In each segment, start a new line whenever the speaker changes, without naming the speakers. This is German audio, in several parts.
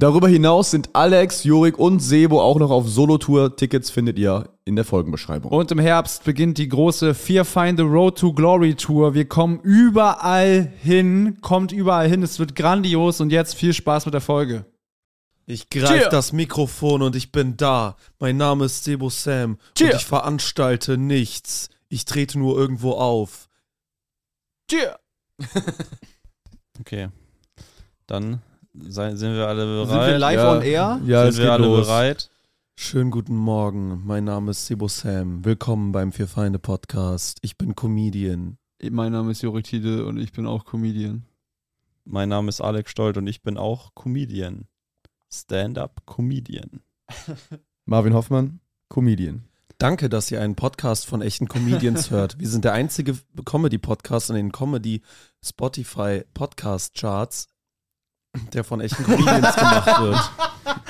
Darüber hinaus sind Alex, Jurik und Sebo auch noch auf Solo-Tour. Tickets findet ihr in der Folgenbeschreibung.
Und im Herbst beginnt die große Fear Find the Road to Glory Tour. Wir kommen überall hin, kommt überall hin. Es wird grandios und jetzt viel Spaß mit der Folge.
Ich greife
Cheer.
das Mikrofon und ich bin da. Mein Name ist Sebo Sam
Cheer.
und ich veranstalte nichts. Ich trete nur irgendwo auf.
Cheer.
Okay. Dann sei, sind wir alle bereit.
Sind wir live
Ja.
on air?
ja,
sind wir alle bereit?
Schönen guten Morgen, mein Name ist Sebo Sam. Willkommen beim Vier Feinde Podcast. Ich bin Comedian.
Mein Name ist Jorik Tiede und ich bin auch Comedian.
Mein Name ist Alex Stolt und ich bin auch Comedian. Stand-up-Comedian.
Marvin Hoffmann, Comedian.
Danke, dass ihr einen Podcast von echten Comedians hört. Wir sind der einzige Comedy-Podcast in den Comedy-Spotify-Podcast-Charts, der von echten Comedians gemacht wird.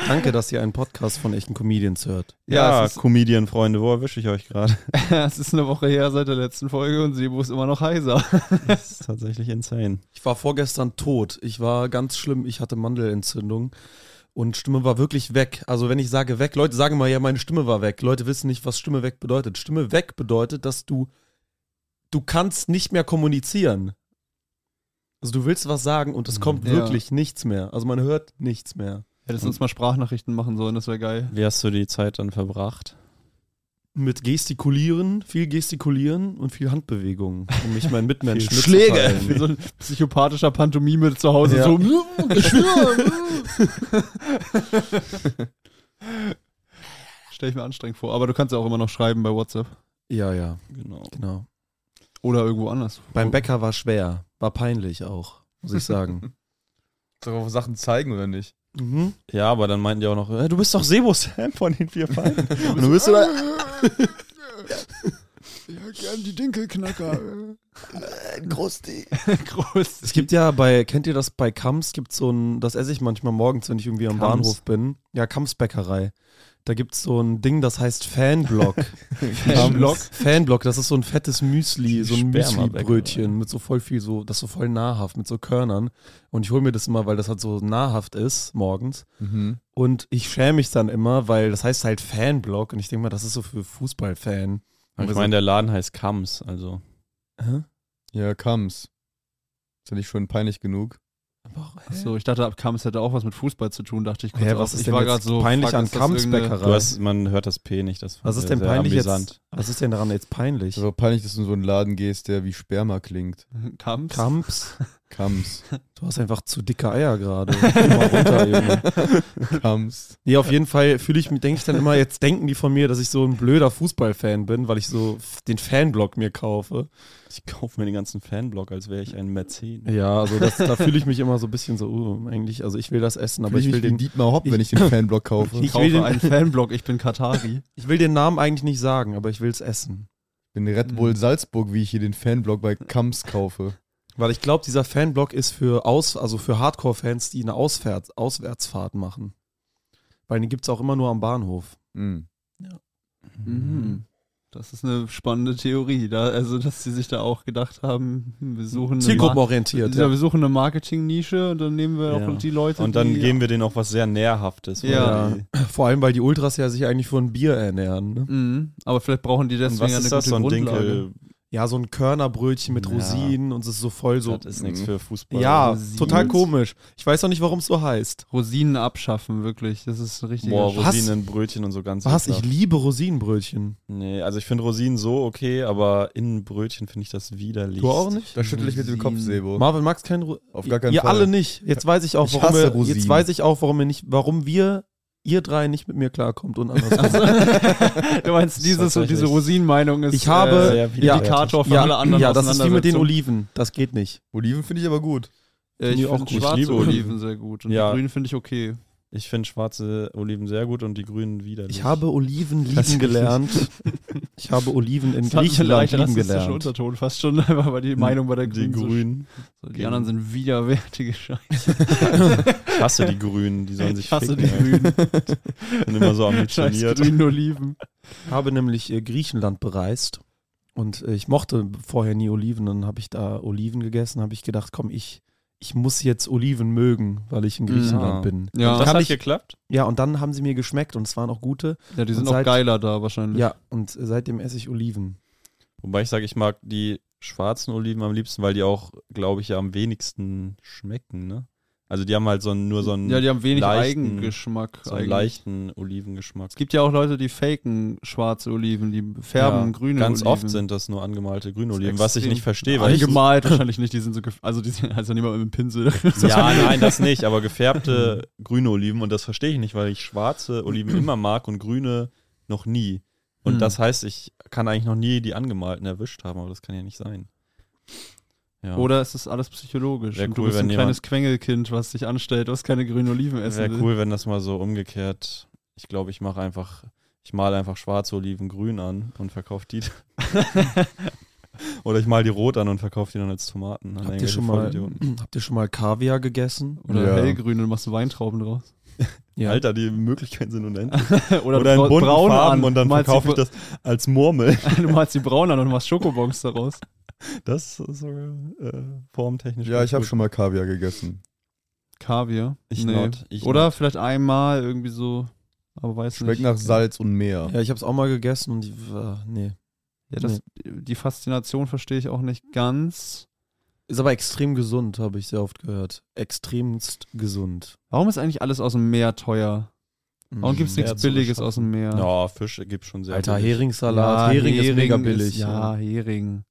Danke, dass ihr einen Podcast von echten Comedians hört.
Ja,
Ja,
es ist-
Comedian-Freunde, wo erwische ich euch gerade?
es ist eine Woche her seit der letzten Folge und Sebo ist immer noch heiser.
Das ist tatsächlich insane.
Ich war vorgestern tot. Ich war ganz schlimm. Ich hatte Mandelentzündung. Und Stimme war wirklich weg. Also wenn ich sage weg, Leute sagen mal, ja, meine Stimme war weg. Leute wissen nicht, was Stimme weg bedeutet. Stimme weg bedeutet, dass du, du kannst nicht mehr kommunizieren. Also du willst was sagen und
Mhm.
es kommt
Ja.
wirklich nichts mehr. Also man hört nichts mehr.
Hättest uns mal Sprachnachrichten machen sollen, das wäre geil.
Wie hast du die Zeit dann verbracht?
Mit Gestikulieren, viel Gestikulieren und viel Handbewegungen, um mich meinen Mitmenschen
Viel Schläge.
mitzuteilen.
Wie so ein psychopathischer Pantomime zu Hause.
Ja.
So. "Mm, mm." Stell ich mir anstrengend vor. Aber du kannst ja auch immer noch schreiben bei WhatsApp.
Ja, ja,
Genau.
genau.
Oder irgendwo anders.
Oh.
Beim Bäcker war schwer, war peinlich auch, muss ich sagen.
Soll Sachen zeigen oder nicht?
mhm.
Ja, aber dann meinten die auch noch, "Äh, du bist doch Sebo Sam von den vier Fallen.
Und du bist so da.
Ja, gern die Dinkelknacker.
Krusti.
Groß.
Es gibt ja bei, kennt ihr das bei Kamps? Gibt so ein, das esse ich manchmal morgens, wenn ich irgendwie am
Kamps.
Bahnhof bin. Ja, Kamps-Bäckerei. Da gibt es so ein Ding, das heißt Fanblock.
Block.
Fanblock, das ist so ein fettes Müsli, so ein
Sperma-Bäckerei.
Müsli-Brötchen mit so voll viel, so, das ist so voll nahrhaft, mit so Körnern. Und ich hole mir das immer, weil das halt so nahrhaft ist morgens.
Mhm.
Und ich schäme mich dann immer, weil das heißt halt Fanblock. Und ich denke mal, das ist so für Fußballfan. Also,
ich meine, der Laden heißt Kams, also.
Hä?
Ja, Kams. Ist ja nicht schon peinlich genug.
So, ich dachte, Kams hätte auch was mit Fußball zu tun, dachte ich kurz.
Hä,
auch.
was ist
ich
denn
war
jetzt
grad so
peinlich
fuck,
an
ist das irgendeine-
Kamps-Bäckerei?
Du hast, man hört das P nicht, das
Was ist
war
denn
sehr
peinlich
amüsant. Also
jetzt? Was ist denn daran jetzt peinlich?
Ist aber peinlich, dass du in so einen Laden gehst, der wie Sperma klingt.
Kams?
Kamps?
Kams.
Du hast einfach zu dicke Eier gerade. Komm mal runter, Junge.
Kams.
Nee, auf jeden Fall fühle ich mich, denke ich dann immer, jetzt denken die von mir, dass ich so ein blöder Fußballfan bin, weil ich so f- den Fanblock mir kaufe.
Ich kaufe mir den ganzen Fanblock, als wäre ich ein Mäzen.
Ja, also das, da fühle ich mich immer so ein bisschen so, uh, eigentlich, also ich will das essen, aber
Aber
ich will, den,
Dietmar Hopp, wenn ich den Fanblock kaufe.
Ich
Ich
Ich
kaufe
will den-
einen Fanblock, ich bin Katari.
ich will den Namen eigentlich nicht sagen, aber ich will es essen.
bin Red Bull Salzburg, wie ich hier den Fanblock bei Kams kaufe.
Weil ich glaube, dieser Fanblock ist für Aus, also für Hardcore-Fans, die eine Auswärts, Auswärtsfahrt machen. Weil den gibt es auch immer nur am Bahnhof.
Mhm.
Mhm. Das ist eine spannende Theorie, da, also dass sie sich da auch gedacht haben, hm, wir suchen eine, Mar
Zielgruppenorientiert.
ja, wir suchen eine Marketing-Nische und dann nehmen wir
Ja.
auch die Leute,
Und dann
die
geben wir denen auch was sehr Nährhaftes. weil
Ja.
die-
Vor allem, weil die Ultras ja sich eigentlich von Bier ernähren. Ne?
Mhm. Aber vielleicht brauchen die
Und
deswegen
was
eine
ist
gute
das, so ein
Grundlage.
Dinkel?
Ja, so ein Körnerbrötchen mit
Ja.
Rosinen und es ist so voll so.
Das ist nichts für Fußball.
Ja,
Rosinen.
total komisch. Ich weiß auch nicht, warum es so heißt.
Rosinen abschaffen, wirklich. Das ist ein richtiger
Boah,
Sch-
Was?
Rosinen in Brötchen und so ganz.
Was? Ich
ekelhaft.
liebe Rosinenbrötchen.
Nee, also ich finde Rosinen so okay, aber in Brötchen finde ich das widerlich.
Du auch nicht?
Da schüttel ich mit dem Kopf,
Rosinen.
Sebo.
Marvin magst kein Ro
Auf gar keinen
Ihr
Fall.
alle nicht. Jetzt weiß ich auch,
Ich
warum
hasse
wir,
Rosinen.
jetzt weiß ich auch, warum wir nicht, warum wir ihr drei nicht mit mir klarkommt und andersrum.
du meinst, dieses,
Tatsächlich.
diese Rosinenmeinung ist
Ich habe-
äh,
Sehr
ja,
Indikator für
ja,
alle anderen
ja, das ist wie mit den
Auseinandersetzungen.
Oliven. Das geht nicht.
Oliven finde ich aber gut.
Äh, ich
Die auch
finde
gut.
schwarze
Ich liebe
Oliven.
Oliven
sehr gut und
Ja.
die grünen finde ich okay.
Ich finde schwarze Oliven sehr gut und die grünen widerlich.
Ich habe Oliven lieben
Tatsächlich.
gelernt. Ich habe Oliven in
Das hat einen
Griechenland
leicht
lieben
rassistischen
gelernt.
Unterton fast schon, aber die Meinung bei der
die
Grünen. so-
Grünen.
so, die anderen sind widerwärtige Scheiße.
Ich hasse die Grünen, die sollen sich
Ich hasse
ficken.
die
ey.
Grünen.
Sind immer so
Scheiß
ambitioniert.
grünen Oliven.
Ich habe nämlich äh, Griechenland bereist und äh, ich mochte vorher nie Oliven. Dann habe ich da Oliven gegessen, habe ich gedacht, komm, ich, ich muss jetzt Oliven mögen, weil ich in Griechenland
Ja.
bin.
Ja.
Das
Kann
hat
ich-
geklappt?
Ja, und dann haben sie mir geschmeckt und es waren auch gute.
Ja, die
Und
sind auch
seit-
geiler da wahrscheinlich.
Ja, und äh, seitdem esse ich Oliven.
Wobei ich sage, ich mag die schwarzen Oliven am liebsten, weil die auch, glaube ich, ja am wenigsten schmecken, ne? Also die haben halt so einen, nur so einen,
Ja, die haben wenig
leichten-
Eigengeschmack.
so einen
eigentlich.
leichten Olivengeschmack.
Es gibt ja auch Leute, die faken schwarze Oliven, die färben
Ja,
grüne
Ganz
Oliven.
oft sind das nur angemalte grüne
Das ist
Oliven, was ich
extrem
nicht verstehe, weil ich
Angemalt wahrscheinlich nicht, die sind so, gef- also die sind also nicht mal mit dem Pinsel.
Ja, nein, das nicht, aber gefärbte grüne Oliven und das verstehe ich nicht, weil ich schwarze Oliven immer mag und grüne noch nie. Und
Mhm.
Hm.
das heißt, ich kann eigentlich noch nie die angemalten erwischt haben, aber das kann ja nicht sein. Ja.
Oder es ist alles psychologisch?
Wär
und du
cool,
bist ein
wenn
kleines Quengelkind, was sich anstellt, was keine grünen Oliven essen
wäre
will.
cool, wenn das mal so umgekehrt. Ich glaube, ich mache einfach, ich male einfach schwarze Oliven grün an und verkaufe die. Oder ich male die rot an und verkaufe die dann als Tomaten. Dann
Habt ihr, schon mal, habt ihr schon mal Kaviar gegessen?
Oder
Ja.
hellgrün und machst du Weintrauben draus.
Ja.
Alter, die Möglichkeiten sind unendlich.
Oder,
Oder in
bra-
bunten Farben und dann
Malst die
verkaufe ich das als Murmel.
bra- Du malst die braun an und machst Schokobons daraus.
Das ist sogar äh, formtechnisch.
Ja, ich habe schon mal Kaviar gegessen.
Kaviar.
Ich not, ich
Oder
not.
vielleicht einmal irgendwie so, aber weiß
Schmeckt
nicht.
nach Salz und Meer.
Ja, ich habe es auch mal gegessen und die, war- nee.
ja, das, Die Faszination verstehe ich auch nicht ganz.
Ist aber extrem gesund, habe ich sehr oft gehört. Extremst gesund.
Warum ist eigentlich alles aus dem Meer teuer? Warum gibt es
Meer
nichts
zu
Billiges
beschaffen.
aus dem Meer?
Ja, Fische gibt schon sehr
Alter,
billig.
Heringssalat. Hering, ist mega billig.
ja, Hering.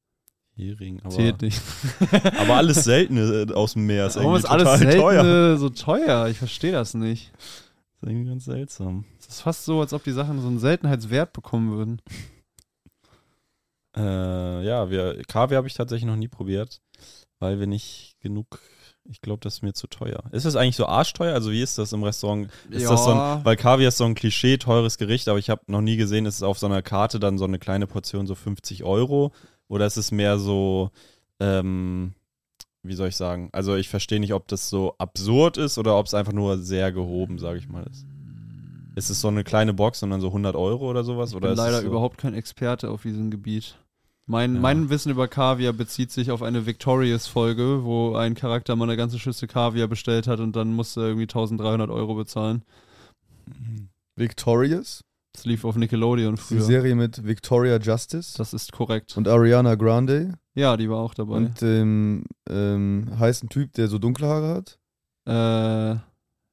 Hering, aber,
Zählt nicht.
aber alles Seltene äh, aus dem Meer ist
Warum
irgendwie
ist alles
total teuer.
seltene so teuer? Ich verstehe das nicht.
Das ist irgendwie ganz seltsam.
Es ist fast so, als ob die Sachen so einen Seltenheitswert bekommen würden.
Äh, ja, wir, Kaviar habe ich tatsächlich noch nie probiert, weil wir nicht genug. Ich glaube, das ist mir zu teuer. Ist das eigentlich so arschteuer? Also, wie ist das im Restaurant? Ist das so ein, weil Kaviar ist so ein Klischee teures Gericht, aber ich habe noch nie gesehen, ist es auf so einer Karte dann so eine kleine Portion so 50 Euro oder ist es mehr so, ähm, wie soll ich sagen? Also ich verstehe nicht, ob das so absurd ist oder ob es einfach nur sehr gehoben, sage ich mal, ist. Ist es so eine kleine Box und dann so 100 Euro oder sowas?
ich
oder
bin
ist es
leider
so?
überhaupt kein Experte auf diesem Gebiet. Mein,
Ja.
mein Wissen über Kaviar bezieht sich auf eine Victorious-Folge, wo ein Charakter mal eine ganze Schüssel Kaviar bestellt hat und dann musste er irgendwie 1300 Euro bezahlen.
Victorious,
Das lief auf Nickelodeon
die
früher.
Serie mit Victoria Justice
Das ist korrekt.
und Ariana Grande
Ja, die war auch dabei.
und dem ähm, heißen Typ, der so dunkle Haare hat.
äh,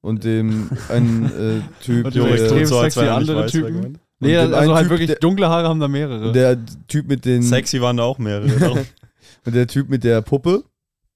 Und dem einen äh, Typ,
Und dem
der,
Jorik
extrem
tut so, als
sexy
wenn er nicht
andere
weiß, wer
Typen.
gemeint
Und
nee,
dem einen
also halt
Typ,
wirklich
der-
dunkle Haare haben da mehrere.
der Typ mit den
ist. Sexy waren da auch mehrere.
Und der Typ mit der Puppe,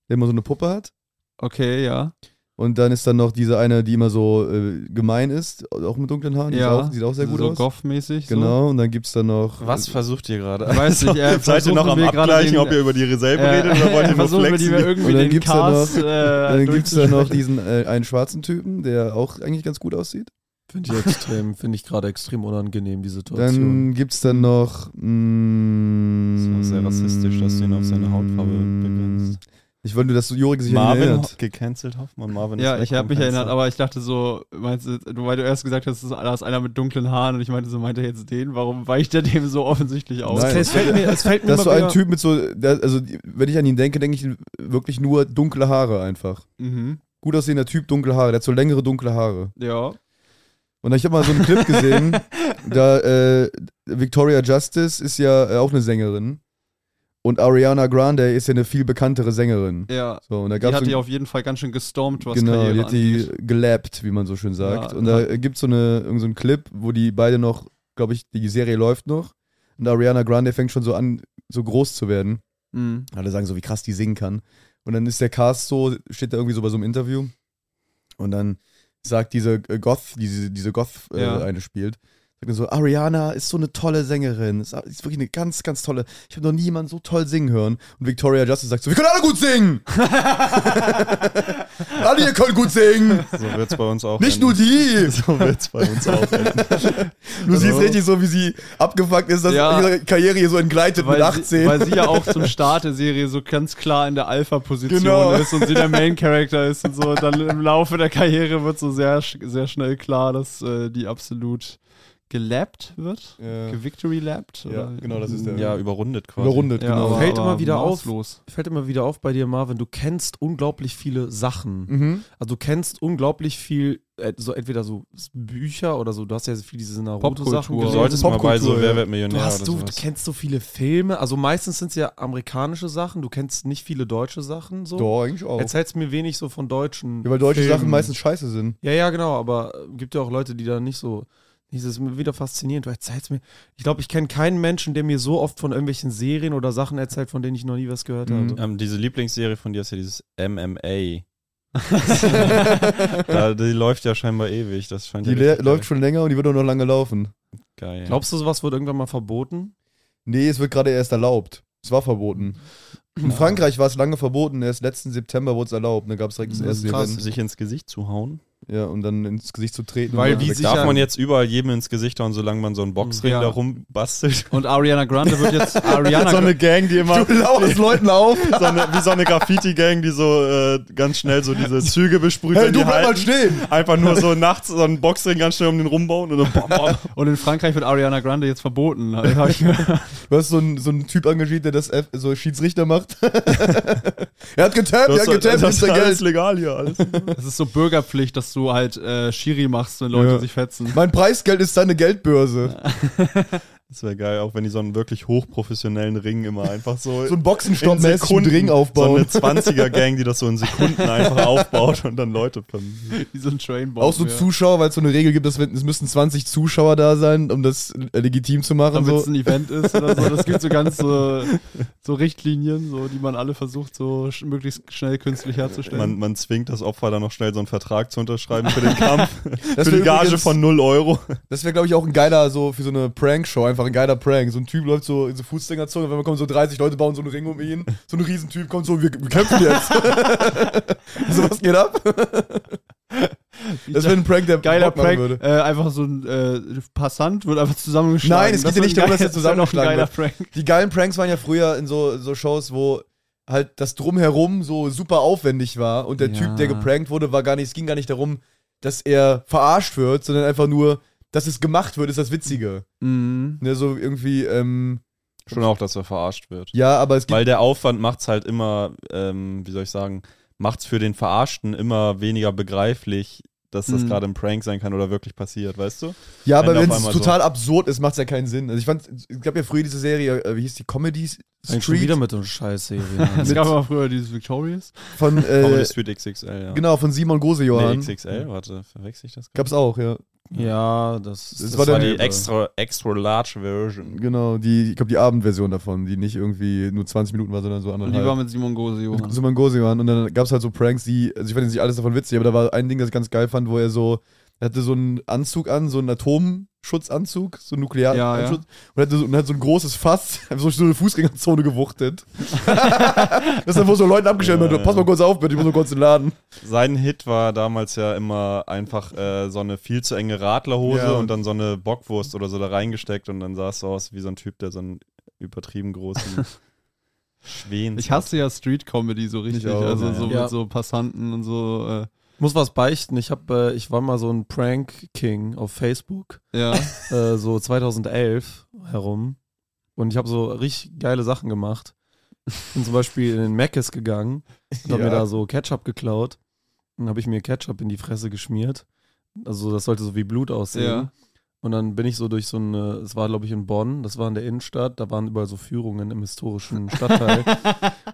der immer so eine Puppe hat.
okay, ja.
Und dann ist dann noch diese eine, die immer so äh, gemein ist, auch mit dunklen Haaren.
ja.
Die, sieht auch, sieht auch sehr gut
Also so
aus.
Goff-mäßig. So.
Genau, und dann gibt's dann noch.
Was versucht ihr gerade?
Weiß nicht, äh,
Seid ihr
versuchen
noch am
wir gerade
Abgleichen,
den- äh,
ob ihr über die Reserve redet oder wollt ihr nur
versuchen wir die
flexen?
mal irgendwie
Und dann
den
gibt's da
Cast
noch-
äh,
Dann gibt's da noch
durchzuschneiden.
diesen äh, einen schwarzen Typen, der auch eigentlich ganz gut aussieht.
Finde ich extrem, finde ich gerade extrem unangenehm, die Situation.
Dann gibt's dann noch. mm, Mh,
Das ist auch sehr rassistisch, dass du ihn auf seine Hautfarbe begrenzt.
Ich wollte nur, dass du Jorik sich an ihn
Marvin
erinnert.
gecancelt Hoffmann. Marvin
Ja,
ist
ich habe mich
weggecancelt.
erinnert, aber ich dachte so, meinst du, du- weil du erst gesagt hast, das ist- da ist einer mit dunklen Haaren und ich meinte so, meint er jetzt den? Warum weicht er dem so offensichtlich aus?
Nein.
es fällt mir, es fällt mir
Das ist so
immer
ein
wieder,
Typ mit so. Der, also, die- wenn ich an ihn denke, denke ich wirklich nur dunkle Haare einfach.
Mhm.
Gut aussehender Typ, dunkle Haare. Der hat so längere dunkle Haare.
Ja.
Und ich habe mal so einen Clip gesehen, da äh, Victoria Justice ist ja äh, auch eine Sängerin und Ariana Grande ist ja eine viel bekanntere Sängerin.
Ja.
So, und da
Die
gab's
hat
so,
die auf jeden Fall ganz schön gestormt, was
genau,
Karriere
die hat die
angeht.
gelappt, wie man so schön sagt.
Ja,
und da gibt es so eine irgend so einen Clip, wo die beide noch, glaube ich, die Serie läuft noch und Ariana Grande fängt schon so an, so groß zu werden.
Mhm.
Alle sagen so, wie krass die singen kann. Und dann ist der Cast so, steht da irgendwie so bei so einem Interview. Und dann sagt diese äh, Goth, die diese, diese Goth äh,
Ja.
eine spielt, Sagt mir so, Ariana ist so eine tolle Sängerin. Ist, ist wirklich eine ganz, ganz tolle. Ich habe noch nie jemanden so toll singen hören. Und Victoria Justice sagt so, wir können alle gut singen! alle ihr könnt gut singen!
So wird's bei uns
Oh,
auch.
Nicht
enden.
nur die!
So wird's bei uns auch. enden.
Du siehst richtig so, wie sie abgefuckt ist, dass
Ja.
ihre Karriere hier so entgleitet mit
Weil
18.
sie, weil sie ja auch zum Start der Serie so ganz klar in der Alpha-Position
Genau.
ist und sie der Main-Character ist und so. Und dann im Laufe der Karriere wird so sehr, sch- sehr schnell klar, dass äh, die absolut gelappt wird.
Ja.
Ge-Victory lappt.
Ja, genau, das ist der-
Ja, überrundet quasi.
Überrundet, genau.
aber- Fällt immer wieder auf.
Los.
Fällt immer wieder auf bei dir, Marvin, du kennst unglaublich viele Sachen.
Mhm.
Also du kennst unglaublich viel, äh, so entweder so Bücher oder so, du hast ja viel diese Naruto-Sachen
Popkultur.
Du
gelesen.
solltest mal bei so
Popkultur,
Wer
ja.
wird Millionär
Du, hast,
oder
du,
sowas.
kennst so viele Filme, also meistens sind es ja amerikanische Sachen, du kennst nicht viele deutsche Sachen so.
Doch, eigentlich auch.
Erzählst mir wenig so von deutschen.
Ja, weil deutsche
Filmen.
Sachen meistens scheiße sind.
Ja, ja, genau, aber äh, gibt ja auch Leute, die da nicht so. Das ist mir wieder faszinierend. Du erzählst mir. Ich glaube, ich kenne keinen Menschen, der mir so oft von irgendwelchen Serien oder Sachen erzählt, von denen ich noch nie was gehört
Mhm.
habe.
Ähm, diese Lieblingsserie von dir ist ja dieses MMA. da, die läuft ja scheinbar ewig. Das scheint
Die
ja
lä-
richtig
läuft schon länger und die wird auch noch lange laufen.
geil. Glaubst
Glaubst du, sowas wird irgendwann mal verboten?
Nee, es wird gerade erst erlaubt. Es war verboten. In Frankreich war es lange verboten, erst letzten September wurde es erlaubt. Da gab es direkt das
Das ist
erste
krass.
du,
Event.
sich ins Gesicht zu hauen?
Ja, und dann ins Gesicht zu treten.
Weil
und
wie
dann
sich-
weg.
Darf
Sicher.
man jetzt überall jedem ins Gesicht hauen, solange man so einen Boxring
Ja.
da rumbastelt?
Und Ariana Grande wird jetzt Ariana
Gang, die immer.
Du lauerst Leuten auf.
so eine, wie so eine Graffiti-Gang, die so äh, ganz schnell so diese Züge besprüht.
Hey,
wenn
du
die
bleib mal
halten.
stehen.
Einfach nur so nachts so einen Boxring ganz schnell um den rumbauen und dann bam, bam.
Und in Frankreich wird Ariana Grande jetzt verboten. Hab ich gehört.
Du hast so einen, so einen Typ engagiert, der das F so Schiedsrichter macht. er hat getappt, er hat getappt,
das
ist
ist
der
alles
Geld.
legal hier, alles.
Es ist so Bürgerpflicht, dass du halt äh, Schiri machst, wenn Leute
Ja.
sich fetzen.
Mein Preisgeld ist seine Geldbörse.
Das wäre geil, auch wenn die so einen wirklich hochprofessionellen Ring immer einfach so.
So ein
in
Boxenstopp-mäßig einen
Sekunden,
Ring aufbauen.
So eine 20er-Gang, die das so in Sekunden einfach aufbaut und dann Leute vermietet.
Wie so ein Trainbomb.
Auch so
ja.
Zuschauer, weil es so eine Regel gibt, dass wir- es müssen 20 Zuschauer da sein, um das äh, legitim zu machen.
damit
So.
es ein Event ist oder so. Das gibt so ganz so, so Richtlinien, so, die man alle versucht, so sch möglichst schnell künstlich herzustellen.
Man, man zwingt das Opfer dann noch schnell so einen Vertrag zu unterschreiben für den Kampf.
Das
für
wär
die Gage
übrigens-
von 0 Euro.
Das wäre, glaube ich, auch ein geiler, so für so eine Prank-Show, einfach ein geiler Prank. So ein Typ läuft so in so Fußgängerzone, wenn man kommt, so 30 Leute bauen so einen Ring um ihn. So ein Riesentyp kommt so, wir, wir kämpfen jetzt. so, was geht ab? Das wäre ein Prank, der
Geiler
Bock machen
Prank.
würde.
Äh, einfach so ein äh, Passant wird einfach zusammengeschlagen.
Nein, es geht ja nicht darum, dass er zusammengeschlagen
wird. ein geiler Prank.
Die geilen Pranks waren ja früher in so, so Shows, wo halt das Drumherum so super aufwendig war und der
Ja.
Typ, der geprankt wurde, war gar nicht, es ging gar nicht darum, dass er verarscht wird, sondern einfach nur, dass es gemacht wird, ist das Witzige.
Mhm.
Ne, so irgendwie, ähm,
Schon auch, dass er verarscht wird.
ja, aber es gibt
Weil der Aufwand macht es halt immer, ähm, wie soll ich sagen, macht es für den Verarschten immer weniger begreiflich, dass das
Mhm.
gerade ein Prank sein kann oder wirklich passiert, weißt du?
Ja,
Wenn
aber
auf
wenn es
einmal
total absurd ist, macht es ja keinen Sinn. Also ich fand, es gab ja früher diese Serie, äh, wie hieß die Comedy
Eigentlich schon wieder
Street
mit so einer
Es
Scheißserie. ne?
gab aber früher dieses Victorious.
von
Comedy
äh,
Street XXL, ja.
genau von Simon Gosejohann.
Nee, XXL, warte, verwechsel ich das?
Gab's auch, ja.
ja, das,
Das
Das
war
war
der-
die extra, extra large Version.
Genau, die ich glaube die Abendversion davon, die nicht irgendwie nur 20 Minuten war, sondern so
Und die war
anderthalb.
mit Simon Gose,
Mit
Johann.
Simon Gosejohann und dann gab's halt so Pranks, die also ich fand jetzt nicht alles davon witzig, aber da war ein Ding, das ich ganz geil fand, wo er so er hatte so einen Anzug an, so einen Atomschutzanzug, so einen
Ja, ja.
Nuklearanschutz und hatte so, und hat so ein großes Fass, einfach so eine Fußgängerzone gewuchtet. das ist einfach so Leuten abgestellt,
Ja,
ja,
ja.
pass mal kurz auf, bitte, ich muss nur kurz in den Laden.
Sein Hit war damals ja immer einfach äh, so eine viel zu enge Radlerhose
Ja.
und dann so eine Bockwurst oder so da reingesteckt und dann sah es so aus wie so ein Typ, der so einen übertrieben großen Schwen.
Ich hasse ja Street Comedy so richtig.
Ich auch,
also
ja,
so
ja.
mit
Ja.
so Passanten und so.
muss was beichten. Ich hab, äh, ich war mal so ein Prank King auf Facebook,
Äh, ja.
äh, so 2011 herum. Und ich habe so richtig geile Sachen gemacht. Bin zum Beispiel in den Mc's gegangen und habe
Ja.
mir da so Ketchup geklaut. Dann habe ich mir Ketchup in die Fresse geschmiert. Also das sollte so wie Blut aussehen.
Ja.
Und dann bin ich so durch so eine, es war glaube ich in Bonn, das war in der Innenstadt, da waren überall so Führungen im historischen Stadtteil. und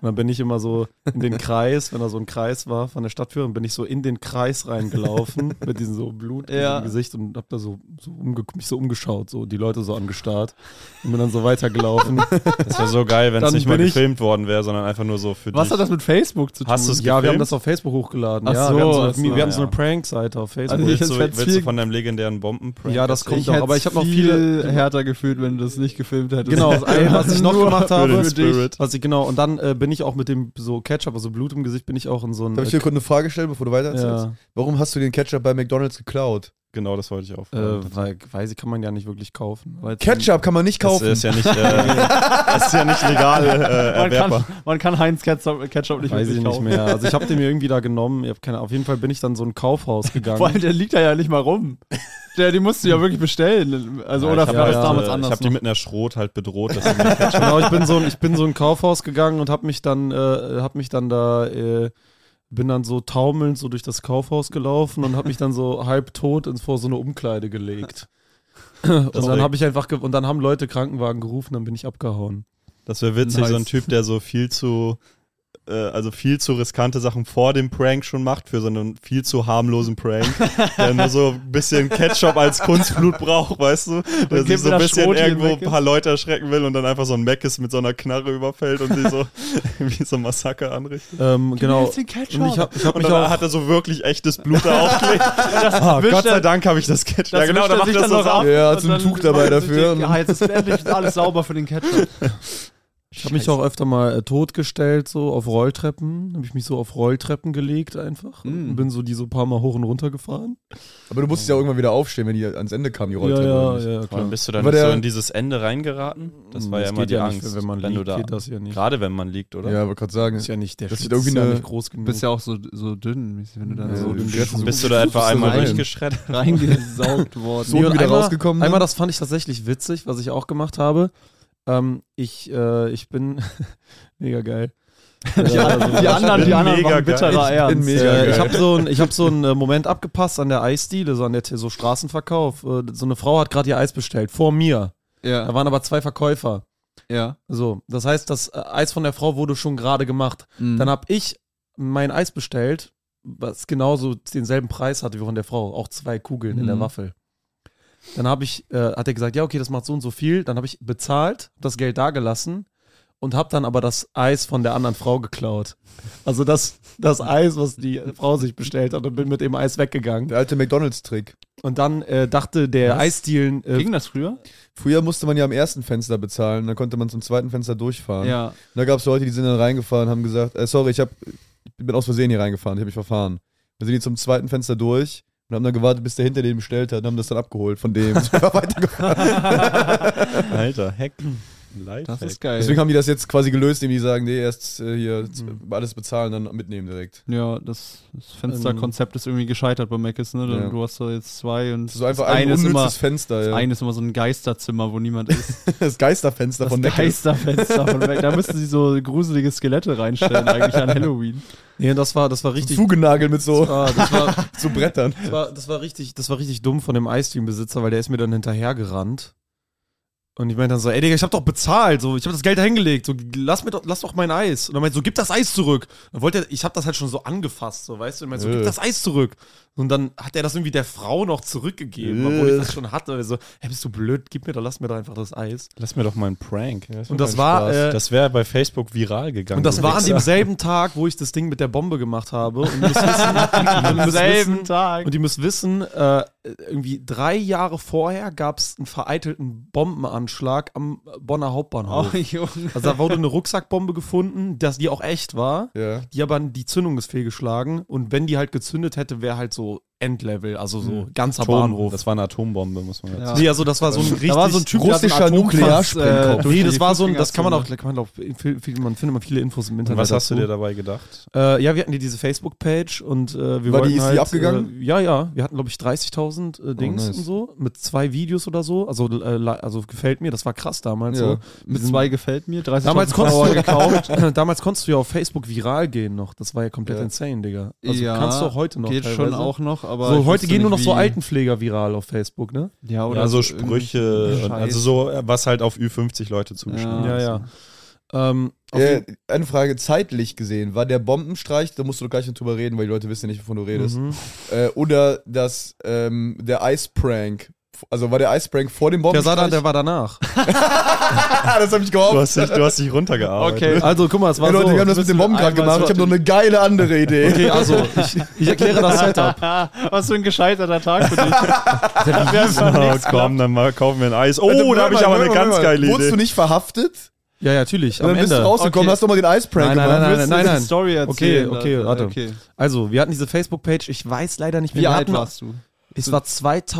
dann bin ich immer so in den Kreis, wenn da so ein Kreis war von der Stadtführung, bin ich so in den Kreis reingelaufen mit diesem so Blut
Ja.
im Gesicht und hab da so, so umge mich so umgeschaut, so die Leute so angestarrt und bin dann so weitergelaufen.
Das wäre so geil, wenn es
Dann
nicht mal
bin ich-
gefilmt worden wäre, sondern einfach nur so für
Was hat
dich.
das mit Facebook
Halt,
zu tun?
Hast du's
ja, wir
gefilmt?
haben das auf Facebook hochgeladen.
Ach
ja,
so,
wir haben so,
ach so,
wir haben so eine
ja.
Prank-Seite auf Facebook.
Also ich-
willst,
jetzt
du,
werd's
willst du
viel-
von deinem legendären Bombenprank
ja, das kommt
ich
noch.
hätte
Aber ich habe noch viele.
viel härter gefühlt, wenn du das nicht gefilmt hättest.
Genau, das eine, was ich noch
Nur
gemacht
Für
habe.
den Spirit.
Was ich, genau, und dann äh, bin ich auch mit dem so Ketchup, also Blut im Gesicht, bin ich auch in so ein.
Darf ich dir kurz eine Frage stellen, bevor du weiter erzählst?
ja,
Warum hast du den Ketchup bei McDonalds geklaut?
Genau, das wollte ich auch.
äh, weil, weiß ich, kann man ja nicht wirklich kaufen.
Weil's-
Ketchup kann man nicht
das
kaufen.
ist ja nicht, äh, das ist ja nicht legal äh,
Man kann,
erwerbbar.
man kann Heinz Ketchup, Ketchup nicht
Weiß ich
wirklich
nicht
kaufen.
mehr. Also ich habe den mir irgendwie da genommen. Ich hab keine, auf jeden Fall bin ich dann so ein Kaufhaus gegangen.
Vor allem, der liegt da ja nicht mal rum. Der, die musst du ja wirklich bestellen. Also,
Ja,
oder
ich hab
war das
halt,
damals
äh,
anders?
Ich habe die
noch?
mit einer Schrot halt bedroht. Dass sie mir-
genau, ich bin so ein, ich bin so ein Kaufhaus gegangen und habe mich dann äh, hab mich dann da äh, bin dann so taumelnd so durch das Kaufhaus gelaufen und habe mich dann so halb tot ins vor so eine Umkleide gelegt. Und
Das
dann
wär-
habe ich einfach ge und dann haben Leute Krankenwagen gerufen, dann bin ich abgehauen.
das wäre witzig, so ein
Nice.
Typ, der so viel zu, äh, also viel zu riskante Sachen vor dem Prank schon macht, für so einen viel zu harmlosen Prank, der nur so ein bisschen Ketchup als Kunstblut braucht, weißt du? Der
Und
sich
gibt
so
mir
ein
das
bisschen
Schrot hier
irgendwo ein
weg ist.
paar Leute erschrecken will und dann einfach so ein Mac ist mit so einer Knarre überfällt und sie so wie so ein Massaker anrichtet.
Ähm, genau.
Jetzt den Ketchup.
Und ich habe ich hab
Und
mich
dann
auch
hat er so wirklich echtes Blut da aufgelegt.
Ah,
Gott sei Dank habe ich das Ketchup. genau,
Das
genau,
mischt er sich dann noch ab
Ja,
und
hat so ein
dann
Tuch dabei
macht er sich
dafür.
die- Ja, jetzt ist endlich alles sauber für den Ketchup.
Ich habe mich auch öfter mal äh, totgestellt, so auf Rolltreppen. Habe ich mich so auf Rolltreppen gelegt einfach. Und bin so die so ein paar Mal hoch und runter gefahren.
Aber du musstest ja irgendwann wieder aufstehen, wenn die ans Ende kam, die Rolltreppe. oder nicht?
ja, Hm,
Wann bist du dann
Aber
nicht so
der-
in dieses Ende reingeraten? Das war Mm, ja immer
geht
die
ja
Angst,
Nicht, wenn man
du
liegt,
da,
geht das ja nicht.
gerade wenn man liegt, oder?
Ja, wollte gerade sagen.
ist ja nicht der
Das sieht
Schlitz ist
irgendwie
ja
eine-
nicht groß genug.
Du bist ja auch so, so dünn, wenn du dann
Ja,
so
also du
dünn
bist-
bist.
Bist du da etwa
so
einmal
rein.
durchgeschreddert?
reingesaugt worden.
So
Nee, und
wieder
einmal,
rausgekommen ne? sind?
Einmal, das fand ich tatsächlich witzig, was ich auch gemacht habe. Ähm, ich, äh, ich bin mega geil. Äh, also-
die anderen,
bin
die anderen
mega
waren bitterer
geil. Ich bin
Ernst.
mega
Äh, ich
geil.
habe so einen hab so einen, äh, Moment abgepasst an der Eisdiele, so an der T- so Straßenverkauf. Äh, So eine Frau hat gerade ihr Eis bestellt, vor mir. Da
Ja,
waren aber zwei Verkäufer.
ja.
So, das heißt, das äh, Eis von der Frau wurde schon gerade gemacht.
Mhm.
Dann habe ich mein Eis bestellt, was genauso denselben Preis hatte wie von der Frau. Auch zwei Kugeln in der
Mhm.
Waffel. Dann habe ich, äh, hat er gesagt, ja, okay, das macht so und so viel. Dann habe ich bezahlt, hab das Geld dagelassen und habe dann aber das Eis von der anderen Frau geklaut. Also das, das Eis, was die Frau sich bestellt hat und bin mit dem Eis weggegangen.
Der alte McDonalds-Trick.
Und dann äh, dachte der
Was?
Eisdielen, äh,
Ging das früher?
Früher musste man ja am ersten Fenster bezahlen, dann konnte man zum zweiten Fenster durchfahren.
Ja.
Und da gab es Leute, die sind dann reingefahren, haben gesagt, äh, sorry, ich, hab, ich bin aus Versehen hier reingefahren, ich habe mich verfahren. Dann sind die zum zweiten Fenster durch und haben dann gewartet, bis der hinter denen bestellt hat und haben das dann abgeholt von dem.
Alter, Hack. Live
Das ist geil.
Deswegen haben die das jetzt quasi gelöst, indem die sagen, nee, erst äh, hier z-
Mhm.
alles bezahlen, dann mitnehmen direkt.
ja, das, das Fensterkonzept ist irgendwie gescheitert bei Mac ist, ne?
Ja.
Du hast da jetzt zwei und
Das ist einfach
Ähm. das
ein
eine ist
unnützes
immer,
Fenster.
das
Ja.
eine ist immer so ein Geisterzimmer, wo niemand ist.
Das Geisterfenster von
das
Deckel.
Geisterfenster von Mac. Da müssten sie so gruselige Skelette reinstellen, eigentlich an Halloween.
nee, das war, das war richtig.
Zugenagelt mit so,
Ah, das war,
so Brettern.
Das war, das war richtig, das war richtig dumm von dem Eisdielen-Besitzer, weil der ist mir dann hinterhergerannt. Und ich meinte dann so, ey Digga, ich hab doch bezahlt, so, ich hab das Geld da hingelegt, so, lass mir doch, lass doch mein Eis. Und er meinte so, gib das Eis zurück. Dann wollte er, ich hab das halt schon so angefasst, so, weißt du, und meinte so,
Äh.
gib das Eis zurück. Und dann hat er das irgendwie der Frau noch
Äh.
zurückgegeben, obwohl ich das schon hatte. Und er so, ey, bist du blöd, gib mir doch, lass mir doch einfach das Eis.
Lass mir doch mal einen Prank.
Und das war, äh,
das wäre bei Facebook viral gegangen.
und das
du
war an
Wichser.
demselben Tag, wo ich das Ding mit der Bombe gemacht habe. Und das wissen,
Am selben Tag.
Und ihr müsst wissen, äh, irgendwie drei Jahre vorher gab es einen vereitelten Bombenanschlag am Bonner
Oh,
Hauptbahnhof.
Junge.
Also da wurde eine Rucksackbombe gefunden, dass die auch echt war.
Ja.
Die aber die Zündung ist fehlgeschlagen. Und wenn die halt gezündet hätte, wäre halt so Endlevel, also so ganzer
Atom,
Bahnhof.
das war eine Atombombe, muss man
Ja.
dazu
Nee, also das war so ein richtig
Da war so ein Typ,
russischer
der hat einen Atomfass,
Nuklearsprengkopf.
durch
Nee, das
die
war so ein, das kann man auch,
Fußgängerzone.
kann man auch, viel, viel, man findet man viele Infos im
sagen.
Internet.
Was hast du
dazu.
dir dabei gedacht?
Äh, ja, wir hatten hier diese Facebook-Page und äh, wir
War
wollten
die- ist die
halt,
abgegangen? Oh,
Äh, ja, ja. Wir hatten, glaube ich, 30.000 äh, Dings
nice.
und so mit zwei Videos oder so. Also, äh, li- also gefällt mir, das war krass damals.
Ja.
So.
Mit zwei gefällt mir, 30
Damals
Follower
konntest,
gekauft.
du, damals konntest du ja auf Facebook viral gehen noch. Das war ja komplett
Ja.
insane, Digga. Also
Ja,
kannst du auch heute noch.
Geht schon
teilweise.
auch noch, aber. ich
So, heute
wüsste
gehen nur noch
nicht,
so
wie-
Altenpfleger viral auf Facebook, ne?
Ja, oder
ja, so
irgendwie-
Sprüche, und,
Scheiß.
also so, äh, was halt auf Ü50 Leute zugeschnitten
Ja,
ist.
ja. Ähm, auf
Äh,
jeden-
eine Frage, zeitlich gesehen, war der Bombenstreich, da musst du doch gleich noch drüber äh, reden, weil die Leute wissen ja nicht, wovon du redest.
Mhm.
Äh, oder das, ähm, der Eisprank also war der Eisprank vor dem
Der Sadan,
Bombenstreich?
der war danach.
ah, das habe ich gehofft.
Du hast dich, du hast dich runtergearbeitet.
Okay.
Also, guck mal, es war
Ey, Leute,
so.
wir haben das mit dem Bombengrad
einmal
gemacht. Ich habe noch eine geile andere Idee.
Okay, also, ich, ich erkläre das Setup.
Halt Was für ein gescheiterter Tag für dich.
Na, oh komm, dann mal kaufen wir ein Eis.
Warte,
Oh, da habe
Moment
ich aber
mal,
eine
Moment
ganz
mal.
geile
Wurdest du
Idee.
nicht verhaftet?
Ja, ja, natürlich.
Und
Am
dann bist du
Ende.
rausgekommen,
Okay.
hast doch mal den Eisprank
Nein, nein,
gemacht.
nein, nein,
Willst du-
nein, nein.
Die Story
Okay,
erzählen,
okay,
dann.
warte.
Okay.
Also, wir hatten diese Facebook-Page. Ich weiß leider nicht,
Wie,
wir
alt
hatten-
warst du?
Es war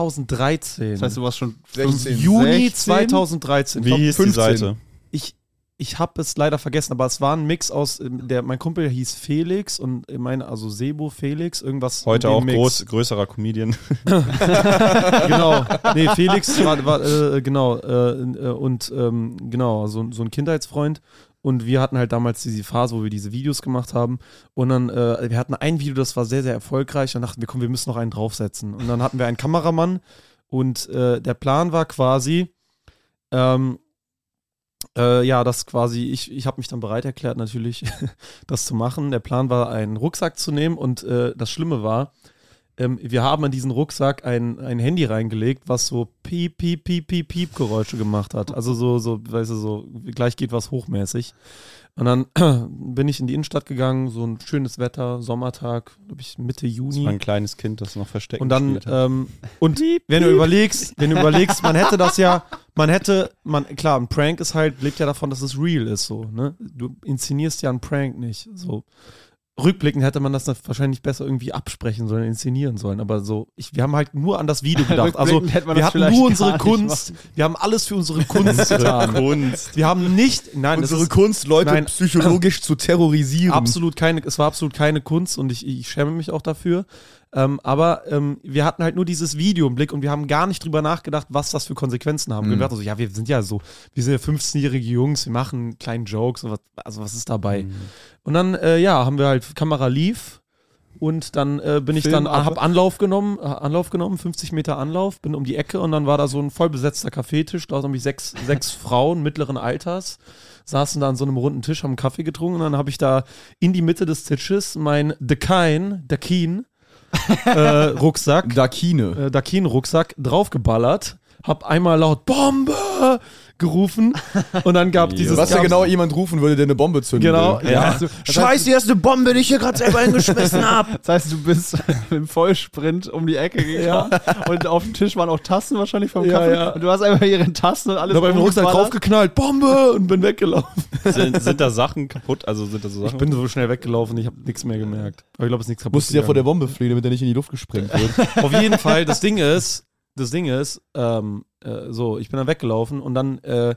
2013.
Das heißt, du warst schon
16.
Juni
16?
2013.
Wie hieß
15.
die Seite?
Ich, ich habe es leider vergessen, aber es war ein Mix aus, ähm, der, mein Kumpel hieß Felix und äh, mein, also Sebo Felix, irgendwas.
Heute
in dem
auch
Mix.
groß, größerer Comedian.
genau. Nee, Felix war, war äh, genau, äh, äh, und ähm, genau, so, so ein Kindheitsfreund. Und wir hatten halt damals diese Phase, wo wir diese Videos gemacht haben. Und dann, äh, wir hatten ein Video, das war sehr, sehr erfolgreich. Dann dachten wir, komm, wir müssen noch einen draufsetzen. Und dann hatten wir einen Kameramann. Und äh, der Plan war quasi, ähm, äh, ja, das quasi, ich, ich habe mich dann bereit erklärt, natürlich, das zu machen. Der Plan war, einen Rucksack zu nehmen. Und äh, das Schlimme war, ähm, wir haben an diesen Rucksack ein, ein Handy reingelegt, was so piep, piep, piep, piep, piep Geräusche gemacht hat. Also so, so, weißt du, so, gleich geht was hochmäßig. Und dann bin ich in die Innenstadt gegangen, so ein schönes Wetter, Sommertag, glaube ich, Mitte
Das war
Juni.
ein kleines Kind, das noch versteckt
Und dann,
gespielt hat.
ähm, und wenn du überlegst, wenn du überlegst, man hätte das ja, man hätte, man, klar, ein Prank ist halt, lebt ja davon, dass es real ist, so, ne? Du inszenierst ja einen Prank nicht, so. Rückblickend hätte man das dann wahrscheinlich besser irgendwie absprechen sollen, inszenieren sollen, aber so, ich, wir haben halt nur an das Video gedacht. Also,
Rückblickend hätte man
wir
das
hatten
vielleicht
nur unsere
gar nicht
Kunst, wir haben alles für unsere Kunst getan.
Kunst.
Wir haben nicht, nein, das
Unsere
ist
Kunst, Leute
Nein.
psychologisch zu terrorisieren.
Absolut keine, es war absolut keine Kunst und ich, ich schäme mich auch dafür. Ähm, aber ähm, wir hatten halt nur dieses Video im Blick und wir haben gar nicht drüber nachgedacht, was das für Konsequenzen haben.
Mhm.
Wir dachten so, ja, wir sind ja so, wir sind ja 15-jährige Jungs, wir machen einen kleinen Jokes, und was, also was ist dabei?
Mhm.
Und dann, äh, ja, haben wir halt, Kamera lief und dann äh, bin ich
Film
dann,
ab-
hab Anlauf genommen, äh, Anlauf genommen, 50 Meter Anlauf, bin um die Ecke und dann war da so ein vollbesetzter Kaffeetisch, da waren nämlich sechs, sechs Frauen mittleren Alters saßen da an so einem runden Tisch, haben Kaffee getrunken und dann habe ich da in die Mitte des Tisches mein Dakin, Dakin äh, Rucksack,
Dakine.
äh, Dakin Rucksack draufgeballert, hab einmal laut Bombe gerufen und dann gab dieses
Was ja
gab's-
genau jemand rufen würde, der eine Bombe zünden
genau
will.
ja.
Also, das, heißt,
Scheiße, hier ist eine Bombe, die ich hier gerade selber eingeschmissen habe.
das heißt, du bist im Vollsprint um die Ecke gegangen und auf dem Tisch waren auch Tassen wahrscheinlich vom
Ja,
Kaffee
ja.
und du hast einfach ihren Tassen und alles
Ich hab einen Rucksack
umgeballert.
draufgeknallt, Bombe und bin weggelaufen.
Sind, sind da Sachen kaputt? Also sind da so Sachen?
Ich bin so schnell weggelaufen, ich habe nichts mehr gemerkt. Aber ich glaube, es ist nichts kaputt.
Musst du ja vor
gegangen.
der Bombe fliehen, damit er nicht in die Luft gesprengt wird.
Auf jeden Fall, das Ding ist, das Ding ist, ähm, äh, so, ich bin dann weggelaufen und dann, äh,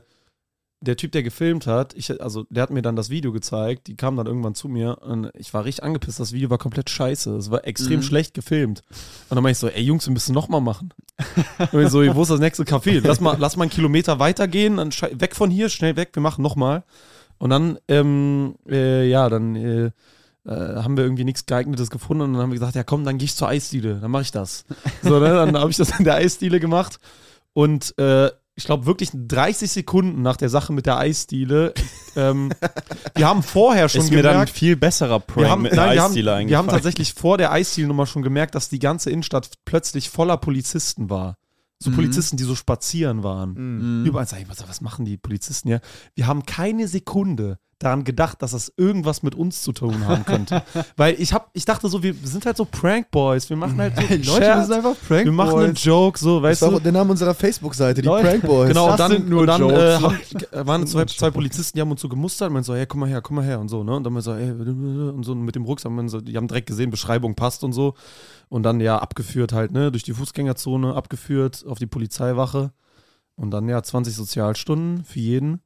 der Typ, der gefilmt hat, ich, also der hat mir dann das Video gezeigt, die kam dann irgendwann zu mir und ich war richtig angepisst, das Video war komplett scheiße, es war extrem schlecht gefilmt. Und dann meinte ich so, ey Jungs, wir müssen nochmal machen. und ich so, wo ist das nächste Café? Lass mal, lass mal einen Kilometer weitergehen, dann schei- weg von hier, schnell weg, wir machen nochmal. Und dann, ähm, äh, ja, dann äh, äh, haben wir irgendwie nichts geeignetes gefunden und dann haben wir gesagt, ja komm, dann gehe ich zur Eisdiele, dann mache ich das. So, ne? dann habe ich das in der Eisdiele gemacht und äh, ich glaube wirklich 30 Sekunden nach der Sache mit der Eisdiele, ähm, wir haben vorher schon
ist mir dann ein
gemerkt,
viel besserer Prank
wir haben,
mit
nein, wir, haben,
Eisdealer
wir haben
eingefallen.
tatsächlich vor der Eisdielennummer schon gemerkt, dass die ganze Innenstadt plötzlich voller Polizisten war. So Polizisten, die so spazieren waren. Überall sag ich, was, was machen die Polizisten ja? Wir haben keine Sekunde daran gedacht, dass das irgendwas mit uns zu tun haben könnte. Weil ich hab, ich dachte so, wir sind halt so Prankboys, wir machen halt so
Leute, das ist
Scherz,
einfach Prank.
wir machen einen Joke, so,
Das
weißt
war
du?
auch der Name unserer Facebook-Seite, die
Leute,
Prankboys.
Genau,
Das
und dann,
sind nur
und dann
Jokes.
äh, haben, äh, waren zwei, zwei Polizisten, die haben uns so gemustert und meinten so, hey, komm mal her, komm mal her und so, ne? Und dann haben wir so, ey, und so und mit dem Rucksack, haben wir so, die haben direkt gesehen, Beschreibung passt und so. Und dann ja abgeführt halt, ne? Durch die Fußgängerzone, abgeführt auf die Polizeiwache. Und dann ja 20 Sozialstunden für jeden.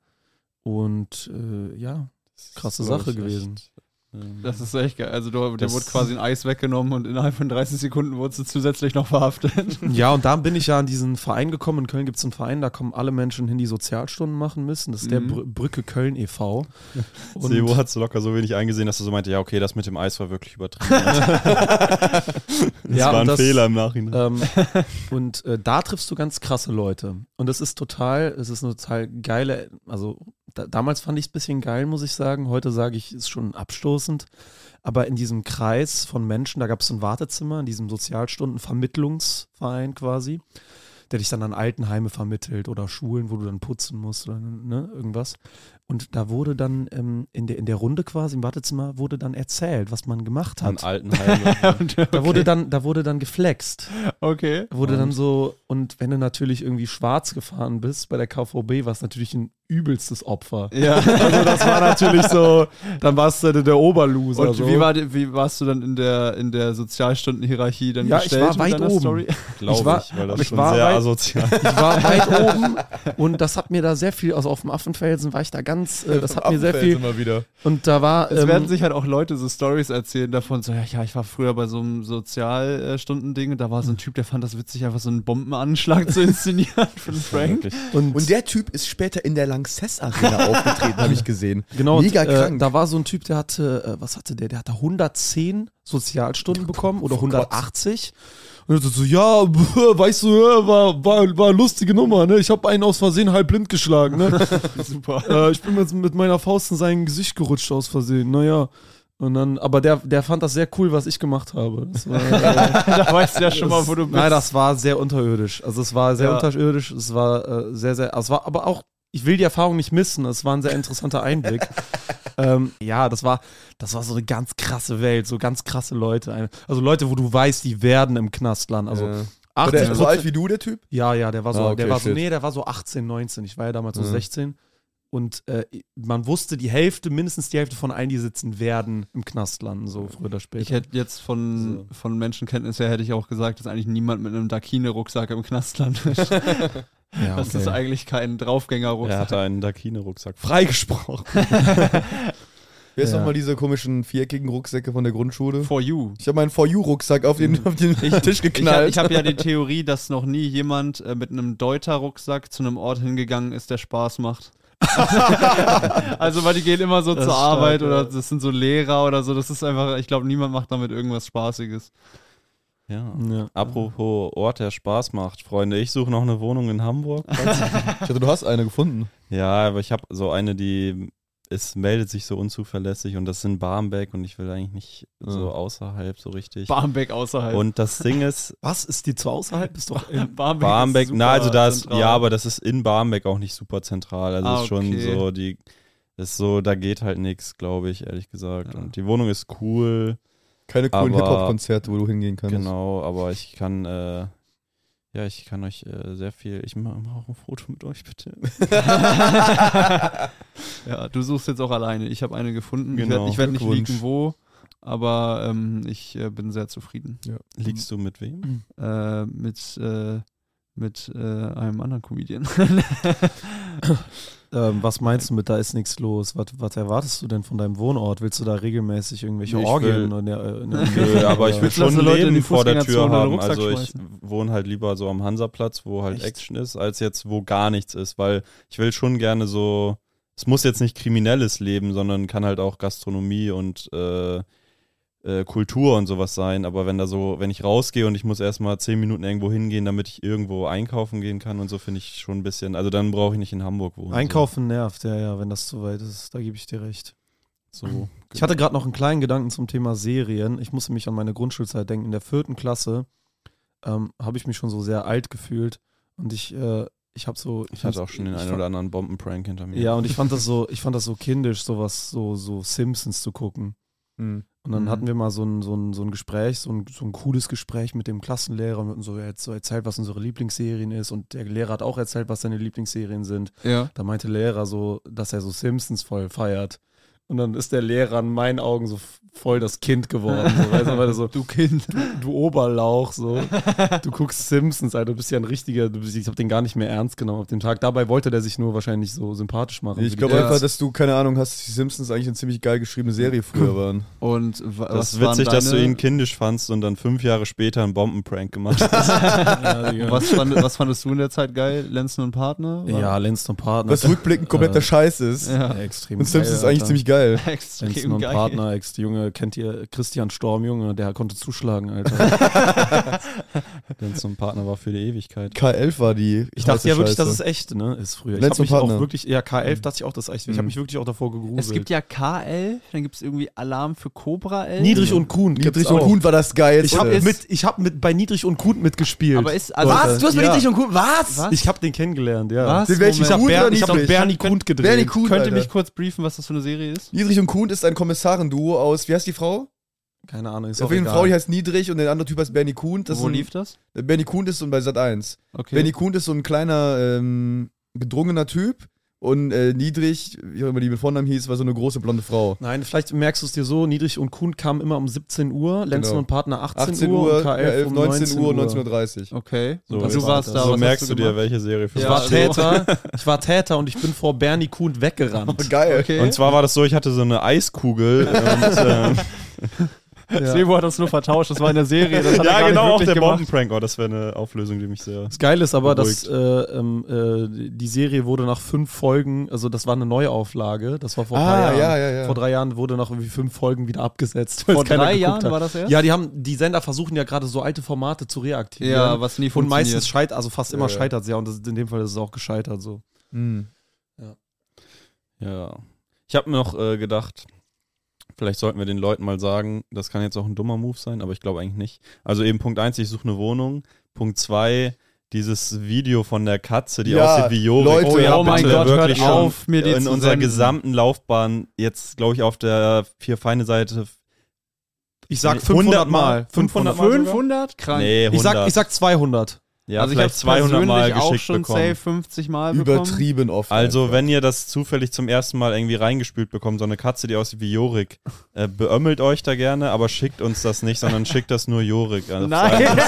Und äh, ja, krasse
glaub ich,
Sache gewesen.
echt, ähm,
Das ist echt geil. Also du, der
Das-
wurde quasi ein Eis weggenommen und innerhalb von 30 Sekunden wurdest du zusätzlich noch verhaftet.
Ja, und da bin ich ja an diesen Verein gekommen. In Köln gibt es einen Verein, da kommen alle Menschen hin, die Sozialstunden machen müssen. Das ist der
Mhm.
Br Brücke Köln e.V. Und-
Sebo hat es locker so wenig eingesehen, dass er so meinte, ja okay, das mit dem Eis war wirklich übertrieben. das
Ja, und
war ein
das-
Fehler im Nachhinein.
Ähm, und äh, da triffst du ganz krasse Leute. Und das ist total, es ist eine total geile, also da, damals fand ich es ein bisschen geil, muss ich sagen. Heute sage ich, ist schon abstoßend. Aber in diesem Kreis von Menschen, da gab es ein Wartezimmer, in diesem Sozialstunden-Vermittlungsverein quasi. der dich dann an Altenheime vermittelt oder Schulen, wo du dann putzen musst oder ne, irgendwas. Und da wurde dann ähm, in, der, in der Runde quasi im Wartezimmer wurde dann erzählt, was man gemacht
An
hat.
Altenheim.
Da wurde dann, da wurde dann geflext.
Okay.
Wurde dann so, und wenn du natürlich irgendwie schwarz gefahren bist bei der KVB, war es natürlich ein übelstes Opfer.
Ja,
Also das war natürlich so, dann warst du der Oberloser.
und
so.
wie, war, die- wie warst du dann in der, in der Sozialstundenhierarchie dann
Ja, ich
gestellt?
war
mit
weit
deiner
oben.
glaube
Ich war-
ich, weil das
ich
schon
war
sehr
bei-
asozial
Ich war weit oben und das hat mir da sehr viel, also auf dem Affenfelsen war ich da ganz, äh, das hat mir sehr viel,
Immer wieder.
und da war,
Es werden
ähm,
sich halt auch Leute so Stories erzählen davon, so, ja, ja, ich war früher bei so einem Sozialstundending und da war so ein Typ, der fand das witzig, einfach so einen Bombenanschlag zu inszenieren von Frank.
wirklich.
und,
Und der Typ ist später in der Lanxess Arena aufgetreten, habe ich gesehen.
genau, und,
mega
äh,
krank.
da war so ein Typ, der hatte, äh, was hatte der, der hatte 110 Sozialstunden bekommen
oh
oder 180
Und so, so, ja, bäh, weißt du, äh, war, war, war eine lustige Nummer, ne? Ich habe einen aus Versehen halb blind geschlagen, ne? Super. Äh, ich bin mit, mit meiner Faust in sein Gesicht gerutscht aus Versehen, naja. Und dann, aber der, der fand das sehr cool, was ich gemacht habe. Das war,
da weißt du ja schon mal, wo du bist.
Nein, das war sehr unterirdisch. Also es war sehr
Ja.
unterirdisch, es war äh, sehr, sehr, es war aber auch, ich will die Erfahrung nicht missen, es war ein sehr interessanter Einblick. ähm, ja, das war, das war so eine ganz krasse Welt, so ganz krasse Leute. Ein- Also Leute, wo du weißt, die werden im Knast landen. Also
Ja. War
80
der so alt
Prozent,
wie du, der Typ?
ja, ja, der war so,
Ah, okay,
der war so,
shit.
nee, der war so 18, 19. Ich war ja damals so
Mhm.
16. Und äh, man wusste, die Hälfte, mindestens die Hälfte von allen, die sitzen, werden im Knast landen, so früher oder später.
ich hätte jetzt von, von Menschenkenntnis her hätte ich auch gesagt, dass eigentlich niemand mit einem Dakine-Rucksack im Knast landet.
ja,
Das ist eigentlich kein
Er
Draufgänger-Rucksack.
hatte einen Dakine-Rucksack.
freigesprochen.
Wer ist
Ja.
nochmal diese komischen viereckigen Rucksäcke von der Grundschule?
For you.
Ich habe meinen For You-Rucksack auf
Mhm.
den, auf den Tisch
Ich, hab-
geknallt.
ich habe ja die Theorie, dass noch nie jemand äh, mit einem Deuter-Rucksack zu einem Ort hingegangen ist, der Spaß macht. also, weil die gehen immer so
Das
zur
ist
Arbeit
stark, ja.
oder das sind so Lehrer oder so. Das ist einfach, ich glaube, niemand macht damit irgendwas Spaßiges.
Ja.
Ja.
Apropos Ort, der Spaß macht, Freunde. Ich suche noch eine Wohnung in Hamburg.
Ich dachte, du hast eine gefunden.
ja, aber ich habe so eine, die es meldet sich so unzuverlässig und das ist in Barmbek und ich will eigentlich nicht so außerhalb so richtig.
Ah. Barmbek außerhalb.
und das Ding ist,
Was ist dir zu außerhalb? Bist doch in
Barmbek, ist
Barmbek,
super
na also da ist,
zentral.
ja, aber das ist in Barmbek auch nicht super zentral. Also
Ah,
ist schon
okay.
so, die ist so, da geht halt nichts, glaube ich, ehrlich gesagt. Und die Wohnung ist cool,
Keine coolen
Aber-
Hip-Hop-Konzerte, wo du hingehen kannst.
genau, aber ich kann, äh, ja, ich kann euch äh, sehr viel, ich mache mach auch ein Foto mit euch, bitte.
Ja, du suchst jetzt auch alleine. Ich habe eine gefunden.
Genau.
Ich werde werd nicht
Glückwunsch.
liegen, wo. Aber ähm, ich äh, bin sehr zufrieden.
Liegst du mit wem?
Äh, mit äh, mit äh, einem anderen Comedian.
Ähm, was meinst du mit, da ist nichts los? Was, was erwartest du denn von deinem Wohnort? Willst du da regelmäßig irgendwelche
Nee, ich
Orgien?
will-
in der, äh, in der
Nö, aber ich will
Willst du, dass
schon
die Leute in
Leben
die
vor der Tür
Fußgängerzone
haben.
einen Rucksack
Also ich
schmeißen?
wohne halt lieber so am Hansaplatz, wo halt
Echt?
Action ist, als jetzt, wo gar nichts ist, weil ich will schon gerne so, es muss jetzt nicht kriminelles Leben, sondern kann halt auch Gastronomie und äh, äh, Kultur und sowas sein. Aber wenn da so, wenn ich rausgehe und ich muss erstmal zehn Minuten irgendwo hingehen, damit ich irgendwo einkaufen gehen kann und so, finde ich schon ein bisschen, also dann brauche ich nicht in Hamburg wohnen.
Einkaufen nervt, ja, ja, wenn das zu weit ist, da gebe ich dir recht.
So. so.
Ich hatte gerade noch einen kleinen Gedanken zum Thema Serien. Ich musste mich an meine Grundschulzeit denken. In der vierten Klasse ähm, habe ich mich schon so sehr alt gefühlt und ich, äh, ich habe so.
Ich hatte auch schon den
ich
einen
fand-
oder anderen Bombenprank hinter mir.
Ja, und ich fand das so, ich fand das so kindisch, sowas, so, so Simpsons zu gucken.
Mhm.
Und dann
Mhm.
hatten wir mal so ein, so ein, so ein Gespräch, so ein, so ein cooles Gespräch mit dem Klassenlehrer und wir hatten so, er hat so erzählt, was unsere Lieblingsserien ist. Und der Lehrer hat auch erzählt, was seine Lieblingsserien sind.
ja.
Da meinte der Lehrer so, dass er so Simpsons voll feiert. Und dann ist der Lehrer in meinen Augen so f- voll das Kind geworden. So, weißt du, weil er so, du Kind, du Oberlauch, so. Du guckst Simpsons, Alter, du bist ja ein richtiger, du bist, ich habe den gar nicht mehr ernst genommen auf dem Tag. Dabei wollte der sich nur wahrscheinlich so sympathisch machen.
Ich
für die
glaube
Ja.
einfach, dass du keine Ahnung hast, dass die Simpsons eigentlich eine ziemlich geil geschriebene Serie
Hm.
früher waren.
Und wa-
Das ist
was waren
witzig, dass du
deine-
ihn kindisch fandst und dann fünf Jahre später einen Bombenprank gemacht hast.
Kinder.
was, fand, was fandest du in der Zeit geil? Lenzen und Partner? War-
Ja, Lenz und Partner.
Was rückblickend kompletter Scheiß ist.
ja.
Ja, extrem
Und Simpsons ist eigentlich
Alter.
ziemlich geil. geil.
Extrem
Extrem
und
geil.
Partner, Ex-Junge, kennt ihr Christian Storm, Junge, der konnte zuschlagen, Alter. Lenz und Partner war für die Ewigkeit.
K11 war die.
Ich dachte
heiße
ja wirklich,
Scheiße.
das ist echt, ne? Ist früher. ich hab
Lenz und
mich auch
Partner. Mhm.
wirklich, ja, K11 dachte ich auch, das ist echt. Ich habe mich wirklich auch davor gegruselt.
Es gibt
ja
ja K11, dann gibt es irgendwie Alarm für Cobra 11.
Niedrig und Kuhn. gibt's
Niedrig und
auch.
Huhn war das geilste.
Ich habe mit, ich hab mit, bei Niedrig und Kuhn mitgespielt.
Aber ist, also,
Was? Du hast mit
Ja.
Niedrig und Kuhn. Was?
Was?
ich habe den kennengelernt, ja.
Was?
Den welchen
Ich habe
Kuhn oder
Bernie, ich hab
Niedrig?
Bernie Kuhn gedreht.
Bernie Kuhn,
Könnt ihr
Alter.
mich kurz briefen, was das für eine Serie ist?
Niedrig und Kuhn ist ein Kommissarenduo aus, wie heißt die Frau?
Keine Ahnung, ist
Auf
auch
jeden Fall Frau,
egal.
die heißt Niedrig und der andere Typ heißt Bernie Kuhn. Das
Wo
sind-
lief das?
Benny Kuhn ist so bei Sat 1.
Okay.
Benny Kuhn ist so ein kleiner, ähm, gedrungener Typ. Und äh, Niedrig, wie auch immer die mit Vornamen hieß, war so eine große blonde Frau.
Nein, vielleicht merkst du es dir so, Niedrig und Kuhn kamen immer um 17 Uhr, Lenzen
Genau.
und Partner 18,
18
Uhr,
Uhr,
und K11
11,
um
19 Uhr, 19.30 Uhr.
okay.
So
Und
ist
du
das.
warst da.
So
was
merkst
hast
du dir,
gemacht?
welche Serie für
Ja,
mich.
Ich
Ich
war
war
Also.
so.
Täter, ich war Täter und ich bin vor Bernie Kuhn weggerannt.
Oh, Geil.
Okay.
Und
Und
zwar war das so, ich hatte so eine Eiskugel und ähm,
Sebo hat das nur vertauscht, das war in der Serie. Das hat er
ja
gar
genau,
nicht
auch
wirklich
der
gemacht.
Bombenprank. Oh, das wäre eine Auflösung, die mich sehr...
Das Geile ist
aber,
aber,
dass
dass
äh, ähm, äh, die Serie wurde nach fünf Folgen, also das war eine Neuauflage, das war vor drei
Ah,
Jahren.
ja, ja, ja.
Vor drei Jahren wurde nach irgendwie fünf Folgen wieder abgesetzt.
vor
weil's keiner
drei
geguckt
Jahren
hat.
war das erst?
Ja, die haben, die Sender versuchen ja gerade so alte Formate zu reaktivieren.
Ja, was nie
und
funktioniert.
meistens scheitert, also fast immer
Ja, ja.
scheitert es ja. Und das, in dem Fall ist es auch gescheitert so.
Hm.
Ja. Ich habe mir noch äh, gedacht, vielleicht sollten wir den Leuten mal sagen, das kann jetzt auch ein dummer Move sein, aber ich glaube eigentlich nicht. Also eben Punkt 1, ich suche eine Wohnung. Punkt 2, dieses Video von der Katze, die
Ja,
aussieht wie Jorik.
Leute,
Oh, ja,
oh
mein
bitte,
Gott,
wirklich
hört
schon
auf, mir die
In
zu
unserer
senden.
gesamten Laufbahn, jetzt glaube ich auf der vier feine Seite.
ich
sag 500 Mal.
500 Mal. 500? Krank.
Nee, 100.
Ich sag, ich sag 200.
ja,
also ich
vielleicht
hab's
200 Mal
persönlich auch
geschickt
schon
bekommen.
safe 50 Mal bekommen.
Hm. Übertrieben oft.
Also,
einfach.
wenn ihr das zufällig zum ersten Mal irgendwie reingespült bekommt, so eine Katze, die aussieht wie Jorik, äh, beömmelt euch da gerne, aber schickt uns das nicht, sondern schickt das nur Jorik. Also, an.
Nein,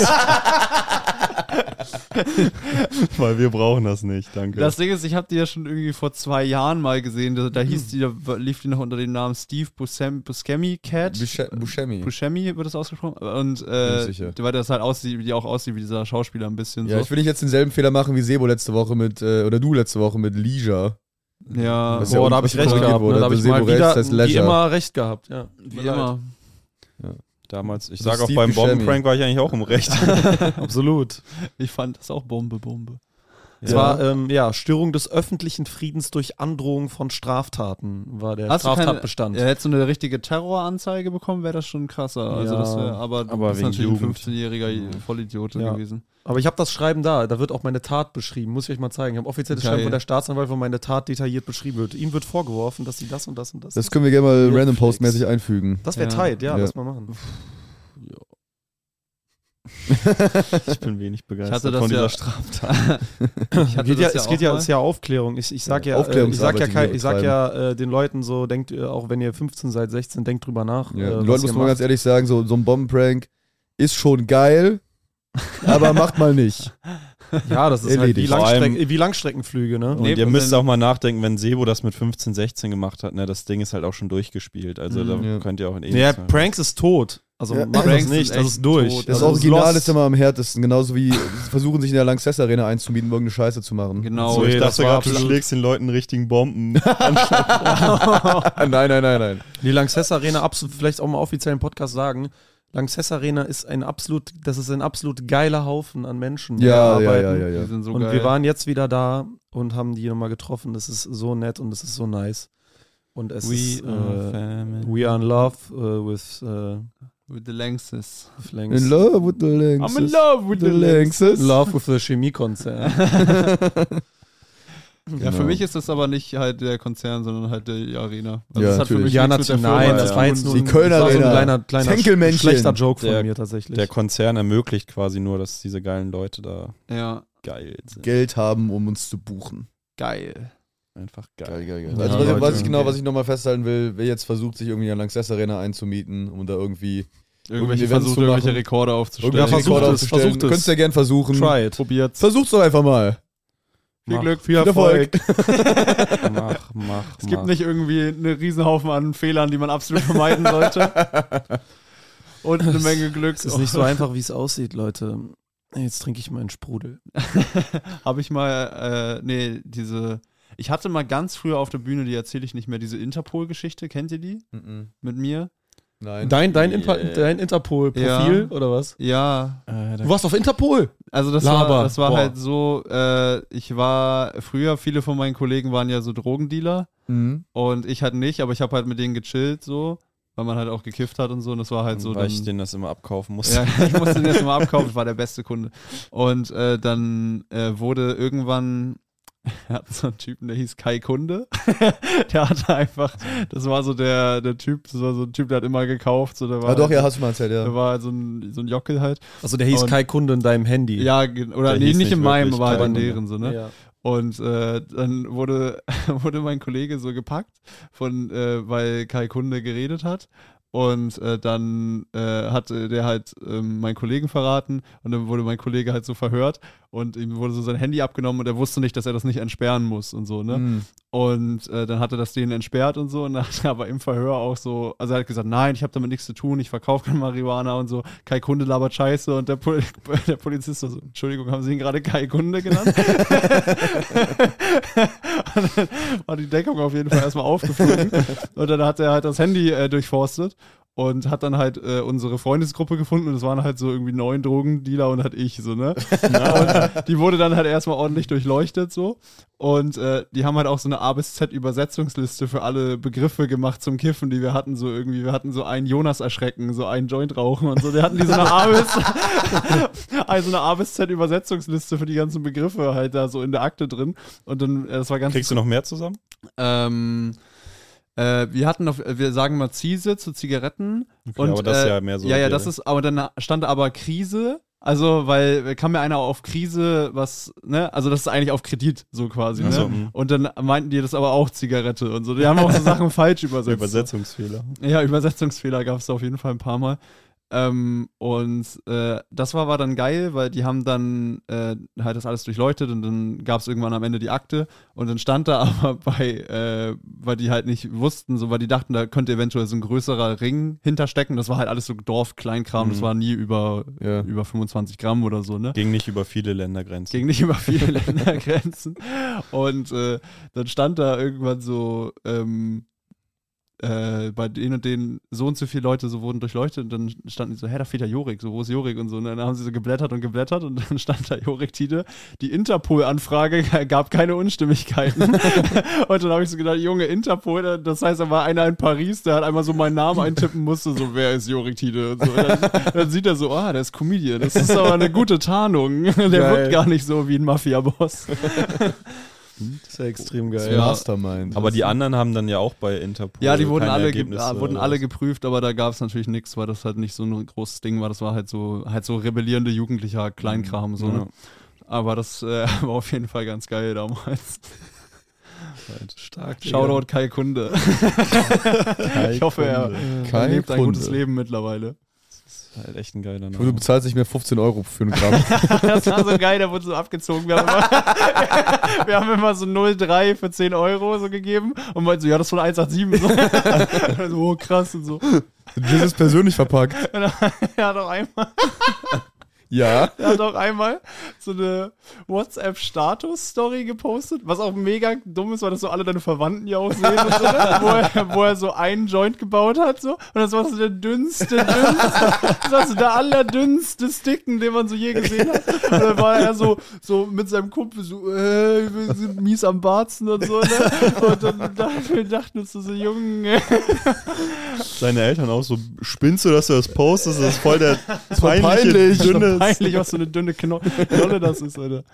Weil wir brauchen das nicht, danke.
das Ding ist, ich habe die ja schon irgendwie vor zwei Jahren mal gesehen. Da, da
Hm.
hieß die, da lief die noch unter dem Namen Steve Buscemi, Buscemi Cat.
Busche- Buscemi.
Buscemi wird das ausgesprochen. Und
Bin
äh,
sicher.
weil das halt aussieht, wie die auch aussieht wie dieser Schauspieler ein bisschen
Ja,
so.
ich will nicht jetzt denselben Fehler machen wie Sebo letzte Woche mit, äh, oder du letzte Woche mit Leisure.
Ja,
Das ist ja
boah,
un-
da habe ich recht
korrigiert
gehabt.
wurde.
Ne? Da habe ich
Sebo
mal
rechts,
wieder,
das heißt
wie
Ledger.
immer,
War recht gehabt, ja.
wie immer.
Damals, ich
Das ist
sage auch
Steve
beim
Buscemi.
Bombenprank war ich eigentlich auch im Recht.
Absolut. Ich fand das auch Bombe, Bombe.
Es war, ähm, ja, Störung des öffentlichen Friedens durch Androhung von Straftaten war der
Hast du keine-
Straftatbestand.
Ja, hättest du eine richtige Terroranzeige bekommen, wäre das schon krasser. Also
Ja,
das wär, aber du
aber
bist
wegen
natürlich
Jugend.
ein 15-jähriger Vollidiote
Ja.
gewesen.
Aber ich habe das Schreiben da, da wird auch meine Tat beschrieben, muss ich euch mal zeigen. Ich habe offizielles
Geil.
Schreiben von der Staatsanwalt, wo meine Tat detailliert beschrieben wird. Ihm wird vorgeworfen, dass sie das und das und das.
Das können wir gerne mal
Netflix.
random postmäßig einfügen.
Das wäre
Ja.
tight, ja,
Ja.
lass mal machen. Ich bin wenig begeistert
hatte das von dieser ja-
Straftat.
Ich hatte
geht ja,
das ja
es geht
auch
ja,
mal.
ist ja Aufklärung. Ich, ich sag ja,
Ja,
äh, ich sag ja,
Aufklärungsarbeit, die
kein-
wir
ich sag ja äh, den Leuten so, denkt äh, auch wenn ihr 15 seid, 16, denkt drüber nach. äh,
Ja. Den
was
Leuten muss
ihr
man
macht.
ganz ehrlich sagen, so, so ein Bombenprank ist schon geil, aber macht mal nicht.
ja, das ist halt wie,
Erledigt. Vor
Langstrecken,
allem-
äh, wie Langstreckenflüge, ne?
Nee,
Und ihr müsst
dann-
auch mal nachdenken, wenn Sebo das mit 15, 16 gemacht hat, ne, das Ding ist halt auch schon durchgespielt. Also da
Ja.
könnt ihr auch in eh
Mhm. Ja,
nichts mehr-
Pranks ist tot.
Also
Ja,
macht
Pranks
das nicht,
sind
das
echt
ist durch.
tot.
Das
Also,
Original
lost.
ist immer am härtesten, genauso wie sie versuchen sich in der Lanxess Arena einzumieten, um irgendeine Scheiße zu machen.
Genau.
So, ich
Nee,
dachte
war
gerade, du
absolut-
schlägst den Leuten richtigen Bomben.
nein, nein, nein, nein.
Die Lanxess Arena, absolut, vielleicht auch mal offiziell im Podcast sagen. Lanxess Arena ist ein absolut, das ist ein absolut geiler Haufen an Menschen. die
Ja,
da
ja, ja,
arbeiten.
ja, ja.
Die sind so
Und
geil.
wir waren jetzt wieder da und haben die nochmal getroffen. Das ist so nett und das ist so nice. Und es ist, äh, we are in love äh, with, äh,
with the Lanxess.
with Lanx.
In love with the Lanxess.
I'm in love with the Lanxess.
Love with the Chemiekonzern.
Ja, für
Genau.
mich ist das aber nicht halt der Konzern, sondern halt die Arena.
Ja,
das hat für
natürlich.
mich
ja,
nichts mit
natürlich.
der Firma
Nein,
zu
das
tun.
war jetzt nur
Die
ein-
Kölner
das war so ein
Arena.
kleiner, kleiner
Schenkelmännchen.
schlechter Joke von Der- mir tatsächlich. Der Konzern ermöglicht quasi nur, dass diese geilen Leute da
Ja,
geil sind.
Geld haben, um uns zu buchen.
geil.
Einfach geil.
geil.
Ja,
Also, was, ich-
Leute.
was ich genau, was ich nochmal festhalten will, wer jetzt versucht, sich irgendwie in der Lanxess Arena einzumieten, um da irgendwie Irgendwie
Irgendwelche
Events
Versuche,
zu
irgendwelche
machen.
Rekorde aufzustellen.
irgendeinen
versucht
Rekord
es,
aufzustellen.
versucht es.
Könntest du ja gern versuchen.
Try it.
Probiert's.
Versuch's doch einfach mal.
Viel
Mach.
Glück.
Viel Erfolg.
Mach, mach,
Es gibt nicht irgendwie einen Riesenhaufen an Fehlern, die man absolut vermeiden sollte. Und eine Menge Glück.
Es ist nicht so einfach, wie es aussieht, Leute. Jetzt trinke ich meinen Sprudel.
Habe ich mal, äh, nee, diese. Ich hatte mal ganz früher auf der Bühne, die erzähle ich nicht mehr, diese Interpol-Geschichte, kennt ihr die? Mit mir?
Mhm. Nein.
Dein, dein, Inter- dein Interpol-Profil oder was?
Ja,
Du warst auf Interpol.
Also das
Laber.
war, das war
Boah.
halt so, äh, ich war früher, viele von meinen Kollegen waren ja so Drogendealer
Mhm.
und ich halt nicht, aber ich habe halt mit denen gechillt so, weil man halt auch gekifft hat und so und das war halt so.
weil ich
dann-
denen das immer abkaufen musste.
ja, ich musste den jetzt mal abkaufen, ich war der beste Kunde. Und äh, dann äh, wurde irgendwann, wir hatten so einen Typen, der hieß Kai Kunde. der hatte einfach, das war so der, der Typ, das war so ein Typ, der hat immer gekauft. So, der war
Ah, doch,
halt,
ja, hast du mal erzählt,
Der
ja.
war halt so ein, so ein Jockel halt.
Also der hieß
Und-
Kai Kunde in deinem Handy.
Ja, gen- oder
Der
nee,
hieß
nicht
nicht
in meinem,
wirklich
aber halt in
Kai Kunde.
deren so, ne?
Ja.
Und äh, dann wurde, wurde mein Kollege so gepackt, von, äh, weil Kai Kunde geredet hat. Und äh, dann äh, hat äh, der halt ähm, meinen Kollegen verraten und dann wurde mein Kollege halt so verhört und ihm wurde so sein Handy abgenommen und er wusste nicht, dass er das nicht entsperren muss und so,
Hm.
ne?
Mhm.
Und äh, dann hat er das denen entsperrt und so. Und dann hat er aber im Verhör auch so, also er hat gesagt, nein, ich habe damit nichts zu tun, ich verkaufe kein Marihuana und so. Kai Kunde labert Scheiße. Und der, Pol der Polizist war so, Entschuldigung, haben Sie ihn gerade Kai Kunde genannt? und dann war die Deckung auf jeden Fall erstmal aufgeflogen. Und dann hat er halt das Handy äh, durchforstet. Und hat dann halt äh, unsere Freundesgruppe gefunden und es waren halt so irgendwie neun Drogendealer und halt ich, so, ne? und die wurde dann halt erstmal ordentlich durchleuchtet, so. Und äh, die haben halt auch so eine A bis Z Übersetzungsliste für alle Begriffe gemacht zum Kiffen, die wir hatten. So irgendwie, wir hatten so einen Jonas erschrecken, so einen Joint rauchen und so. Die hatten die so eine A bis, also eine A bis Z Übersetzungsliste für die ganzen Begriffe halt da so in der Akte drin. Und dann, äh, das war ganz
Kriegst du noch mehr zusammen?
ähm, äh, wir hatten auf, wir sagen mal Ziese zu Zigaretten.
Okay,
und,
aber das ist
äh,
ja mehr so
Ja, ja,
die-
das ist, aber dann stand aber Krise. Also, weil kam mir einer auf Krise, was, ne? Also, das ist eigentlich auf Kredit, so quasi, ne?
Also,
Ach so, mhm.
und dann meinten die das aber auch Zigarette und so. Die haben auch so Sachen falsch übersetzt.
Übersetzungsfehler.
Ja, Übersetzungsfehler gab es auf jeden Fall ein paar Mal. Ähm, und äh, das war, war dann geil, weil die haben dann äh, halt das alles durchleuchtet und dann gab es irgendwann am Ende die Akte und dann stand da aber bei, äh, weil die halt nicht wussten, so weil die dachten, da könnte eventuell so ein größerer Ring hinterstecken. Das war halt alles so Dorf-Kleinkram, das war nie über,
Ja.
über 25 Gramm oder so, ne?
Ging nicht über viele Ländergrenzen.
Ging nicht über viele Ländergrenzen. Und äh, dann stand da irgendwann so, ähm, äh, bei denen und denen so und so viele Leute so wurden durchleuchtet und dann standen die so, hä, da fehlt ja Jorik, so, wo ist Jorik und so. Und dann haben sie so geblättert und geblättert und dann stand da Jorik Tide. Die Interpol-Anfrage gab keine Unstimmigkeiten. und dann habe ich so gedacht, Junge, Interpol, äh, das heißt, da war einer in Paris, der hat einmal so meinen Namen eintippen musste, so, wer ist Jorik Tide? Und so. Und dann, dann sieht er so, ah, der ist Comedian, das ist aber eine gute Tarnung. Der wirkt gar nicht so wie ein Mafia-Boss.
Das ist ja extrem
Das
geil.
ist Mastermind.
Aber die anderen haben dann ja auch bei Interpol.
Ja, die wurden
Also keine
alle, ge
Ergebnisse
ah, wurden
oder
alle
was.
geprüft, aber da gab es natürlich nichts, weil das halt nicht so ein großes Ding war. Das war halt so, halt so rebellierende Jugendlicher Kleinkram. So, ne? Aber das äh, war auf jeden Fall ganz geil damals.
Stark. Digga.
Shoutout Kai Kunde. ich hoffe, er
Kai
lebt ein
Kunde.
gutes Leben mittlerweile.
Das ist halt echt ein geiler
Du
Name.
bezahlst nicht mehr 15 Euro für einen Gramm.
Das war so geil, der wurde so abgezogen. Wir haben immer, wir haben immer so 0,3 für 10 Euro so gegeben und meinten so, ja, das ist von 187. So. Also, oh, krass und so.
Das ist persönlich verpackt.
Er hat auch einmal,
Ja.
er hat auch einmal so eine WhatsApp-Status-Story gepostet, was auch mega dumm ist, weil das so alle deine Verwandten ja auch sehen, und so, ne? wo, er, wo er so einen Joint gebaut hat. So. Und das war so der dünnste, dünnste, das war so der allerdünnste Sticken, den man so je gesehen hat. Und dann war er so, so mit seinem Kumpel so, äh, wir sind mies am Barzen und so. Ne? Und dann dachten wir dachten uns so, so Junge.
Seine Eltern auch so, spinnst du, dass du das postest? Das ist voll der
peinlich.
dünne-
Peinlich, was so eine dünne Kno Knolle das ist, Alter.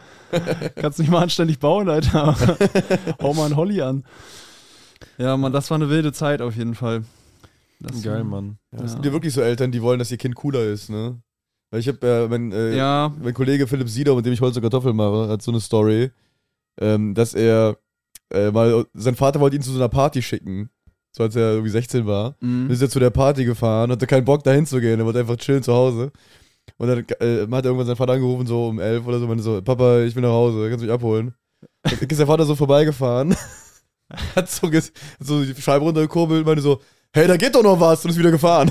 Kannst nicht mal anständig bauen, Alter. Hau mal einen Holly an. Ja, Mann, das war eine wilde Zeit auf jeden Fall. Das
Geil, Mann.
Ja. Es
Ja.
gibt ja wirklich so Eltern, die wollen, dass ihr Kind cooler ist, ne? Weil ich habe äh, mein, äh,
Ja,
mein Kollege Philipp Sieder, mit dem ich Holz und Kartoffeln mache, hat so eine Story, ähm, dass er äh, mal, sein Vater wollte ihn zu so einer Party schicken, so als er irgendwie 16 war. Dann
mh.
ist er zu der Party gefahren, hatte keinen Bock dahin zu gehen, er wollte einfach chillen zu Hause. Und dann äh, hat irgendwann seinen Vater angerufen, so um 11 oder so, meinte so, Papa, ich bin nach Hause, kannst du mich abholen? Dann ist der Vater so vorbeigefahren, hat so, ges- hat so die Scheibe runtergekurbelt und meinte so, hey, da geht doch noch was und ist wieder gefahren.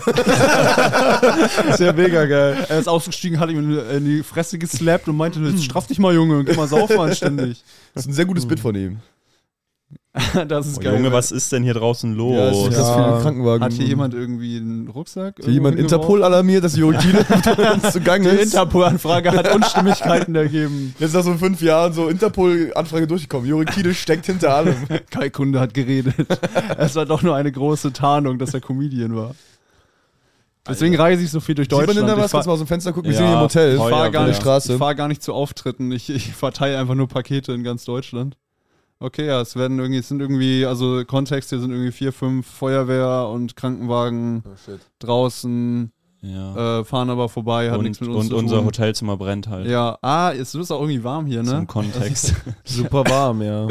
Ist ja mega geil.
er ist ausgestiegen, hat ihm in in die Fresse geslappt und meinte, jetzt straff dich mal, Junge, und geh mal saufen anständig.
Das ist ein sehr gutes Bit von ihm.
das ist
Oh,
geil.
Junge, was ist denn hier draußen los?
ist
Ja,
krass
Ja.
viele Krankenwagen.
Hat hier jemand irgendwie einen Rucksack?
Hat hier jemand
irgendwo
Interpol alarmiert, dass die Jogine
hingeworfen?
zugange
Die
ist?
Interpol-Anfrage hat Unstimmigkeiten ergeben.
Jetzt nach so fünf Jahren so Interpol-Anfrage durchgekommen. Jörg Kiede steckt hinter allem.
Kai Kunde hat geredet. es war doch nur eine große Tarnung, dass er Comedian war. Deswegen reise ich so viel durch
Sieht man denn
Deutschland.
da was?
Ich fahr-
Kannst du mal aus dem Fenster gucken? Wir
Ja,
sind hier im Hotel.
teuer,
Fahr gar
Alter.
nicht Straße.
Ich fahre gar nicht zu Auftritten, ich, ich verteile einfach nur Pakete in ganz Deutschland. Okay, ja, es werden irgendwie, es sind irgendwie, also Kontext hier sind irgendwie vier, fünf Feuerwehr und Krankenwagen draußen, äh, fahren aber vorbei, hat nichts
Und,
mit uns
und
zu
unser
tun.
Hotelzimmer brennt halt.
Ja, ah, es ist auch irgendwie warm hier, ne?
Zum Kontext.
Super warm, ja.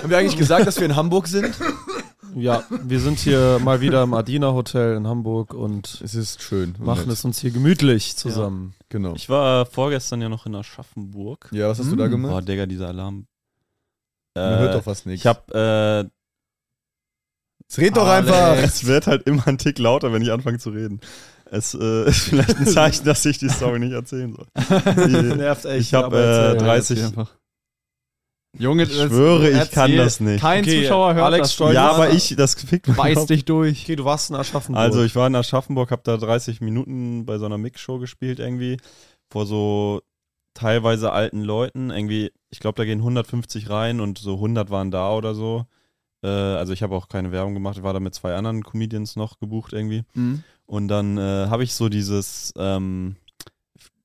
Haben wir eigentlich gesagt, dass wir in Hamburg sind?
Ja, wir sind hier mal wieder im Adina Hotel in Hamburg und
Es ist schön. und
machen
nett.
es uns hier gemütlich zusammen.
Genau.
Ich war vorgestern ja noch in Aschaffenburg.
Ja, was hast du da gemacht?
Boah, Digga, dieser Alarm.
Man hört
Äh,
doch fast nichts.
ich hab, äh,
es red doch
Ah,
einfach.
nee, Es wird halt immer ein Tick lauter, wenn ich anfange zu reden. Es äh, ist vielleicht ein Zeichen, dass ich die Story nicht erzählen soll. Ich,
Nervt echt.
ich habe äh,
Ja, erzähl
30.
einfach. Junge,
Ich schwöre, ich kann das nicht.
Kein
Okay,
Zuschauer hört
Alex
das.
Stolz-
Ja, aber ich, das fickt mich
Beiß dich durch.
Okay, du warst in Aschaffenburg.
Also ich war in Aschaffenburg, habe da 30 Minuten bei so einer Mixshow gespielt irgendwie vor so teilweise alten Leuten. Irgendwie, ich glaube, da gehen 150 rein und so 100 waren da oder so. Äh, also ich habe auch keine Werbung gemacht, war da mit zwei anderen Comedians noch gebucht irgendwie.
Mhm.
Und dann äh, habe ich so dieses, ähm,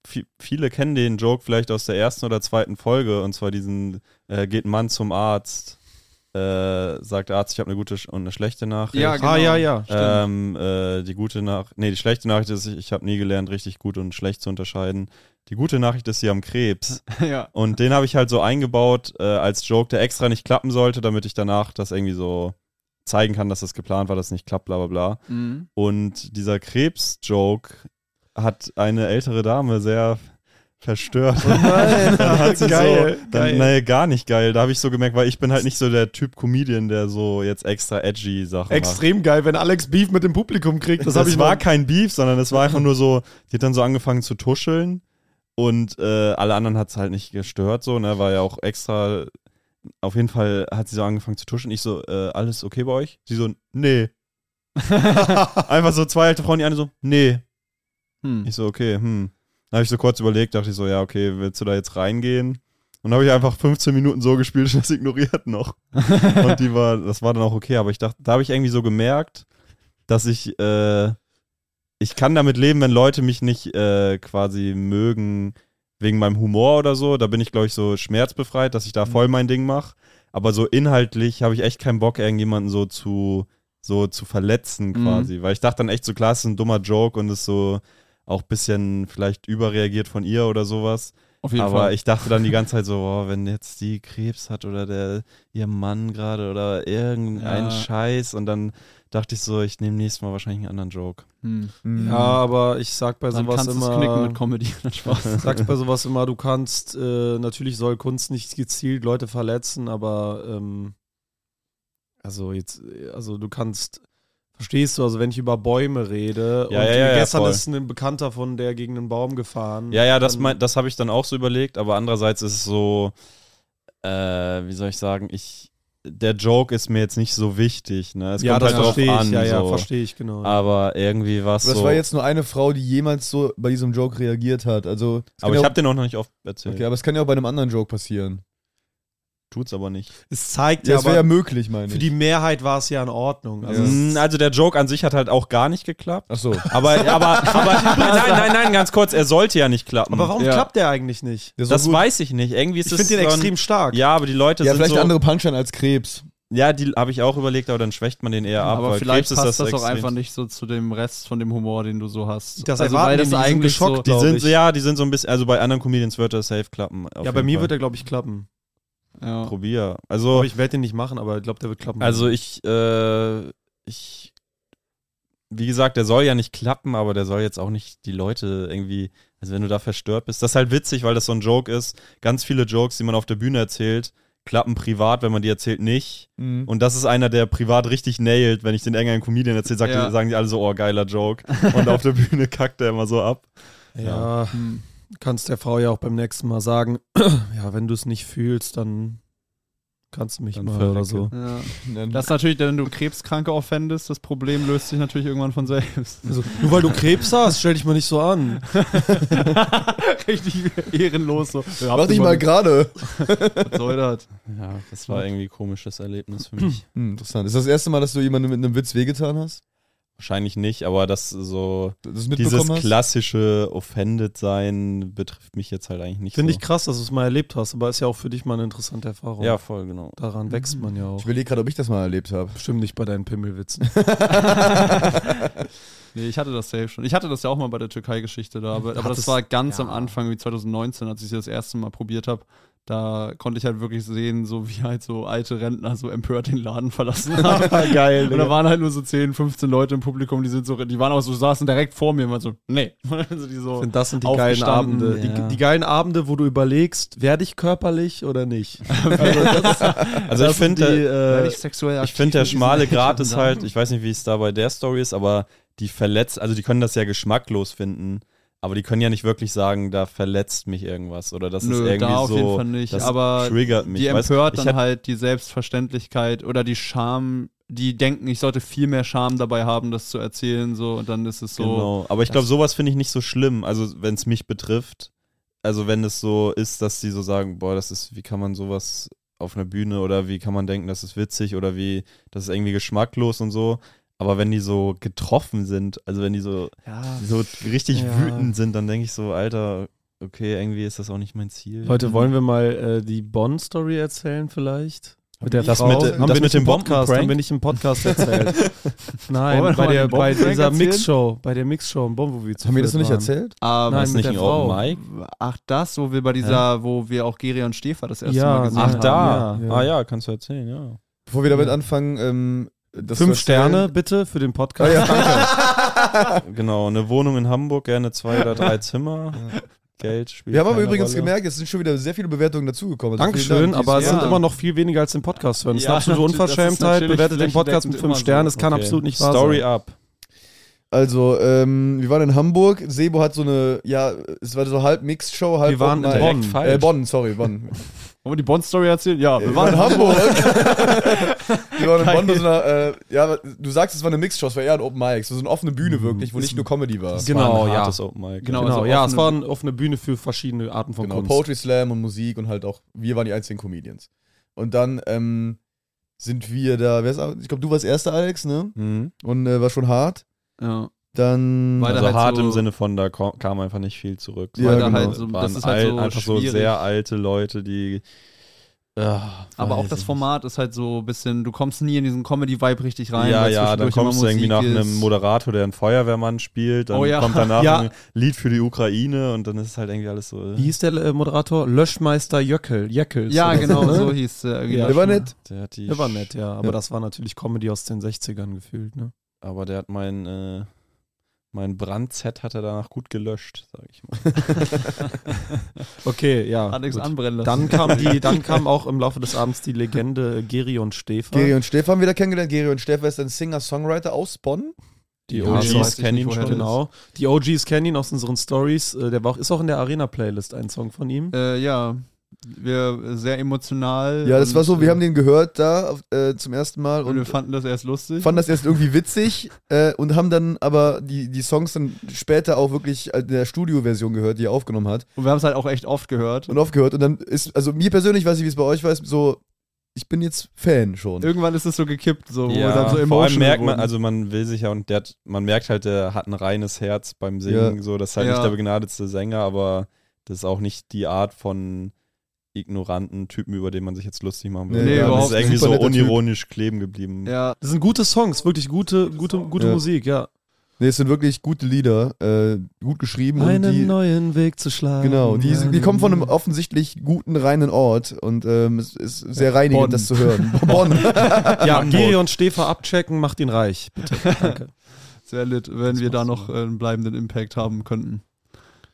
vi- viele kennen den Joke vielleicht aus der ersten oder zweiten Folge, und zwar diesen, äh, geht ein Mann zum Arzt, äh, sagt der Arzt, ich habe eine gute Sch- und eine schlechte Nachricht.
Ja,
ah, ja, ja.
Ähm, äh, die gute Nachricht, nee, die schlechte Nachricht ist, ich, ich habe nie gelernt, richtig gut und schlecht zu unterscheiden. Die gute Nachricht ist, sie haben Krebs.
ja.
Und den habe ich halt so eingebaut äh, als Joke, der extra nicht klappen sollte, damit ich danach das irgendwie so zeigen kann, dass das geplant war, dass es nicht klappt, bla bla bla.
Mhm.
Und dieser Krebs-Joke hat eine ältere Dame sehr verstört. dann hat sie
Geil,
so,
geil.
dann, nee, gar nicht geil. Da habe ich so gemerkt, weil ich bin halt nicht so der Typ Comedian, der so jetzt extra edgy Sachen macht.
Extrem geil, wenn Alex Beef mit dem Publikum kriegt.
Das,
Das, hab ich
war
mal.
kein Beef, sondern es war einfach nur so, die hat dann so angefangen zu tuscheln und äh, alle anderen hat es halt nicht gestört, so, ne, war ja auch extra, auf jeden Fall hat sie so angefangen zu tuscheln. Ich so, äh, alles okay bei euch? Sie so, nee. einfach so zwei alte Frauen, die eine so, nee.
Hm.
Ich so, okay, hm. Dann habe ich so kurz überlegt, dachte ich so, ja, okay, willst du da jetzt reingehen? Und habe ich einfach 15 Minuten so gespielt und das ignoriert noch. und die war, das war dann auch okay, aber ich dachte, da habe ich irgendwie so gemerkt, dass ich, äh, ich kann damit leben, wenn Leute mich nicht äh, quasi mögen wegen meinem Humor oder so. Da bin ich, glaube ich, so schmerzbefreit, dass ich
Mhm.
da voll mein Ding mache. Aber so inhaltlich habe ich echt keinen Bock, irgendjemanden so zu, so zu verletzen
Mhm.
quasi. Weil ich dachte dann echt so, klar, es ist ein dummer Joke und ist so auch ein bisschen vielleicht überreagiert von ihr oder sowas.
Auf jeden
Aber
Fall.
ich dachte dann die ganze Zeit so, boah, wenn jetzt die Krebs hat oder der ihr Mann gerade oder irgendein
Ja.
Scheiß und dann dachte ich so, ich nehme nächstes Mal wahrscheinlich einen anderen Joke.
hm.
Ja, aber ich sag bei
Dann
sowas
kannst du es
immer.
knicken mit Comedy. Dann Spaß.
Sagst bei sowas immer, du kannst, äh, natürlich soll Kunst nicht gezielt Leute verletzen, aber ähm, also jetzt, äh, also du kannst, verstehst du, also wenn ich über Bäume rede
Ja,
und
ja, ja,
gestern
voll.
ist ein Bekannter von der gegen einen Baum gefahren.
Ja, ja, das,
dann-
mein, das habe ich dann auch so überlegt, aber andererseits ist es so, äh, wie soll ich sagen, ich, der Joke ist mir jetzt nicht so wichtig, ne? Es
ja,
kommt
das
halt drauf
verstehe ich,
an.
ja, ja,
so. Ah.
verstehe ich, genau.
Aber irgendwie war es
Das
so.
war jetzt nur eine Frau, die jemals so bei diesem Joke reagiert hat. Also, es kann
genau
ja
aber ich
auch-
habe den auch noch nicht oft erzählt.
okay, aber es kann ja auch bei einem anderen Joke passieren.
Tut's aber nicht.
es zeigt
Ja,
ja,
es wäre
aber
ja möglich, meine ich.
für die Mehrheit war es ja in Ordnung. Also,
Mm, Also der Joke an sich hat halt auch gar nicht geklappt.
Ach so.
Aber, aber, aber nein, nein, nein, ganz kurz, er sollte ja nicht klappen.
aber warum
Ja.
klappt der eigentlich nicht?
Das,
das weiß ich nicht. Irgendwie ist
Ich
es
finde den
so ein-
extrem stark.
Ja, aber die Leute
Ja,
sind
vielleicht
so.
andere Punchline als Krebs.
Ja, die habe ich auch überlegt, aber dann schwächt man den eher ab.
aber
weil
vielleicht
Krebs
passt
ist
das, auch
extrem-
einfach nicht so zu dem Rest von dem Humor, den du so hast. Also
Das erwarten die, die sind geschockt,
so,
Die
glaub
sind,
ich.
ja, die sind so ein bisschen, also bei anderen Comedians wird das safe klappen. auf
Ja, bei
jeden
mir
Fall.
wird der, glaube ich, klappen.
ja.
Probier.
Aber
Also,
ich werde den nicht machen, aber ich glaube, der wird klappen.
also ich, äh, ich, wie gesagt, der soll ja nicht klappen, aber der soll jetzt auch nicht die Leute irgendwie, also wenn du da verstört bist, das ist halt witzig, weil das so ein Joke ist. Ganz viele Jokes, die man auf der Bühne erzählt, klappen privat, wenn man die erzählt, nicht. Und das ist einer, der privat richtig nailt. Wenn ich den irgendeinem Comedian erzähle, sagt,
Ja.
sagen die alle so, oh, geiler Joke. Und auf der Bühne kackt er immer so ab.
Ja,
Hm.
kannst der Frau ja auch beim nächsten Mal sagen, ja, wenn du es nicht fühlst, dann Kannst du mich
Dann
mal
verrecke.
oder so.
Ja.
Nein.
Das ist natürlich, wenn du Krebskranke offendest, das Problem löst sich natürlich irgendwann von selbst.
Also, nur weil du Krebs hast, stell dich mal nicht so an.
Richtig ehrenlos so. Ja,
Mach dich mal gerade.
Was soll das?
Ja, das war irgendwie ein komisches Erlebnis für mich.
Hm, interessant. Ist das das erste Mal, dass du jemandem mit einem Witz wehgetan hast?
Wahrscheinlich nicht, aber das so
Dass du es
dieses
mitbekommen hast?
klassische offended sein betrifft mich jetzt halt eigentlich nicht
Finde
so.
ich krass, dass du es mal erlebt hast, aber ist ja auch für dich mal eine interessante Erfahrung.
Ja, voll genau.
Daran wächst man ja
Ich
auch.
überlege gerade, ob ich das mal erlebt habe.
Bestimmt nicht bei deinen Pimmelwitzen.
Nee, ich hatte das safe schon. Ich hatte das ja auch mal bei der Türkei-Geschichte da, aber, aber das
Hattest-
war ganz am
ja.
Anfang, wie 2019, als ich das erste Mal probiert habe. Da konnte ich halt wirklich sehen, so wie halt so alte Rentner so empört den Laden verlassen haben.
Ah,
Geil,
Und da waren halt nur so 10, 15 Leute im Publikum, die sind so, die waren auch so, saßen direkt vor mir und waren so, nee. Also die so,
Und das sind die geilen
Aufgestanden,
Abende.
ja.
Die, die geilen Abende, wo du überlegst, werde ich körperlich oder nicht?
Also ich
sind die,
finde,
äh,
ich sexuell
Ich finde, der schmale Grat ist halt, ich weiß nicht, wie es da bei der Story ist, aber die verletzt, also die können das ja geschmacklos finden, aber die können ja nicht wirklich sagen, da verletzt mich irgendwas oder das ist
Nö,
irgendwie
da auf
so,
jeden Fall nicht,
das
aber
triggert mich.
die
weißt du?
empört
ich
dann
hätt-
halt die Selbstverständlichkeit oder die Scham, die denken, ich sollte viel mehr Scham dabei haben, das zu erzählen, so und dann ist es so.
Genau, aber ich
das-
glaube, sowas finde ich nicht so schlimm, also wenn es mich betrifft, also wenn es so ist, dass die so sagen, boah, das ist, wie kann man sowas auf einer Bühne oder wie kann man denken, das ist witzig oder wie, das ist irgendwie geschmacklos und so. Aber wenn die so getroffen sind, also wenn die so
Ja.
die so richtig
Ja.
wütend sind, dann denke ich so, Alter, okay, irgendwie ist das auch nicht mein Ziel.
Leute, wollen wir mal äh, die Bonn-Story erzählen vielleicht? Mit der
Das
Frau?
mit- das
wir
mit
nicht
dem
im Podcast,
Bombenprank?
haben wir nicht im Podcast erzählt.
Wollen wir
Nein,
noch mal
bei, der,
den
bei
Bombenprank
dieser
erzählen?
Mixshow, bei der Mixshow in Bonn, wo wir zu
Haben wir das noch
viert
nicht
waren.
erzählt?
Aber
War
Nein,
es
mit
nicht
der
ein Open
Frau.
Mic?
ach das, wo wir bei dieser, wo wir auch Geri und Stefa das erste
Ja,
Mal gesehen
Ach,
haben.
da.
Ja.
Ah, ja, kannst du erzählen, ja.
Bevor wir damit anfangen, ähm, das zu
Fünf
erzählen-
Sterne bitte für den
Ah,
Podcast.
ja, danke.
Genau, eine Wohnung in Hamburg, gerne zwei oder drei Zimmer. Geld spielt.
Wir haben aber
keine
übrigens
Rolle.
gemerkt, es sind schon wieder sehr viele Bewertungen dazugekommen. Also vielen
Dankeschön,
Dank.
aber es
Ja.
sind immer noch viel weniger als den Podcast hören. Das ist
Ja,
eine absolute
natürlich, das ist
Unverschämtheit.
natürlich
Bewertet den Podcast mit
flächendeckend
fünf
immer so.
Sternen, das kann
Okay.
absolut nicht wahr
Story
sein.
up.
Also, ähm, wir waren in Hamburg. Sebo hat so eine, ja, es war so halb Mixed-Show, halb
Wir waren in
Open Mic.
Bonn.
Direkt
Äh,
falsch.
Bonn, sorry, Bonn.
Wollen wir die Bond-Story erzählen? Ja, wir
Wir
waren
waren in Hamburg. wir waren in
Geil.
Bonn bei so einer, äh, ja, du sagst, es war eine Mixed-Show, es war eher ein Open Mic. So eine offene Bühne wirklich, wo nicht nur Comedy war.
Das war
Genau,
ein
ja.
hartes Open Mic.
Genau.
Genau,
Also
ja,
offene-
es war eine offene Bühne für verschiedene Arten von
Genau,
Kunst.
Poetry Slam und Musik und halt auch, wir waren die einzigen Comedians. Und dann ähm, sind wir da, wer ist, ich glaube, du warst Erster, Alex, ne?
Mhm.
Und äh, war schon hart.
ja.
Dann.
Weil
Also
halt
hart
so-
im Sinne von, da ko- kam einfach nicht viel zurück.
Ja,
Sondern
da halt
es
so-
genau. waren
das ist halt
al-
so
einfach so
schwierig.
sehr alte Leute, die. Ah,
Aber
weiß
auch das
ich
Format ist halt so ein bisschen, du kommst nie in diesen Comedy-Vibe richtig rein.
Ja,
weil
ja, dann
zwischendurch immer
kommst du irgendwie nach
Musik
einem
ist.
Moderator, der einen Feuerwehrmann spielt, dann
Oh ja.
kommt danach
Ja.
ein Lied für die Ukraine und dann ist es halt irgendwie alles so.
Wie hieß der äh, Moderator? Löschmeister Jöckel. Jöckel.
Ja, genau,
ne?
so hieß äh, irgendwie
Ja,
das
der war
schon.
nett.
Der hat die
Der war nett, ja. Aber
Ja.
das war natürlich Comedy aus den 60ern gefühlt, ne?
Aber der hat mein, äh, mein Brandset hat er danach gut gelöscht, sag ich mal.
Okay, ja.
Hat nichts
gut.
anbrennen lassen.
Dann kam die, dann kam auch im Laufe des Abends die Legende Geri und Stefa.
Geri und Steff haben wir da kennengelernt. Geri und Steff ist ein Singer-Songwriter aus Bonn.
Die
Ja,
OGs
das weiß
ich
kennen
nicht,
ihn
woher
schon.
das ist.
Genau. Die OGs kennen ihn aus unseren Stories. Äh, Der war auch, ist auch in der Arena-Playlist ein Song von ihm.
Äh, ja, wir äh, sehr emotional.
Ja, das
und,
war so, wir
äh,
haben den gehört da auf- äh, zum ersten Mal
Und wir
und
fanden das erst lustig.
fanden das erst irgendwie witzig äh, und haben dann aber die, die Songs dann später auch wirklich äh, in der Studio-Version gehört, die er aufgenommen hat.
und wir haben es halt auch echt oft gehört.
und aufgehört. Und dann ist, also mir persönlich, weiß ich, wie es bei euch war, ist so, ich bin jetzt Fan schon.
Irgendwann Oh, ist es so gekippt, so, wo wir
Ja,
dann so
vor allem
emotional
merkt man,
wurden.
also man will sich ja und der hat, man merkt halt, der hat ein reines Herz beim Singen, so das ist halt
Ja.
nicht der begnadetste Sänger, aber das ist auch nicht die Art von ignoranten Typen, über den man sich jetzt lustig machen will.
Nee,
das
überhaupt
ist irgendwie
nicht.
so
Super netter Typ.
unironisch kleben geblieben.
ja,
Das sind gute Songs, wirklich gute, gute, gute
Ja.
Musik, ja.
Nee, es sind wirklich gute Lieder, äh, gut geschrieben und die,
neuen Weg zu schlagen.
genau, die, die kommen von einem offensichtlich guten, reinen Ort und ähm, es ist sehr reinigend,
Bonn.
das zu hören. Bonn.
Ja, Geri und Stefa abchecken, macht ihn reich. Bitte. Danke.
sehr lit, wenn wir da
war's.
noch äh, einen bleibenden Impact haben könnten.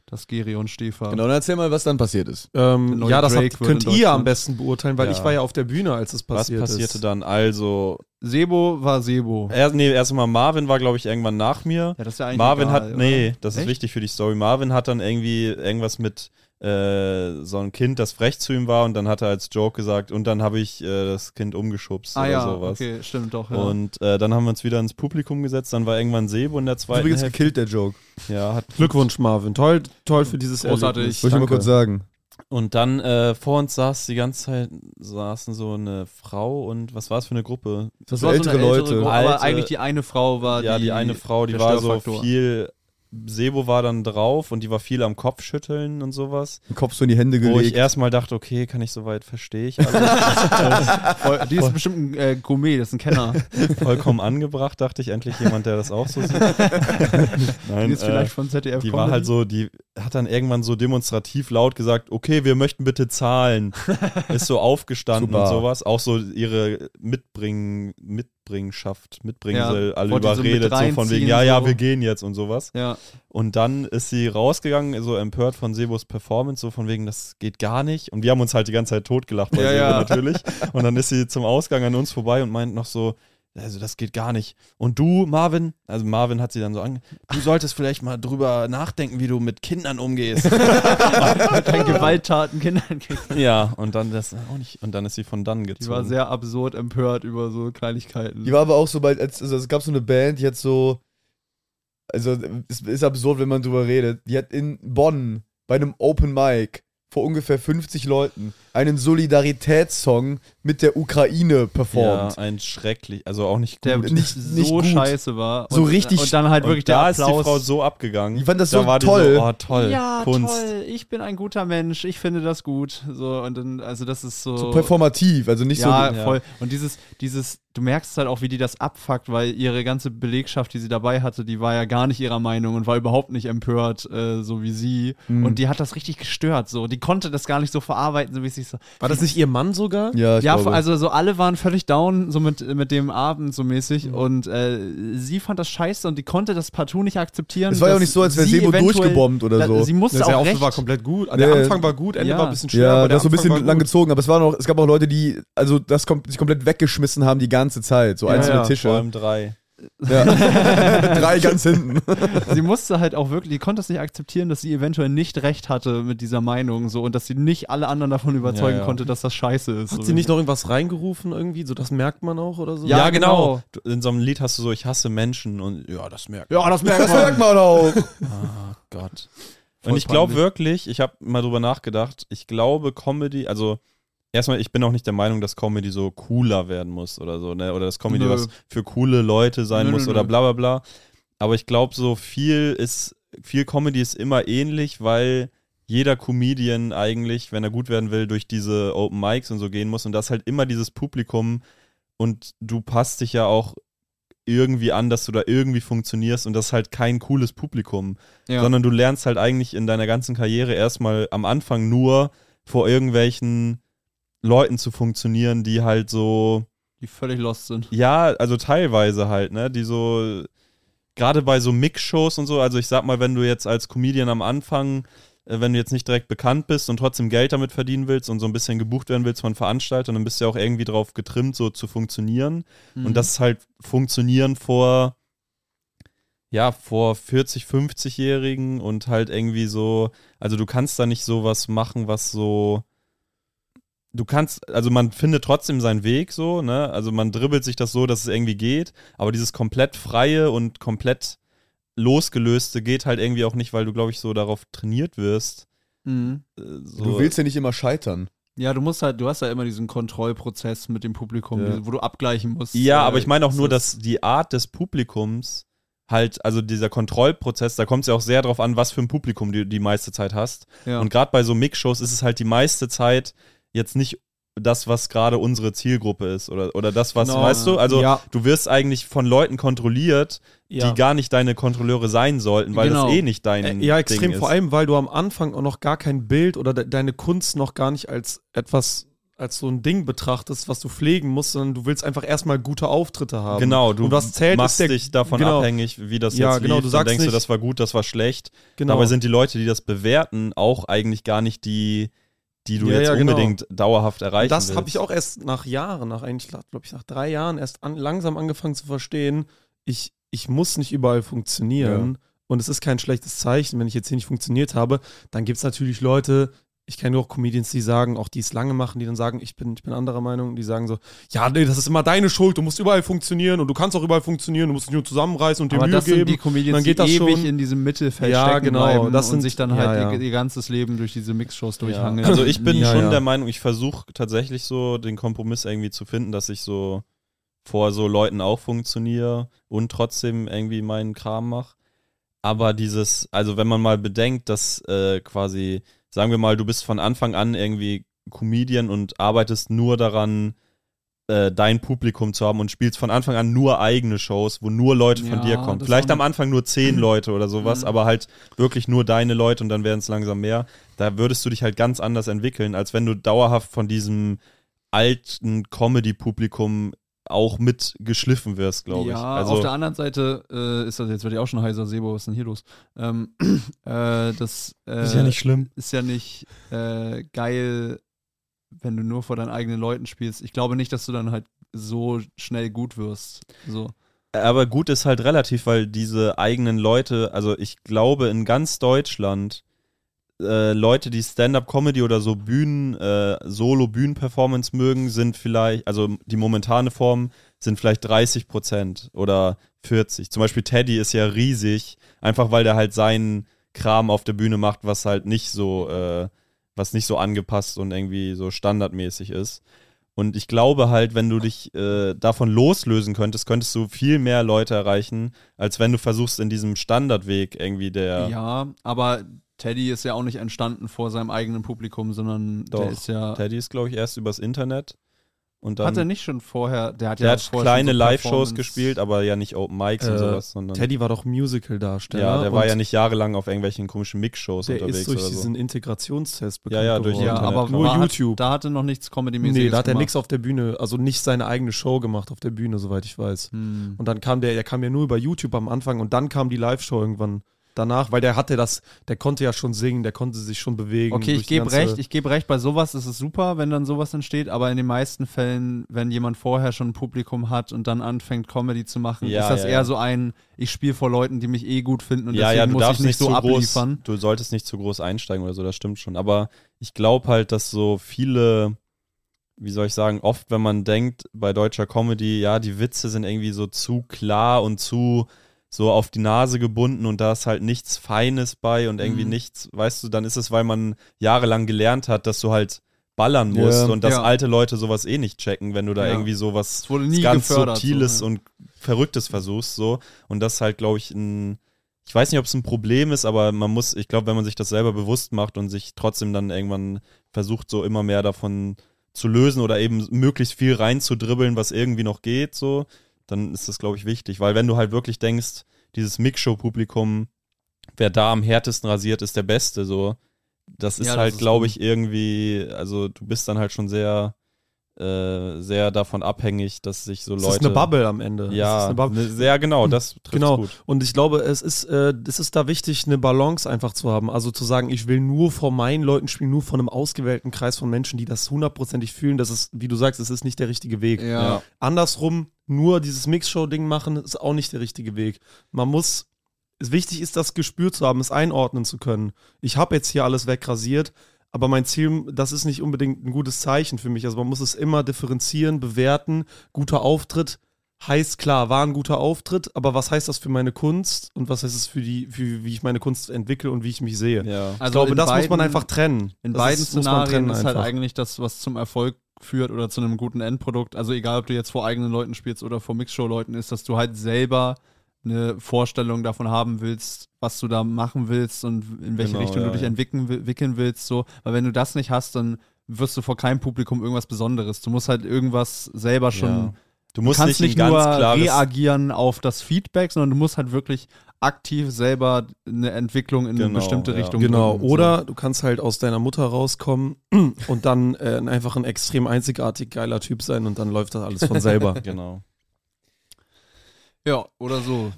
Das Geri und Stefa.
genau, dann erzähl mal, was dann passiert ist.
Ähm,
neue
ja, das
Drake
habt,
wird in
könnt ihr am
Deutschland.
besten beurteilen, weil
Ja.
ich war ja auf der Bühne, als es
Was
passiert
passierte
ist.
dann? Also,
Sebo war Sebo.
er, nee, erstmal Marvin war, glaube ich, irgendwann nach mir.
Ja, das ist ja eigentlich
Marvin
egal,
hat,
oder?
nee, das ist
Echt?
wichtig für die Story. Marvin hat dann irgendwie irgendwas mit äh, so ein Kind, das frech zu ihm war und dann hat er als Joke gesagt und dann habe ich äh, das Kind umgeschubst
Ah
oder
ja,
sowas.
okay, stimmt doch. Ja.
Und äh, dann haben wir uns wieder ins Publikum gesetzt, dann war irgendwann Sebo in der zweiten
Übrigens
Hälfte.
gekillt, der Joke.
Ja, hat
Glückwunsch, Marvin. Toll, toll für dieses
Großartig.
Erlebnis.
Soll ich mal
Danke.
kurz sagen?
Und dann äh, vor uns saß die ganze Zeit saßen so eine Frau und was war es für eine Gruppe?
Das
war so eine
ältere Leute.
Gruppe, aber
Alte-
eigentlich Ah, die eine Frau war
ja, die, eine Frau, die
der
war so
Störfaktor.
viel. Sebo war dann drauf und die war viel am Kopfschütteln und sowas.
Den Kopf so in die Hände
Wo ich
gelegt.
erstmal dachte, okay, kann ich soweit, verstehe ich alles.
Voll, die ist bestimmt ein äh, Gourmet, das ist ein Kenner.
Vollkommen angebracht, dachte ich, endlich jemand, der das auch so sieht.
Die
Nein,
ist
äh,
vielleicht von ZDF
die war halt
Comedy.
so, die hat dann irgendwann so demonstrativ laut gesagt, okay, wir möchten bitte zahlen. Ist so aufgestanden
Super.
und sowas. Auch so ihre Mitbringen, Mitbringenschaft, Mitbringsel, alle
wollte die so mit
überredet, so, von
reinziehen,
wegen, ja, ja,
so.
wir gehen jetzt und sowas.
Ja,
Und dann ist sie rausgegangen, so empört von Sebos Performance, so von wegen, das geht gar nicht. Und wir haben uns halt die ganze Zeit totgelacht bei
Ja,
Sebo
ja.
natürlich. Und dann ist sie zum Ausgang an uns vorbei und meint noch so, also das geht gar nicht. Und du, Marvin, also Marvin hat sie dann so ange... Du solltest vielleicht mal drüber nachdenken, wie du mit Kindern umgehst.
kein Gewalttaten Kindern. Die
ja, und dann das auch nicht. Und dann ist sie von dann gezogen.
war sehr absurd empört über so Kleinigkeiten.
Die war aber auch so bald, als, also es gab so eine Band, die hat so. Also, es ist absurd, wenn man drüber redet. Die hat in Bonn bei einem Open Mic vor ungefähr 50 Leuten einen Solidaritätssong mit der Ukraine
ja,
performt.
ein schrecklich, also auch nicht gut.
der
nicht-
so
nicht gut.
scheiße war.
So richtig-
Und dann halt
und
wirklich
da
der
ist die
Applaus.
Frau so abgegangen.
Ich fand das
da
so
war die
toll.
So, oh, toll.
ja,
Kunst.
toll, ich bin ein guter Mensch, ich finde das gut. So, und dann, also das ist
So performativ, also nicht
ja,
so.
voll. Und dieses, dieses, du merkst es halt auch, wie die das abfuckt, weil ihre ganze Belegschaft, die sie dabei hatte, die war ja gar nicht ihrer Meinung und war überhaupt nicht empört, äh, so wie sie.
Mhm.
Und die hat das richtig gestört, so. Die konnte das gar nicht so verarbeiten, so wie sie es so.
War das nicht ihr Mann sogar?
Ja, ich
Ja,
glaube.
also so alle waren völlig down, so mit, mit dem Abend so mäßig. Und äh, sie fand das scheiße und die konnte das partout nicht akzeptieren.
Es war ja auch
dass
nicht so, als wäre
sie
Sebo
eventuell-
durchgebombt oder
da-
so.
Sie musste
der
auch
Auftritt
recht.
war komplett gut. Der
Nee.
Anfang war gut, Ende
Ja.
war ein bisschen schwer.
Ja,
aber der
das so ein
Anfang war
bisschen lang
gut.
gezogen, aber es, waren auch, es gab auch Leute, die also das kom sich komplett weggeschmissen haben die ganze Zeit, so
Ja,
einzelne
ja,
Vor
Tische.
allem drei.
Ja. Drei ganz hinten.
sie musste halt auch wirklich, die konnte es nicht akzeptieren, dass sie eventuell nicht recht hatte mit dieser Meinung so und dass sie nicht alle anderen davon überzeugen
Ja, ja.
konnte, dass das scheiße ist. so.
Hat sie nicht noch irgendwas reingerufen irgendwie? So, das merkt man auch oder so?
Ja,
Ja, genau.
genau.
Du- In so einem Lied hast du so, ich hasse Menschen und ja, das merkt
Ja, das merkt
Das
man.
merkt man auch.
Gott.
Voll
Und ich glaube
peinlich.
wirklich, ich habe mal drüber nachgedacht, ich glaube Comedy, also erstmal, ich bin auch nicht der Meinung, dass Comedy so cooler werden muss oder so, ne? oder dass Comedy
Nö.
was für coole Leute sein
Nö,
muss
nö,
oder
nö.
bla bla bla. Aber ich glaube, so viel ist, viel Comedy ist immer ähnlich, weil jeder Comedian eigentlich, wenn er gut werden will, durch diese Open Mics und so gehen muss und das halt immer dieses Publikum und du passt dich ja auch irgendwie an, dass du da irgendwie funktionierst und das ist halt kein cooles Publikum,
Ja.
sondern du lernst halt eigentlich in deiner ganzen Karriere erstmal am Anfang nur vor irgendwelchen Leuten zu funktionieren, die halt so,
Die völlig lost sind.
ja, also teilweise halt, ne? Die so, gerade bei so Mix-Shows und so, also ich sag mal, wenn du jetzt als Comedian am Anfang, äh, wenn du jetzt nicht direkt bekannt bist und trotzdem Geld damit verdienen willst und so ein bisschen gebucht werden willst von Veranstaltern, dann bist du ja auch irgendwie drauf getrimmt, so zu funktionieren.
Mhm.
Und das ist halt funktionieren vor, ja, vor 40, 50-Jährigen und halt irgendwie so, also du kannst da nicht sowas machen, was so, du kannst, also man findet trotzdem seinen Weg so, ne, also man dribbelt sich das so, dass es irgendwie geht, aber dieses komplett freie und komplett losgelöste geht halt irgendwie auch nicht, weil du, glaube ich, so darauf trainiert wirst.
Mhm.
äh, So.
Du willst ja nicht immer scheitern.
Ja, du musst halt, du hast ja immer diesen Kontrollprozess mit dem Publikum,
Ja.
diese- wo du abgleichen musst.
Ja,
äh,
aber ich meine auch
ist
nur,
das-
dass die Art des Publikums halt, also dieser Kontrollprozess, da kommt es ja auch sehr drauf an, was für ein Publikum du die meiste Zeit hast.
Ja.
Und gerade bei so Mix-Shows ist es halt die meiste Zeit jetzt nicht das, was gerade unsere Zielgruppe ist oder, oder das, was,
Genau.
weißt du? Also
Ja.
du wirst eigentlich von Leuten kontrolliert,
Ja.
die gar nicht deine Kontrolleure sein sollten, weil
Genau.
das eh nicht dein
Äh, ja, extrem
Ding ist.
vor allem, weil du am Anfang auch noch gar kein Bild oder de deine Kunst noch gar nicht als etwas, als so ein Ding betrachtest, was du pflegen musst, sondern du willst einfach erstmal gute Auftritte haben.
Genau, du
Und was zählt,
machst
ist der,
dich davon
genau,
abhängig, wie das
Ja,
jetzt
genau,
lief.
du
Dann
sagst
denkst du,
nicht-
das war gut, das war schlecht.
Genau.
Dabei sind die Leute, die das bewerten, auch eigentlich gar nicht die, die du
Ja,
jetzt
ja, genau.
unbedingt dauerhaft erreichen
Und das
willst.
habe ich auch erst nach Jahren, nach eigentlich, glaube ich, nach drei Jahren erst an, langsam angefangen zu verstehen. Ich, ich muss nicht überall funktionieren. und es ist kein schlechtes Zeichen, wenn ich jetzt hier nicht funktioniert habe, dann gibt es natürlich Leute, ich kenne auch Comedians, die sagen, auch die es lange machen, die dann sagen, ich bin, ich bin anderer Meinung, die sagen so, ja, nee, das ist immer deine Schuld, du musst überall funktionieren und du kannst auch überall funktionieren, du musst dich nur zusammenreißen und dir
Aber
Mühe
das sind
geben.
die Comedians,
dann geht
die
das
ewig
schon.
in diesem Mittelfeld
Ja,
stecken
genau,
bleiben
das
und
sind-
sich dann
ja,
halt
ja.
Ihr, ihr ganzes Leben durch diese Mixshows durchhangeln.
Also ich bin
Ja,
schon
ja.
der Meinung, ich versuche tatsächlich so den Kompromiss irgendwie zu finden, dass ich so vor so Leuten auch funktioniere und trotzdem irgendwie meinen Kram mache. Aber dieses, also wenn man mal bedenkt, dass äh, quasi, sagen wir mal, du bist von Anfang an irgendwie Comedian und arbeitest nur daran, äh, dein Publikum zu haben und spielst von Anfang an nur eigene Shows, wo nur Leute von
Ja,
dir kommen.
das
Vielleicht
haben-
am Anfang nur zehn Leute oder sowas,
Mhm.
aber halt wirklich nur deine Leute und dann werden es langsam mehr. Da würdest du dich halt ganz anders entwickeln, als wenn du dauerhaft von diesem alten Comedy-Publikum auch mit geschliffen wirst, glaube ich.
Ja,
Also,
auf der anderen Seite äh, ist das, jetzt werde ich auch schon heiser, Sebo, was ist denn hier los? Ähm, äh, das äh,
schlimm.
ist ja nicht äh, geil, wenn du nur vor deinen eigenen Leuten spielst. Ich glaube nicht, dass du dann halt so schnell gut wirst. So.
Aber gut ist halt relativ, weil diese eigenen Leute, also ich glaube in ganz Deutschland, äh, Leute, die Stand-up-Comedy oder so Bühnen, äh, Solo-Bühnen-Performance mögen, sind vielleicht, also die momentane Form sind vielleicht 30 Prozent oder 40. Zum Beispiel Teddy ist ja riesig, einfach weil der halt seinen Kram auf der Bühne macht, was halt nicht so, äh, was nicht so angepasst und irgendwie so standardmäßig ist. Und ich glaube halt, wenn du dich äh, davon loslösen könntest, könntest du viel mehr Leute erreichen, als wenn du versuchst, in diesem Standardweg irgendwie der.
Ja. aber Teddy ist ja auch nicht entstanden vor seinem eigenen Publikum, sondern
Doch,
der ist ja.
Teddy ist, glaube ich, erst übers Internet. Und dann,
hat er nicht schon vorher, der hat
der
ja
hat
vorher
kleine
schon so
Live-Shows
Performance-
gespielt, aber ja nicht Open Mics und
Äh,
sowas, sondern.
Teddy war doch Musical-Darsteller.
ne?
ja, der war
und
ja nicht jahrelang auf irgendwelchen komischen Mix-Shows
Der
unterwegs
ist durch
oder so.
diesen Integrationstest
Ja,
bekannt
ja, durch
geworden.
Ja,
Internet,
aber
klar.
nur
da
YouTube.
Hat, da hat er noch nichts comedy
nee, da hat er nichts auf der Bühne, also nicht seine eigene Show gemacht auf der Bühne, soweit ich weiß.
Hm.
Und dann kam der, der kam ja nur über YouTube am Anfang und dann kam die Live-Show irgendwann danach, weil der hatte das, der konnte ja schon singen, der konnte sich schon bewegen.
Okay,
durch
ich
die
gebe
ganze-
recht, ich gebe recht, bei sowas ist es super, wenn dann sowas entsteht, aber in den meisten Fällen, wenn jemand vorher schon ein Publikum hat und dann anfängt, Comedy zu machen,
Ja,
ist das
ja,
eher
ja.
so ein, ich spiele vor Leuten, die mich eh gut finden und
ja,
deswegen
ja, du
muss
darfst
ich nicht so
zu
abliefern.
Groß, du solltest nicht zu groß einsteigen oder so, das stimmt schon. Aber ich glaube halt, dass so viele, wie soll ich sagen, oft, wenn man denkt bei deutscher Comedy, ja, die Witze sind irgendwie so zu klar und zu so auf die Nase gebunden und da ist halt nichts Feines bei und irgendwie
Mhm.
nichts, weißt du, dann ist es, weil man jahrelang gelernt hat, dass du halt ballern musst
Ja.
und dass
Ja.
alte Leute sowas eh nicht checken, wenn du da
Ja.
irgendwie sowas
Es wurde nie
ganz
gefördert.
Subtiles
so,
und Verrücktes versuchst, so. Und das ist halt, glaube ich, ein. Ich weiß nicht, ob es ein Problem ist, aber man muss, ich glaube, wenn man sich das selber bewusst macht und sich trotzdem dann irgendwann versucht, so immer mehr davon zu lösen oder eben möglichst viel reinzudribbeln, was irgendwie noch geht, so, dann ist das, glaube ich, wichtig. Weil wenn du halt wirklich denkst, dieses Mixshow-Publikum, wer da am härtesten rasiert, ist der Beste, so. Das ist
Ja, das
halt,
ist dumm.
glaube ich, irgendwie, also du bist dann halt schon sehr, äh, sehr davon abhängig, dass sich so
Es
Leute.
ist eine Bubble am Ende. Es ist
Ja,
eine Bubble.
ne, sehr genau, das trifft
Genau.
gut.
Und ich glaube, es ist, äh, es ist da wichtig, eine Balance einfach zu haben. Also zu sagen, ich will nur vor meinen Leuten spielen, nur von einem ausgewählten Kreis von Menschen, die das hundertprozentig fühlen. Das ist, wie du sagst, es ist nicht der richtige Weg.
ne? Ja. ja.
Andersrum, nur dieses Mixshow-Ding machen, ist auch nicht der richtige Weg. Man muss, es wichtig ist, das Gespür zu haben, es einordnen zu können. Ich habe jetzt hier alles wegrasiert, aber mein Ziel, das ist nicht unbedingt ein gutes Zeichen für mich. Also man muss es immer differenzieren, bewerten. Guter Auftritt heißt klar, war ein guter Auftritt, aber was heißt das für meine Kunst und was heißt es für die, für wie ich meine Kunst entwickle und wie ich mich sehe?
Ja.
Also
ich glaube,
in
das muss man
beiden-
einfach trennen.
In
das
beiden
ist- muss man
Szenarien
trennen
ist halt
einfach.
eigentlich das, was zum Erfolg führt oder zu einem guten Endprodukt. Also egal, ob du jetzt vor eigenen Leuten spielst oder vor Mixshow-Leuten, ist, dass du halt selber eine Vorstellung davon haben willst, was du da machen willst und in welche
Genau,
Richtung
ja,
du dich
ja.
entwickeln, wi- entwickeln willst. So. Weil wenn du das nicht hast, dann wirst du vor keinem Publikum irgendwas Besonderes. Du musst halt irgendwas selber schon
Ja. Du musst
kannst nicht,
nicht ein
nur
ganz klares.
reagieren auf das Feedback, sondern du musst halt wirklich aktiv selber eine Entwicklung in eine
Genau,
bestimmte
ja.
Richtung
Genau,
drücken, so.
oder du kannst halt aus deiner Mutter rauskommen und dann äh, einfach ein extrem einzigartig geiler Typ sein und dann läuft das alles von selber.
Genau.
Ja, oder so.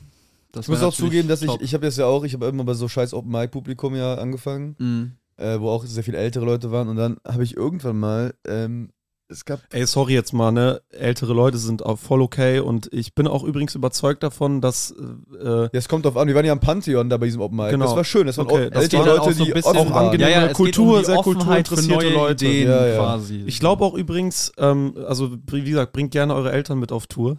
Das
Ich muss
wär
auch zugeben, dass
natürlich
ich,
top.
ich habe das ja auch, ich habe immer bei so scheiß Open Mic Publikum ja angefangen,
Mhm.
äh, wo auch sehr viele ältere Leute waren und dann habe ich irgendwann mal ähm, Es gab.
Ey, sorry jetzt mal, ne? Ältere Leute sind auch voll okay und ich bin auch übrigens überzeugt davon, dass äh,
Ja, es kommt drauf an. Wir waren ja am Pantheon da bei diesem Open Mic.
Genau.
Das war schön. Das waren
Okay,
auch
das
ältere
war dann
Leute,
auch so ein
Also die
bisschen
offen waren.
angenehm.
um Ja, ja,
Generell
es geht
Kultur,
um die
sehr
Offenheit für
kulturinteressierte
neue
Leute.
Ideen
Ja, ja.
quasi.
ich glaube auch übrigens, ähm, also wie gesagt, bringt gerne eure Eltern mit auf Tour.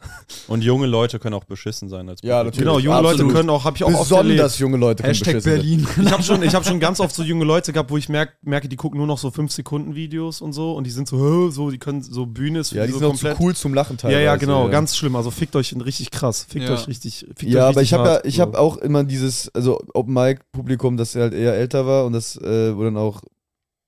Und junge Leute können auch beschissen sein als
Ja,
Publikum.
natürlich.
Genau, junge
Absolut.
Leute können auch, habe ich auch oft erlebt.
Besonders junge Leute können
Hashtag
beschissen sein.
Berlin.
Ich habe schon, ich hab schon ganz oft so junge Leute gehabt, wo ich merk, merke, die gucken nur noch so 5-Sekunden-Videos und so und die sind so, "Hö", so, die können so Bühne ist für
Ja, die
so
sind auch zu cool zum Lachen teilweise.
ja, ja, genau, ganz schlimm. Also fickt euch in- richtig krass. Fickt
Ja.
euch richtig. Fickt euch
Ja, aber
richtig
ich habe ja,
hart.
ich
So.
habe auch immer dieses, also Open Mic Publikum, das halt eher älter war und das, äh, wo dann auch,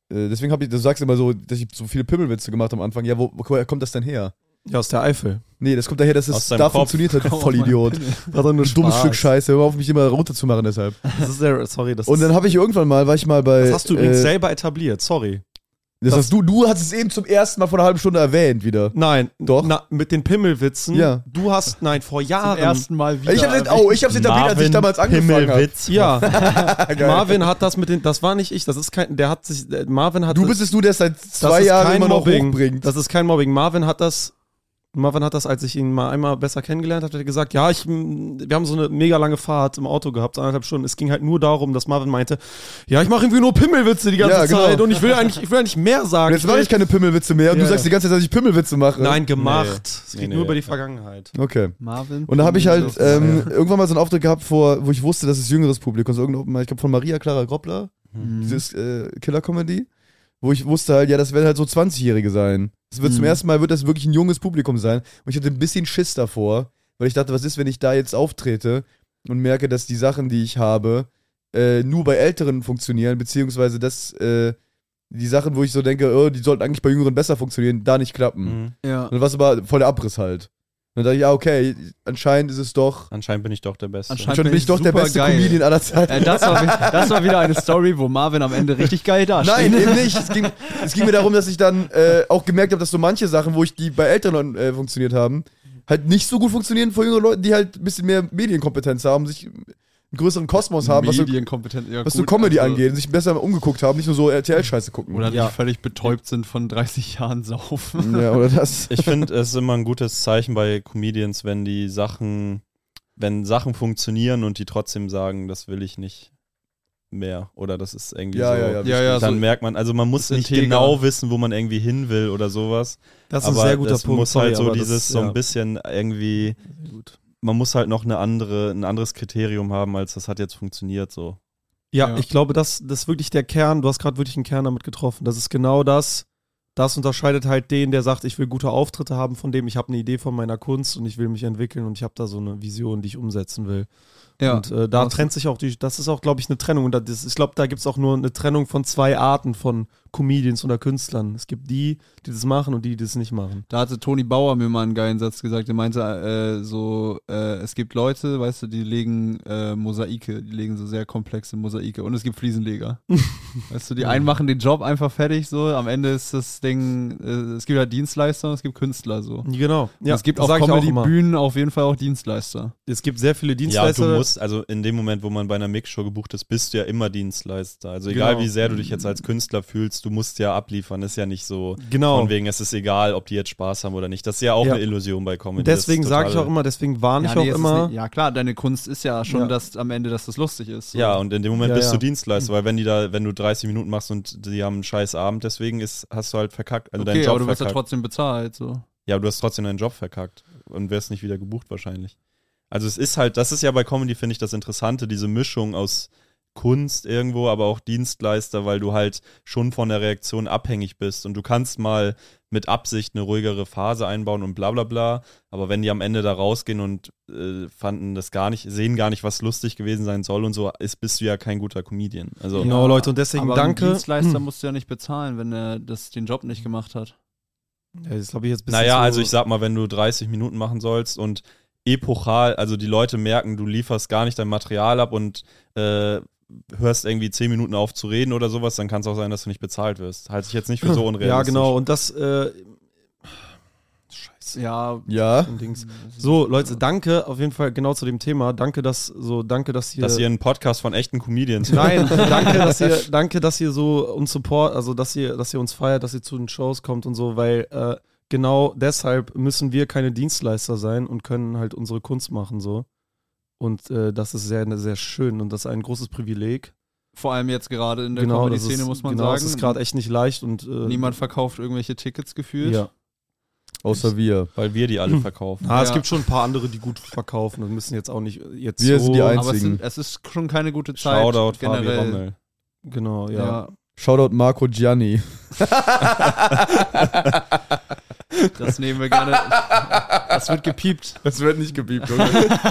äh, deswegen habe ich, du sagst immer so, dass ich so viele Pimmelwitze gemacht am Anfang. Ja, wo, wo kommt das denn her?
Ja, aus der Eifel.
Nee, das kommt daher, dass es
Aus deinem
da
Kopf.
funktioniert
Oh
hat,
Komm auf
Vollidiot.
meine
War doch nur ein dummes
Spaß.
Stück Scheiße, hör auf mich immer runterzumachen deshalb.
Das ist der, sorry, das
Und dann
ist,
habe ich irgendwann mal, war ich mal bei.
Das hast du übrigens
äh,
selber etabliert, sorry.
Das hast du, du hast es eben zum ersten Mal vor einer halben Stunde erwähnt wieder.
Nein,
Doch.
Na, mit den Pimmelwitzen.
Ja.
Du hast, nein, vor
Zum
Jahren.
ersten Mal wieder.
Ich habe oh, ich hab's etabliert, als ich
Marvin
damals angefangen habe.
Himmelwitz.
ja,
Geil.
Marvin hat das mit den, das war nicht ich, das ist kein, der hat sich, äh, Marvin hat
Du bist es nur, der es seit
das
zwei
ist
Jahren
kein
immer noch
Mobbing.
hochbringt.
Das ist kein Mobbing. Marvin hat das. Marvin hat das, als ich ihn mal einmal besser kennengelernt habe, hat er gesagt, ja, ich, mm, wir haben so eine mega lange Fahrt im Auto gehabt, anderthalb Stunden. Es ging halt nur darum, dass Marvin meinte, ja, ich mache irgendwie nur Pimmelwitze die ganze
Ja, genau.
Zeit und ich will eigentlich, ich will eigentlich mehr sagen.
Jetzt mache ich keine Pimmelwitze mehr und
Ja,
du sagst
ja.
die ganze Zeit, dass ich Pimmelwitze mache.
Nein, gemacht. Es geht
Nee, nee,
nur über die
ja.
Vergangenheit.
Okay.
Marvin.
Und da habe ich halt
Pimmelwitz.
ähm, irgendwann mal so einen Auftritt gehabt, vor, wo ich wusste, dass es jüngeres Publikum ist. Irgendein Open Mic, ich glaube von Maria Clara Groppler,
hm. Mhm.
dieses äh, Killer-Comedy, wo ich wusste halt, ja, das werden halt so 20-Jährige sein. Das wird zum
Mhm.
ersten Mal wird das wirklich ein junges Publikum sein. Und ich hatte ein bisschen Schiss davor, weil ich dachte, was ist, wenn ich da jetzt auftrete und merke, dass die Sachen, die ich habe, äh, nur bei Älteren funktionieren, beziehungsweise dass äh, die Sachen, wo ich so denke, oh, die sollten eigentlich bei Jüngeren besser funktionieren, da nicht klappen.
Genau.
Mhm.
Ja.
Und dann war es aber voll der Abriss halt. Und dann dachte ich, ja, okay, anscheinend ist es doch.
Anscheinend bin ich doch der Beste.
Anscheinend-
Anscheinend bin ich doch der
Super
beste
geil.
Comedian aller Zeiten.
Äh, das, war, wi- das war wieder eine Story, wo Marvin am Ende richtig geil dasteht.
Nein, eben nicht. Es ging, es ging mir darum, dass ich dann äh, auch gemerkt habe, dass so manche Sachen, wo ich die bei Älteren äh, funktioniert haben, halt nicht so gut funktionieren vor jüngeren Leuten, die halt ein bisschen mehr Medienkompetenz haben, sich einen größeren Kosmos haben, was so,
Medienkompetent. Ja,
was so
gut,
Comedy
also-
angeht, sich besser umgeguckt haben, nicht nur so RTL-Scheiße gucken.
Oder
Ja.
nicht völlig betäubt sind von 30 Jahren Saufen.
ja, oder das.
Ich finde, es ist immer ein gutes Zeichen bei Comedians, wenn die Sachen, wenn Sachen funktionieren und die trotzdem sagen, das will ich nicht mehr. Oder das ist irgendwie
Ja,
so.
ja, ja.
ja,
dann merkt man, also man muss
ist
nicht
integer.
genau wissen, wo man irgendwie hin will oder sowas.
Das
aber das muss halt so
aber das-
dieses, so
ja.
ein bisschen irgendwie, man muss halt noch eine andere, ein anderes Kriterium haben, als das hat jetzt funktioniert so.
Ja,
Ja.
ich glaube, das, das ist wirklich der Kern. Du hast gerade wirklich einen Kern damit getroffen. Das ist genau das. Das unterscheidet halt den, der sagt, ich will gute Auftritte haben, von dem ich habe eine Idee von meiner Kunst und ich will mich entwickeln und ich habe da so eine Vision, die ich umsetzen will.
Ja.
Und äh, da
Absolut.
trennt sich auch die, das ist auch, glaube ich, eine Trennung. Und das, ich glaube, da gibt es auch nur eine Trennung von zwei Arten von Comedians oder Künstlern. Es gibt die, die das machen und die, die das nicht machen.
Da hatte Toni Bauer mir mal einen geilen Satz gesagt. Er meinte äh, so, äh, es gibt Leute, weißt du, die legen äh, Mosaike, die legen so sehr komplexe Mosaike und es gibt Fliesenleger. weißt du, die einen machen den Job einfach fertig so. Am Ende ist das Ding, äh, es gibt halt Dienstleister und es gibt Künstler so.
Genau. Ja,
es gibt
das
auch
sag ich immer.
Comedy-Bühnen auf jeden Fall auch Dienstleister.
Es gibt sehr viele
Ja,
Dienstleister.
du musst, also in dem Moment, wo man bei einer Mixshow gebucht ist, bist du ja immer Dienstleister. Also egal
Genau.
wie sehr du dich jetzt als Künstler fühlst, du musst ja abliefern. Ist ja nicht so
genau.
von wegen, es ist egal, ob die jetzt Spaß haben oder nicht. Das ist ja auch
Ja.
eine Illusion bei Comedy. Das
Deswegen
ist
sage ich
totale-
auch immer, deswegen warne ich
nee, es
auch
ist
immer.
nicht- ja klar, deine Kunst ist ja schon
Ja.
das am Ende, dass das lustig ist. so.
Ja, und in dem Moment
Ja,
bist
ja.
du Dienstleister, weil wenn die da, wenn du 30 Minuten machst und die haben einen scheiß Abend, deswegen ist, hast du halt verkackt. Also deinen
okay,
Job
aber du wirst ja
verkackt.
trotzdem bezahlt so.
Ja, aber du hast trotzdem deinen Job verkackt und wärst nicht wieder gebucht wahrscheinlich. Also es ist halt, das ist ja bei Comedy, finde ich, das Interessante, diese Mischung aus Kunst irgendwo, aber auch Dienstleister, weil du halt schon von der Reaktion abhängig bist und du kannst mal mit Absicht eine ruhigere Phase einbauen und bla bla bla, aber wenn die am Ende da rausgehen und äh, fanden das gar nicht, sehen gar nicht, was lustig gewesen sein soll und so, ist, bist du ja kein guter Comedian. Also
Genau, Leute, und deswegen
aber
danke.
Einen Dienstleister musst du ja nicht bezahlen, wenn er das, den Job nicht gemacht hat.
Ja, das glaube ich jetzt ein bisschen
Naja,
zu-
also ich sag mal, wenn du 30 Minuten machen sollst und epochal, also die Leute merken, du lieferst gar nicht dein Material ab und äh, hörst irgendwie 10 Minuten auf zu reden oder sowas, dann kann es auch sein,
genau.
genau.
dass du nicht bezahlt wirst. Halte ich jetzt nicht für so unrealistisch.
Ja, genau, und das äh, Scheiße. rechts.
Ja,
Ja.
Und Dings. So, Leute, danke auf jeden Fall genau zu dem Thema. Danke, dass so, danke, dass ihr.
Dass ihr einen Podcast von echten Comedians
Nein, danke, dass ihr, danke, dass ihr so uns support, also dass ihr, dass ihr uns feiert, dass ihr zu den Shows kommt und so, weil äh, genau deshalb müssen wir keine Dienstleister sein und können halt unsere Kunst machen so. Und äh, das ist sehr, sehr schön und das ist ein großes Privileg.
vor allem jetzt gerade in der
das
Comedy-Szene,
ist-
muss man
genau,
sagen.
das ist gerade echt nicht leicht und äh,
Niemand verkauft irgendwelche Tickets gefühlt.
Ja.
Außer wir.
weil wir die alle verkaufen.
Ah, Es
Ja.
gibt schon ein paar andere, die gut verkaufen und müssen jetzt auch nicht jetzt
Wir
so.
sind die Einzigen.
Aber es, sind, es ist schon keine gute Zeit.
Shoutout Fabi
generell.
Rommel.
Genau, ja.
Ja,
Shoutout Marco Gianni.
das nehmen wir gerne. Das wird gepiept.
Das wird nicht gebiebt,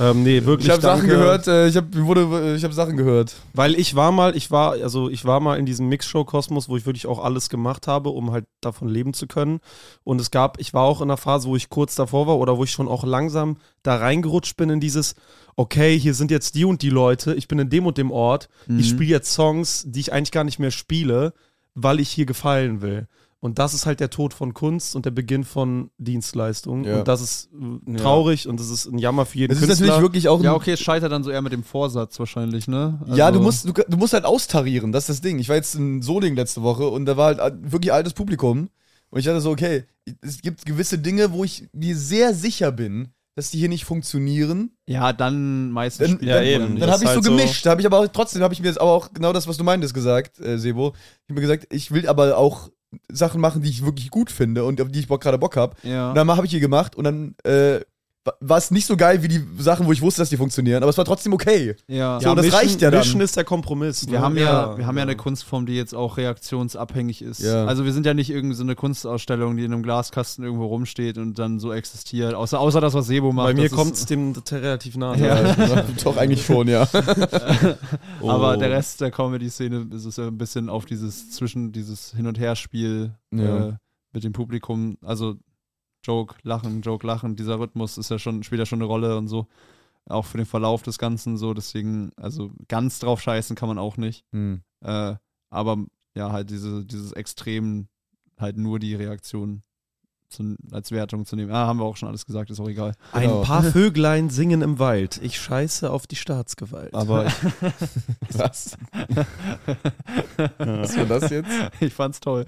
Ähm, nee, wirklich.
Ich habe Sachen
danke.
gehört, äh, ich habe wurde, ich hab Sachen gehört.
Weil ich war mal, ich war, also ich war mal in diesem Mixshow-Kosmos, wo ich wirklich auch alles gemacht habe, um halt davon leben zu können. Und es gab, ich war auch in einer Phase, wo ich kurz davor war oder wo ich schon auch langsam da reingerutscht bin in dieses, okay, hier sind jetzt die und die Leute, ich bin in dem und dem Ort,
Mhm.
ich spiele jetzt Songs, die ich eigentlich gar nicht mehr spiele, weil ich hier gefallen will. Und das ist halt der Tod von Kunst und der Beginn von Dienstleistungen.
Ja.
Und das ist äh, traurig und das ist ein Jammer für jeden
Es ist
Künstler.
natürlich wirklich auch ein
Ja, okay, es scheitert dann so eher mit dem Vorsatz wahrscheinlich, ne?
ja,
Also-
du musst, du, du musst halt austarieren, das ist das Ding. Ich war jetzt in Soling letzte Woche und da war halt äh, wirklich altes Publikum. Und ich dachte so, okay, es gibt gewisse Dinge, wo ich mir sehr sicher bin, dass die hier nicht funktionieren.
Ja, dann meistens.
Dann,
spielt
Ja,
dann,
man
eben.
nicht.
dann
Das
habe ich
ist halt
so
so-
gemischt. Habe ich aber auch, trotzdem habe ich mir jetzt aber auch genau das, was du meintest, gesagt, äh, Sebo. Ich habe mir gesagt, ich will aber auch Sachen machen, die ich wirklich gut finde und auf die ich Bock, gerade Bock habe.
Ja.
Und dann habe ich hier gemacht und dann äh, wa- war es nicht so geil wie die Sachen, wo ich wusste, dass die funktionieren, aber es war trotzdem okay.
ja.
So, das reicht ja dann.
Mischen ist der Kompromiss.
Wir
ne?
haben ja, wir haben ja eine Kunstform, die jetzt auch reaktionsabhängig ist.
Ja.
Also wir sind ja nicht irgendwie so eine Kunstausstellung, die in einem Glaskasten irgendwo rumsteht und dann so existiert. Außer, außer das, was Sebo macht.
Bei mir
das
kommt
ist-
es dem t- relativ
Also,
nah.
Ja.
Doch, eigentlich schon, ja.
Aber
oh.
der Rest der Comedy-Szene ist es ja ein bisschen auf dieses zwischen dieses Hin- und Herspiel
Ja.
äh, mit dem Publikum. Also Joke, Lachen, Joke, Lachen. Dieser Rhythmus ist ja schon, spielt ja schon eine Rolle und so. Auch für den Verlauf des Ganzen so. Deswegen, also ganz drauf scheißen kann man auch nicht.
Hm.
Äh, aber ja, halt diese, dieses Extrem, halt nur die Reaktion zu, als Wertung zu nehmen. Ah, haben wir auch schon alles gesagt, ist auch egal.
Genau.
Ein paar Vöglein singen im Wald. Ich scheiße auf die Staatsgewalt.
Aber was? Was war das jetzt?
ich fand's toll.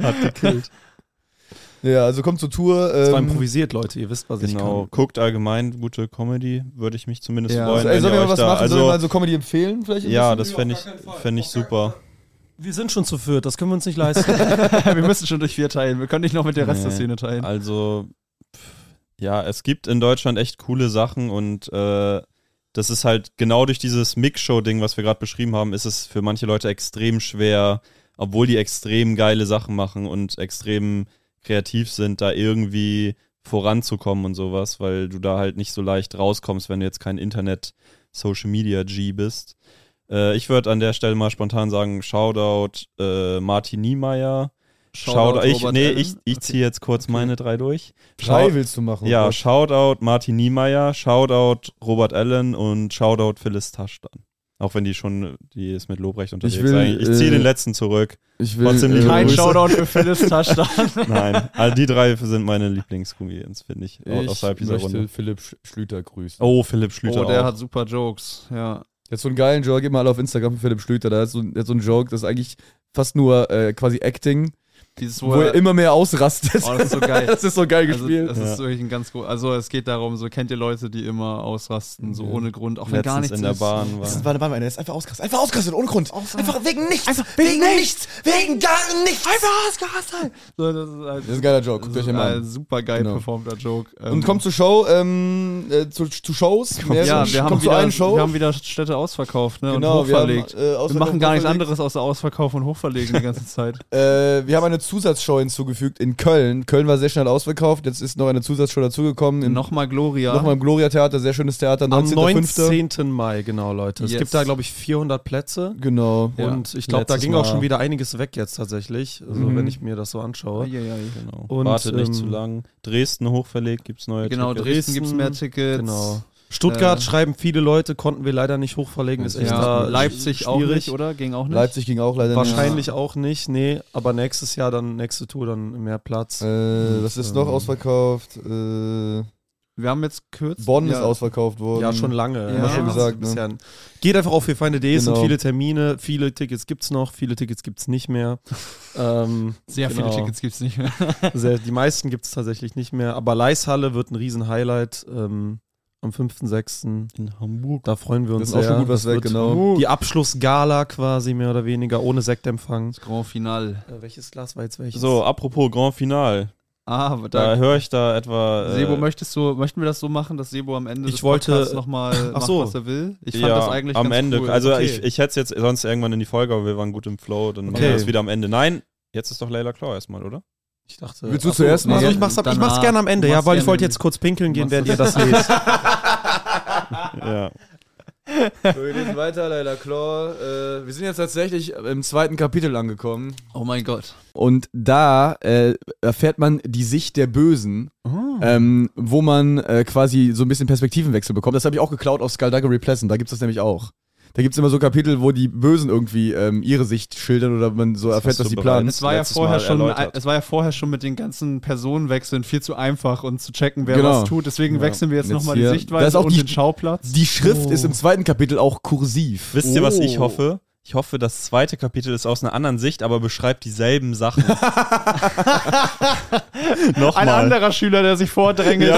Ja, also kommt zur Tour.
das war
Ähm,
improvisiert, Leute. Ihr wisst, was
Genau,
ich
guckt allgemein gute Comedy, würde ich mich zumindest
Ja.
freuen.
also, ey,
wenn
sollen
ihr
wir
euch
mal was
da,
machen? sollen wir mal
also,
so Comedy empfehlen? Vielleicht ein
ja,
bisschen?
das fände ich, fänd ich super.
kann. Wir sind schon zu viert. Das können wir uns nicht leisten.
wir müssen schon durch vier teilen. Wir können nicht noch mit der Rest der
Nee.
Szene teilen.
Also, pff, ja, es gibt in Deutschland echt coole Sachen und äh, das ist halt genau durch dieses Mixshow-Ding, was wir gerade beschrieben haben, ist es für manche Leute extrem schwer, obwohl die extrem geile Sachen machen und extrem kreativ sind, da irgendwie voranzukommen und sowas, weil du da halt nicht so leicht rauskommst, wenn du jetzt kein Internet-Social-Media-G bist. Äh, ich würde an der Stelle mal spontan sagen, Shoutout äh, Martin Niemeyer. Shoutout, ich,
Robert
nee,
Allen.
ich, ich ziehe jetzt kurz meine drei durch.
Drei willst du machen?
ja,
oder?
Shoutout Martin Niemeyer, Shoutout Robert Allen und Shoutout Phyllis Taschdan. Auch wenn die schon, die ist mit Lobrecht unterwegs.
will,
eigentlich. ich ziehe
äh,
den letzten zurück.
ich will.
trotzdem die
Kein
Grüße.
Shoutout für Phyllis Taschdan.
Nein, also die drei sind meine Lieblingscomedians, finde ich, au-
Ich
Oh, außerhalb dieser
möchte
Runde.
Philipp Sch- Schlüter grüßen.
Oh, Philipp Schlüter
Oh, der
auch.
hat super Jokes. Ja.
Der hat so einen geilen Joke, geht mal alle auf Instagram von Philipp Schlüter. Da hat so, der hat so einen Joke, das ist eigentlich fast nur äh, quasi Acting,
Dieses,
wo er immer mehr ausrastet.
Oh, das ist so geil.
das ist so geil
also,
gespielt.
das
Ja.
ist wirklich ein ganz gut. Also es geht darum, so kennt ihr Leute, die immer ausrasten, so
Ja.
ohne Grund, auch wenn gar nichts
letztens in der
ist.
Bahn war.
warte, warte, warte, der ist einfach ausgerastet. Einfach ausgerastet, ohne Grund. Einfach wegen nichts. wegen nichts. Wegen gar nichts. Einfach ausgerastet.
So, das ist halt,
Das ist ein geiler Joke.
das
Guckt
ist
euch den mal an.
ein super geil
Genau.
performter Joke. Also, Ähm,
Und kommt zur Show, ähm, äh, zu, zu Shows. Mehr
ja,
so-
wir haben,
kommt zu
wieder,
einer Show.
wir haben wieder Städte ausverkauft ne,
genau,
und hochverlegt.
Wir, haben, äh,
Wir,
Ausverkauf
machen gar nichts
hochverlegt.
anderes außer Ausverkauf und Hochverlegen die ganze Zeit.
Äh, wir haben eine Zusatzshow hinzugefügt in Köln. Köln war sehr schnell ausverkauft. Jetzt ist noch eine Zusatzshow dazugekommen. Im,
Nochmal Gloria.
Nochmal im Gloria Theater, sehr schönes Theater.
Am
19.05.
19. Mai, genau, Leute. Es
Yes.
gibt da, glaube ich, 400 Plätze.
Genau.
Ja.
Und ich glaube, da
Letztes
ging auch
Mal.
schon wieder einiges weg jetzt tatsächlich. Also,
Mhm.
wenn ich mir das so
Ah,
anschaue.
Eieiei.
Genau.
Und,
Wartet nicht
ähm,
zu lang. Dresden hochverlegt, gibt's neue
Genau,
Tickets.
Dresden gibt es mehr Tickets.
Genau. Stuttgart
Äh,
schreiben viele Leute, konnten wir leider nicht hochverlegen. Ist echt
Ja,
da
Leipzig auch nicht, oder? Ging auch nicht.
Leipzig ging auch leider
Wahrscheinlich auch nicht, nee, aber nächstes Jahr dann, nächste Tour, dann mehr Platz.
nicht. Äh, was ist noch ausverkauft? Äh,
Wir haben jetzt kürzlich.
Bonn
ja,
ist ausverkauft worden.
ja, schon lange.
Ja.
haben wir schon
Ja.
gesagt,
Gesagt, ne?
bisher. Geht einfach auf vierfeinde.de, es sind
Genau.
viele Termine, viele Tickets gibt's noch, viele Tickets gibt's nicht mehr. ähm,
Sehr
Genau.
viele Tickets gibt es nicht mehr.
sehr, die meisten gibt's tatsächlich nicht mehr, aber Leishalle wird ein riesen Highlight ähm, am 5.6.
In Hamburg.
Da freuen wir uns
Das ist auch
sehr.
schon gut was
Das wird
weg, genau.
Die Abschlussgala quasi mehr oder weniger, ohne Sektempfang.
Das Grand Final.
Äh, welches Glas war jetzt welches?
So, apropos Grand Final.
Ah, aber
Da
da.
höre ich da etwa. äh,
Sebo, möchtest du, möchten wir das so machen, dass Sebo am Ende
Ich
des
wollte-
Podcasts nochmal
Ach
macht,
so.
was er will? Ich
ja, am
ganz
Ende.
cool.
Also
Okay.
ich, ich hätte es jetzt sonst irgendwann in die Folge, aber wir waren gut im Flow, dann machen wir
Okay.
das wieder am Ende. Nein, jetzt ist doch Layla Claw erstmal, oder?
Ich dachte.
Willst du zuerst
nee.
machen?
Also ich mach's, ab- ich mach's
Danach.
gerne am Ende,
Du
ja,
machst
weil ich
gerne
wollte
mit.
jetzt kurz pinkeln
Du
gehen, während ihr das
machst
lest.
Ja.
Wir lesen weiter, Leila Claw. Äh, wir sind jetzt tatsächlich im zweiten Kapitel angekommen.
Oh mein Gott.
Und da äh, erfährt man die Sicht der Bösen,
Ah.
ähm, wo man äh, quasi so ein bisschen Perspektivenwechsel bekommt. Das habe ich auch geklaut aus Skullduggery Pleasant, da gibt es das nämlich auch. Da gibt es immer so Kapitel, wo die Bösen irgendwie ähm, ihre Sicht schildern oder man so erfährt,
hast
was
du
die
bereits
planen.
Das
Es war, ja
letztes
vorher
Mal
schon,
erläutert.
es war ja vorher schon mit den ganzen Personenwechseln viel zu einfach und zu checken, wer
Genau.
was tut. Deswegen
Ja.
wechseln wir jetzt,
Jetzt
nochmal die
hier.
Sichtweise
Das ist auch
und
die-
den Schauplatz.
Die Schrift ist im zweiten Kapitel auch kursiv.
Wisst ihr, was ich
Oh.
hoffe? Ich hoffe, das zweite Kapitel ist aus einer anderen Sicht, aber beschreibt dieselben Sachen.
Ein
Nochmal.
anderer Schüler, der sich vordrängelt.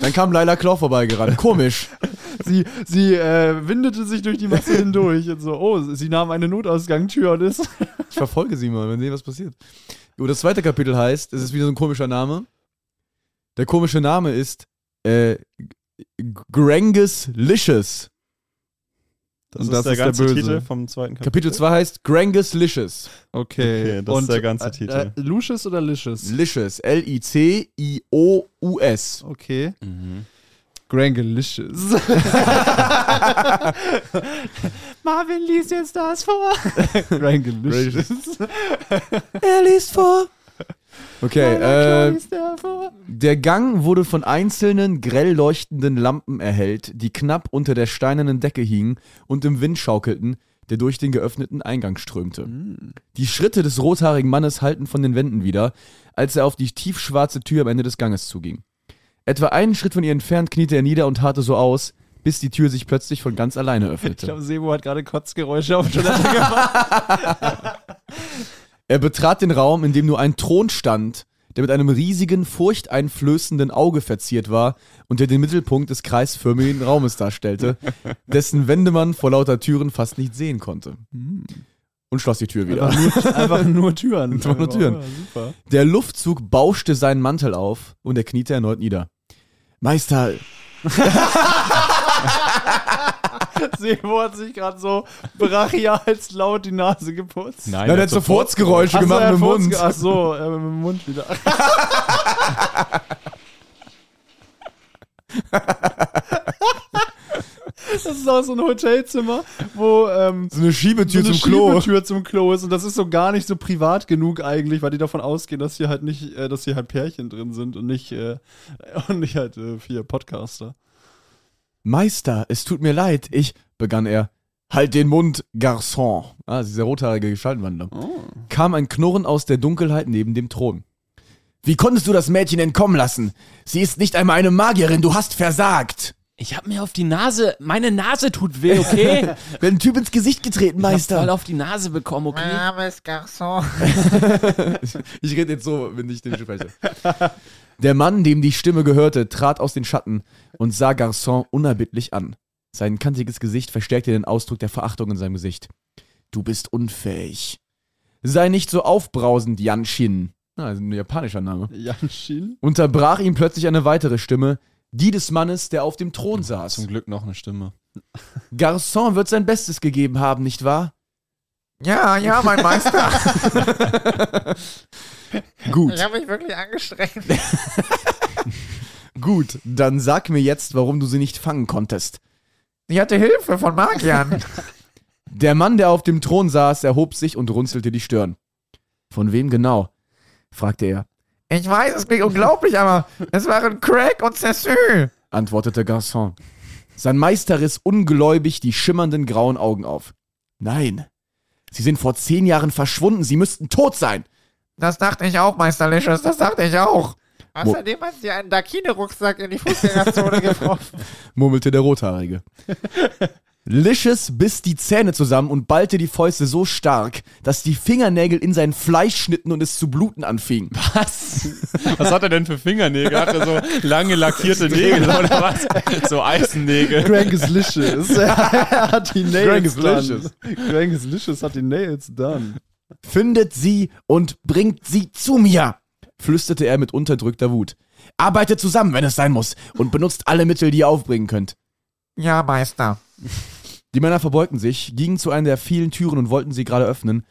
Dann kam Leila Claw vorbeigerannt. Komisch.
Sie, sie äh, windete sich durch die Masse hindurch und so, oh, sie nahm eine Notausgangstür und ist.
Ich verfolge sie mal, wir sehen, was passiert. Jo, das zweite Kapitel heißt, es ist wieder so ein komischer Name. Der komische Name ist äh, Grangus Licious.
Das
Und
ist
das
der
ist der
ganze
Böse.
Titel vom zweiten Kapitel.
Kapitel 2 heißt Grangus Licious.
Okay, das ist der ganze
äh,
Titel.
Lucius oder Licious?
Licious. L-I-C-I-O-U-S.
Okay.
Mhm.
Grangalicious. Marvin liest jetzt das vor. Grangalicious.
Er liest vor. Okay, äh,
liest er vor.
Der Gang wurde von einzelnen grell leuchtenden Lampen erhellt, die knapp unter der steinernen Decke hingen und im Wind schaukelten, der durch den geöffneten Eingang strömte. Die Schritte des rothaarigen Mannes hallten von den Wänden wieder, als er auf die tiefschwarze Tür am Ende des Ganges zuging. Etwa einen Schritt von ihr entfernt kniete er nieder und harrte so aus, bis die Tür sich plötzlich von ganz alleine
Ich
öffnete.
glaube, Sebo hat gerade Kotzgeräusche auf der Toilette gemacht.
Er betrat den Raum, in dem nur ein Thron stand, der mit einem riesigen, furchteinflößenden Auge verziert war und der den Mittelpunkt des kreisförmigen Raumes darstellte, dessen Wände man vor lauter Türen fast nicht sehen konnte.
Hm.
Und schloss die Tür wieder.
Einfach nur Türen.
Einfach nur Türen.
Ja, super.
Der Luftzug bauschte seinen Mantel auf und er kniete erneut nieder. Meister,
Sebo hat sich gerade so brachialst laut die Nase geputzt.
Nein,
Na,
der
der
hat
hat so Furzgeräusche
Ach so,
gemacht
er
mit dem
furzt-
Mund.
Ach so, äh, mit dem Mund wieder. Das ist auch so ein Hotelzimmer, wo ähm,
So eine Schiebetür
so eine
zum Klo.
Schiebetür zum Klo ist und das ist so gar nicht so privat genug eigentlich, weil die davon ausgehen, dass hier halt nicht, äh, dass hier halt Pärchen drin sind und nicht äh, und nicht halt äh, vier Podcaster.
Meister, es tut mir leid, ich, begann er. Halt den Mund, Garçon. Ah, dieser rothaarige Gestaltenwandler. Kam ein Knurren aus der Dunkelheit neben dem Thron. Wie konntest du das Mädchen entkommen lassen? Sie ist nicht einmal eine Magierin, du hast versagt.
Ich hab mir auf die Nase, meine Nase tut weh, okay?
Wir haben einen Typ ins Gesicht getreten,
Voll
Meister.
auf die Nase bekommen, okay?
Armes Garçon.
Ich rede jetzt so, wenn ich den spreche. Der Mann, dem die Stimme gehörte, trat aus den Schatten und sah Garçon unerbittlich an. Sein kantiges Gesicht verstärkte den Ausdruck der Verachtung in seinem Gesicht. Du bist unfähig. Sei nicht so aufbrausend, Janshin. Ah, das ist ein japanischer Name.
Jan Schien?
Unterbrach ihn plötzlich eine weitere Stimme, die des Mannes, der auf dem Thron
Zum
saß.
Glück noch eine Stimme.
Garçon wird sein Bestes gegeben haben, nicht wahr?
Ja, ja, mein Meister.
Gut.
Ich habe mich wirklich angestrengt.
Gut, dann sag mir jetzt, warum du sie nicht fangen konntest.
Ich hatte Hilfe von Magiern.
Der Mann, der auf dem Thron saß, erhob sich und runzelte die Stirn. Von wem genau? fragte er.
Ich weiß, es klingt unglaublich, aber es waren Craig und Cessu.
antwortete Garçon. Sein Meister riss ungläubig die schimmernden grauen Augen auf. Nein, Sie sind vor zehn Jahren verschwunden, Sie müssten tot sein.
Das dachte ich auch, Meisterlicious, das dachte ich auch.
Mo-
Außerdem hat sie einen Dakine-Rucksack in die Fußgängerzone geworfen.
murmelte der Rothaarige. Licious biss die Zähne zusammen und ballte die Fäuste so stark, dass die Fingernägel in sein Fleisch schnitten und es zu bluten anfing.
Was hat er denn für Fingernägel? Hat er so lange lackierte Nägel oder was? So Eisennägel.
Crank is licious. er hat die
Crank is
Nails done.
licious.
Crank is licious hat die Nails done.
Findet sie und bringt sie zu mir, flüsterte er mit unterdrückter Wut. Arbeitet zusammen, wenn es sein muss, und benutzt alle Mittel, die ihr aufbringen könnt.
ja, Meister.
Die Männer verbeugten sich, gingen zu einer der vielen Türen und wollten sie gerade öffnen,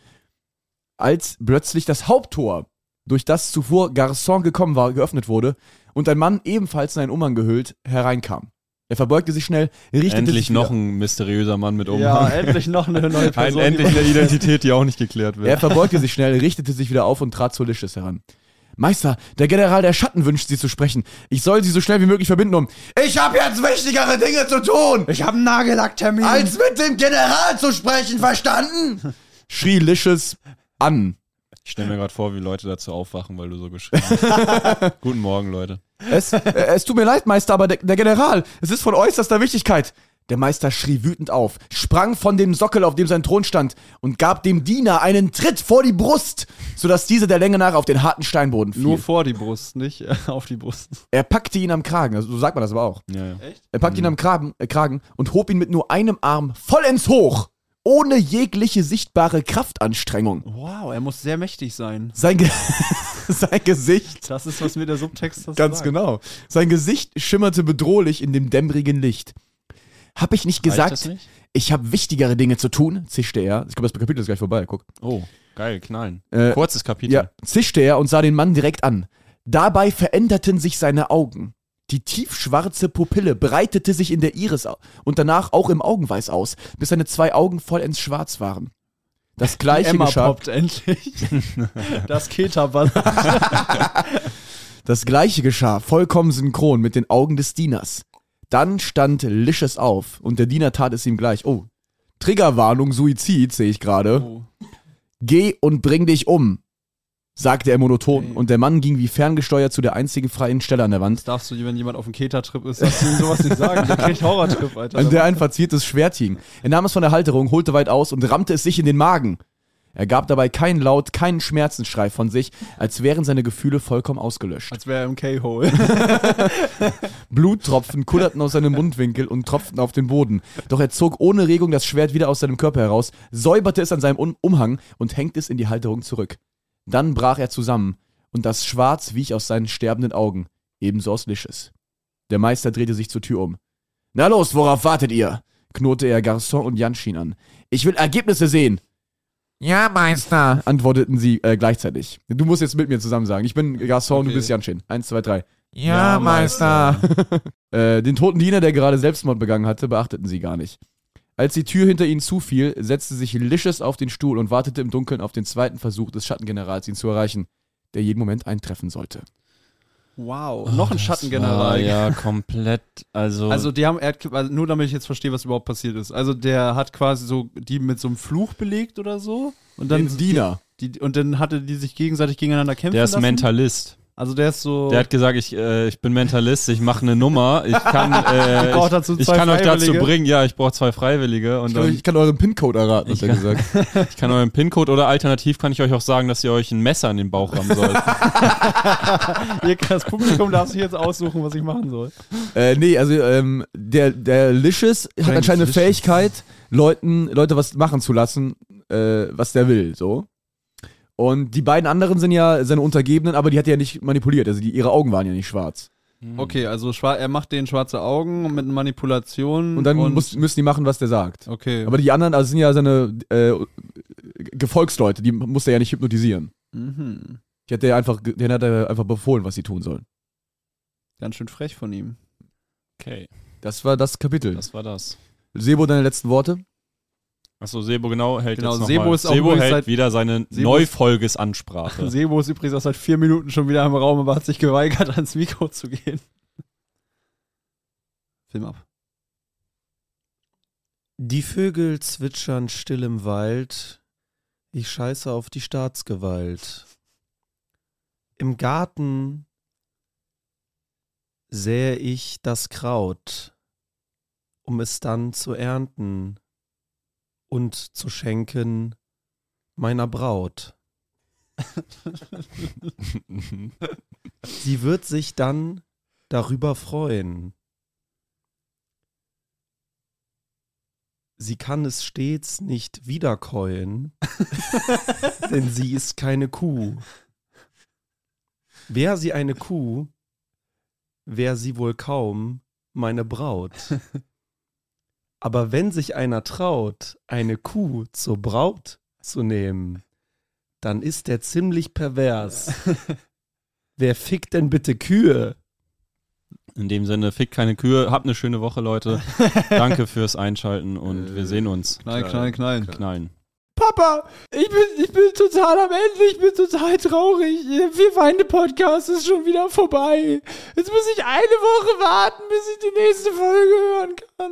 als plötzlich das Haupttor, durch das zuvor Garçon gekommen war, geöffnet wurde und ein Mann, ebenfalls in einen Umhang gehüllt, hereinkam. Er verbeugte sich schnell, richtete
Endlich
sich wieder-
noch ein mysteriöser Mann mit
Ja,
Umhang.
endlich noch eine neue
ein,
Person.
endlich eine Identität, die auch nicht geklärt
Er
wird.
verbeugte sich schnell, richtete sich wieder auf und trat zu Licious heran. Meister, der General der Schatten wünscht, Sie zu sprechen. Ich soll Sie so schnell wie möglich verbinden, um... Ich habe jetzt wichtigere Dinge zu tun!
ich habe einen Nagellacktermin.
als mit dem General zu sprechen, verstanden? schrie Licious an.
Ich stelle mir gerade vor, wie Leute dazu aufwachen, weil du so geschrieben hast. Guten Morgen, Leute.
Es, äh, es tut mir leid, Meister, aber der, der General, es ist von äußerster Wichtigkeit. Der Meister schrie wütend auf, sprang von dem Sockel, auf dem sein Thron stand, und gab dem Diener einen Tritt vor die Brust, sodass dieser der Länge nach auf den harten Steinboden fiel.
Nur vor die Brust, nicht äh, auf die Brust.
er packte ihn am Kragen, also so sagt man das aber auch.
Ja, Mhm. ja.
Er packte ihn am Kragen, äh, Kragen und hob ihn mit nur einem Arm vollends hoch, ohne jegliche sichtbare Kraftanstrengung.
Oh.
Wow, er muss sehr mächtig sein.
Sein, Ge sein Gesicht
Das ist, was mir der Subtext das
Ganz
sagt.
genau. Sein Gesicht schimmerte bedrohlich in dem dämmerigen Licht. Hab ich nicht
Reicht das
gesagt,
nicht?
ich habe wichtigere Dinge zu tun, zischte er. Ich glaube, das Kapitel ist gleich vorbei, guck.
Oh, geil, knallen.
Äh,
Kurzes Kapitel.
Ja, zischte er und sah den Mann direkt an. Dabei veränderten sich seine Augen. Die tiefschwarze Pupille breitete sich in der Iris au- und danach auch im Augenweiß aus, bis seine zwei Augen vollends schwarz waren. Das gleiche
Emma
geschah.
poppt endlich. das Ketaball.
Das gleiche geschah, vollkommen synchron mit den Augen des Dieners. Dann stand Licious auf und der Diener tat es ihm gleich. Oh, Triggerwarnung, Suizid sehe ich gerade.
Oh.
Geh und bring dich um, sagte er monoton
Hm.
und der Mann ging wie ferngesteuert zu der einzigen freien Stelle an der Wand,
Das darfst du, wenn jemand auf dem Keta-Trip ist, darfst du ihm sowas nicht sagen. Der kriegt Horror-Trip, Alter.
an Also der ein verziertes Schwert hing. Er nahm es von der Halterung, holte weit aus und rammte es sich in den Magen. Er gab dabei keinen Laut, keinen Schmerzensschrei von sich, als wären seine Gefühle vollkommen ausgelöscht.
Als wäre er im K-Hole.
Bluttropfen kullerten aus seinem Mundwinkel und tropften auf den Boden. Doch er zog ohne Regung das Schwert wieder aus seinem Körper heraus, säuberte es an seinem Un- Umhang und hängte es in die Halterung zurück. Dann brach er zusammen und das Schwarz wich aus seinen sterbenden Augen, ebenso aus Lisches. Der Meister drehte sich zur Tür um. Na los, worauf wartet ihr? knurrte er Garçon und Janschin an. Ich will Ergebnisse sehen,
Ja, Meister.
antworteten sie äh, gleichzeitig. Du musst jetzt mit mir zusammen sagen. Ich bin Garçon, du bist Janschin. Eins, zwei, drei.
Ja,
Ja,
Meister.
Äh, den toten Diener, der gerade Selbstmord begangen hatte, beachteten sie gar nicht. Als die Tür hinter ihnen zufiel, setzte sich Licious auf den Stuhl und wartete im Dunkeln auf den zweiten Versuch des Schattengenerals, ihn zu erreichen, der jeden Moment eintreffen sollte.
Wow. Noch ein
Ah,
Schattengeneral.
ja, komplett. Also,
Also die haben, er hat, also nur damit ich jetzt verstehe, was überhaupt passiert ist. Also der hat quasi so die mit so einem Fluch belegt oder so. Und dann
den Diener.
Die, und dann hatte die sich gegenseitig gegeneinander kämpfen
der ist
lassen.
Mentalist.
Also der ist so.
Der hat gesagt, ich, äh, ich bin Mentalist, ich mache eine Nummer, ich kann, äh,
Ich brauch
ich,
dazu
ich
zwei
kann euch dazu
Freiwillige.
bringen, ja, ich brauche zwei Freiwillige und
Ich, glaub,
dann,
ich kann euren PIN-Code erraten, hat
Ich
er
kann-
gesagt.
ich kann euren PIN-Code oder alternativ kann ich euch auch sagen, dass ihr euch ein Messer in den Bauch rammen sollt.
Ihr- das Publikum darf sich jetzt aussuchen, was ich machen soll.
äh, nee, also ähm, der, der Licious hat anscheinend eine Fähigkeit, Leuten, Leute was machen zu lassen, äh, was der will, so. Und die beiden anderen sind ja seine Untergebenen, aber die hat er ja nicht manipuliert, also die, ihre Augen waren ja nicht schwarz.
Okay, also schwa- er macht denen schwarze Augen mit Manipulationen.
Und dann muss, müssen die machen, was der sagt.
Okay.
Aber die anderen, also sind ja seine äh, Gefolgsleute, die muss er ja nicht hypnotisieren.
mhm.
Die hat er einfach, ge- denen hat er einfach befohlen, was sie tun sollen.
Ganz schön frech von ihm.
Okay,
Das war das
Hm.
Kapitel.
das war das.
Sebo, deine letzten Worte?
Achso, Sebo genau hält
Genau,
jetzt noch
Sebo
mal.
ist auch
Sebo
übrigens
hält
seit-
wieder seine
Sebo-
Neufolgesansprache.
Sebo ist übrigens auch seit vier Minuten schon wieder im Raum, aber hat sich geweigert, ans Mikro zu gehen. Film ab.
Die Vögel zwitschern still im Wald. Ich scheiße auf die Staatsgewalt. Im Garten sähe ich das Kraut, um es dann zu ernten und zu schenken meiner Braut. Sie wird sich dann darüber freuen. Sie kann es stets nicht wiederkäuen, denn sie ist keine Kuh. Wär sie eine Kuh, wär sie wohl kaum meine Braut. Aber wenn sich einer traut, eine Kuh zur Braut zu nehmen, dann ist der ziemlich pervers. Wer fickt denn bitte Kühe?
In dem Sinne, fick keine Kühe, habt eine schöne Woche, Leute. Danke fürs Einschalten und wir sehen uns.
Knall, knall, knall.
Knallen.
Papa, ich bin, ich bin total am Ende, ich bin total traurig. Der Wir Feinde Podcast ist schon wieder vorbei. Jetzt muss ich eine Woche warten, bis ich die nächste Folge hören kann.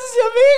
ist ja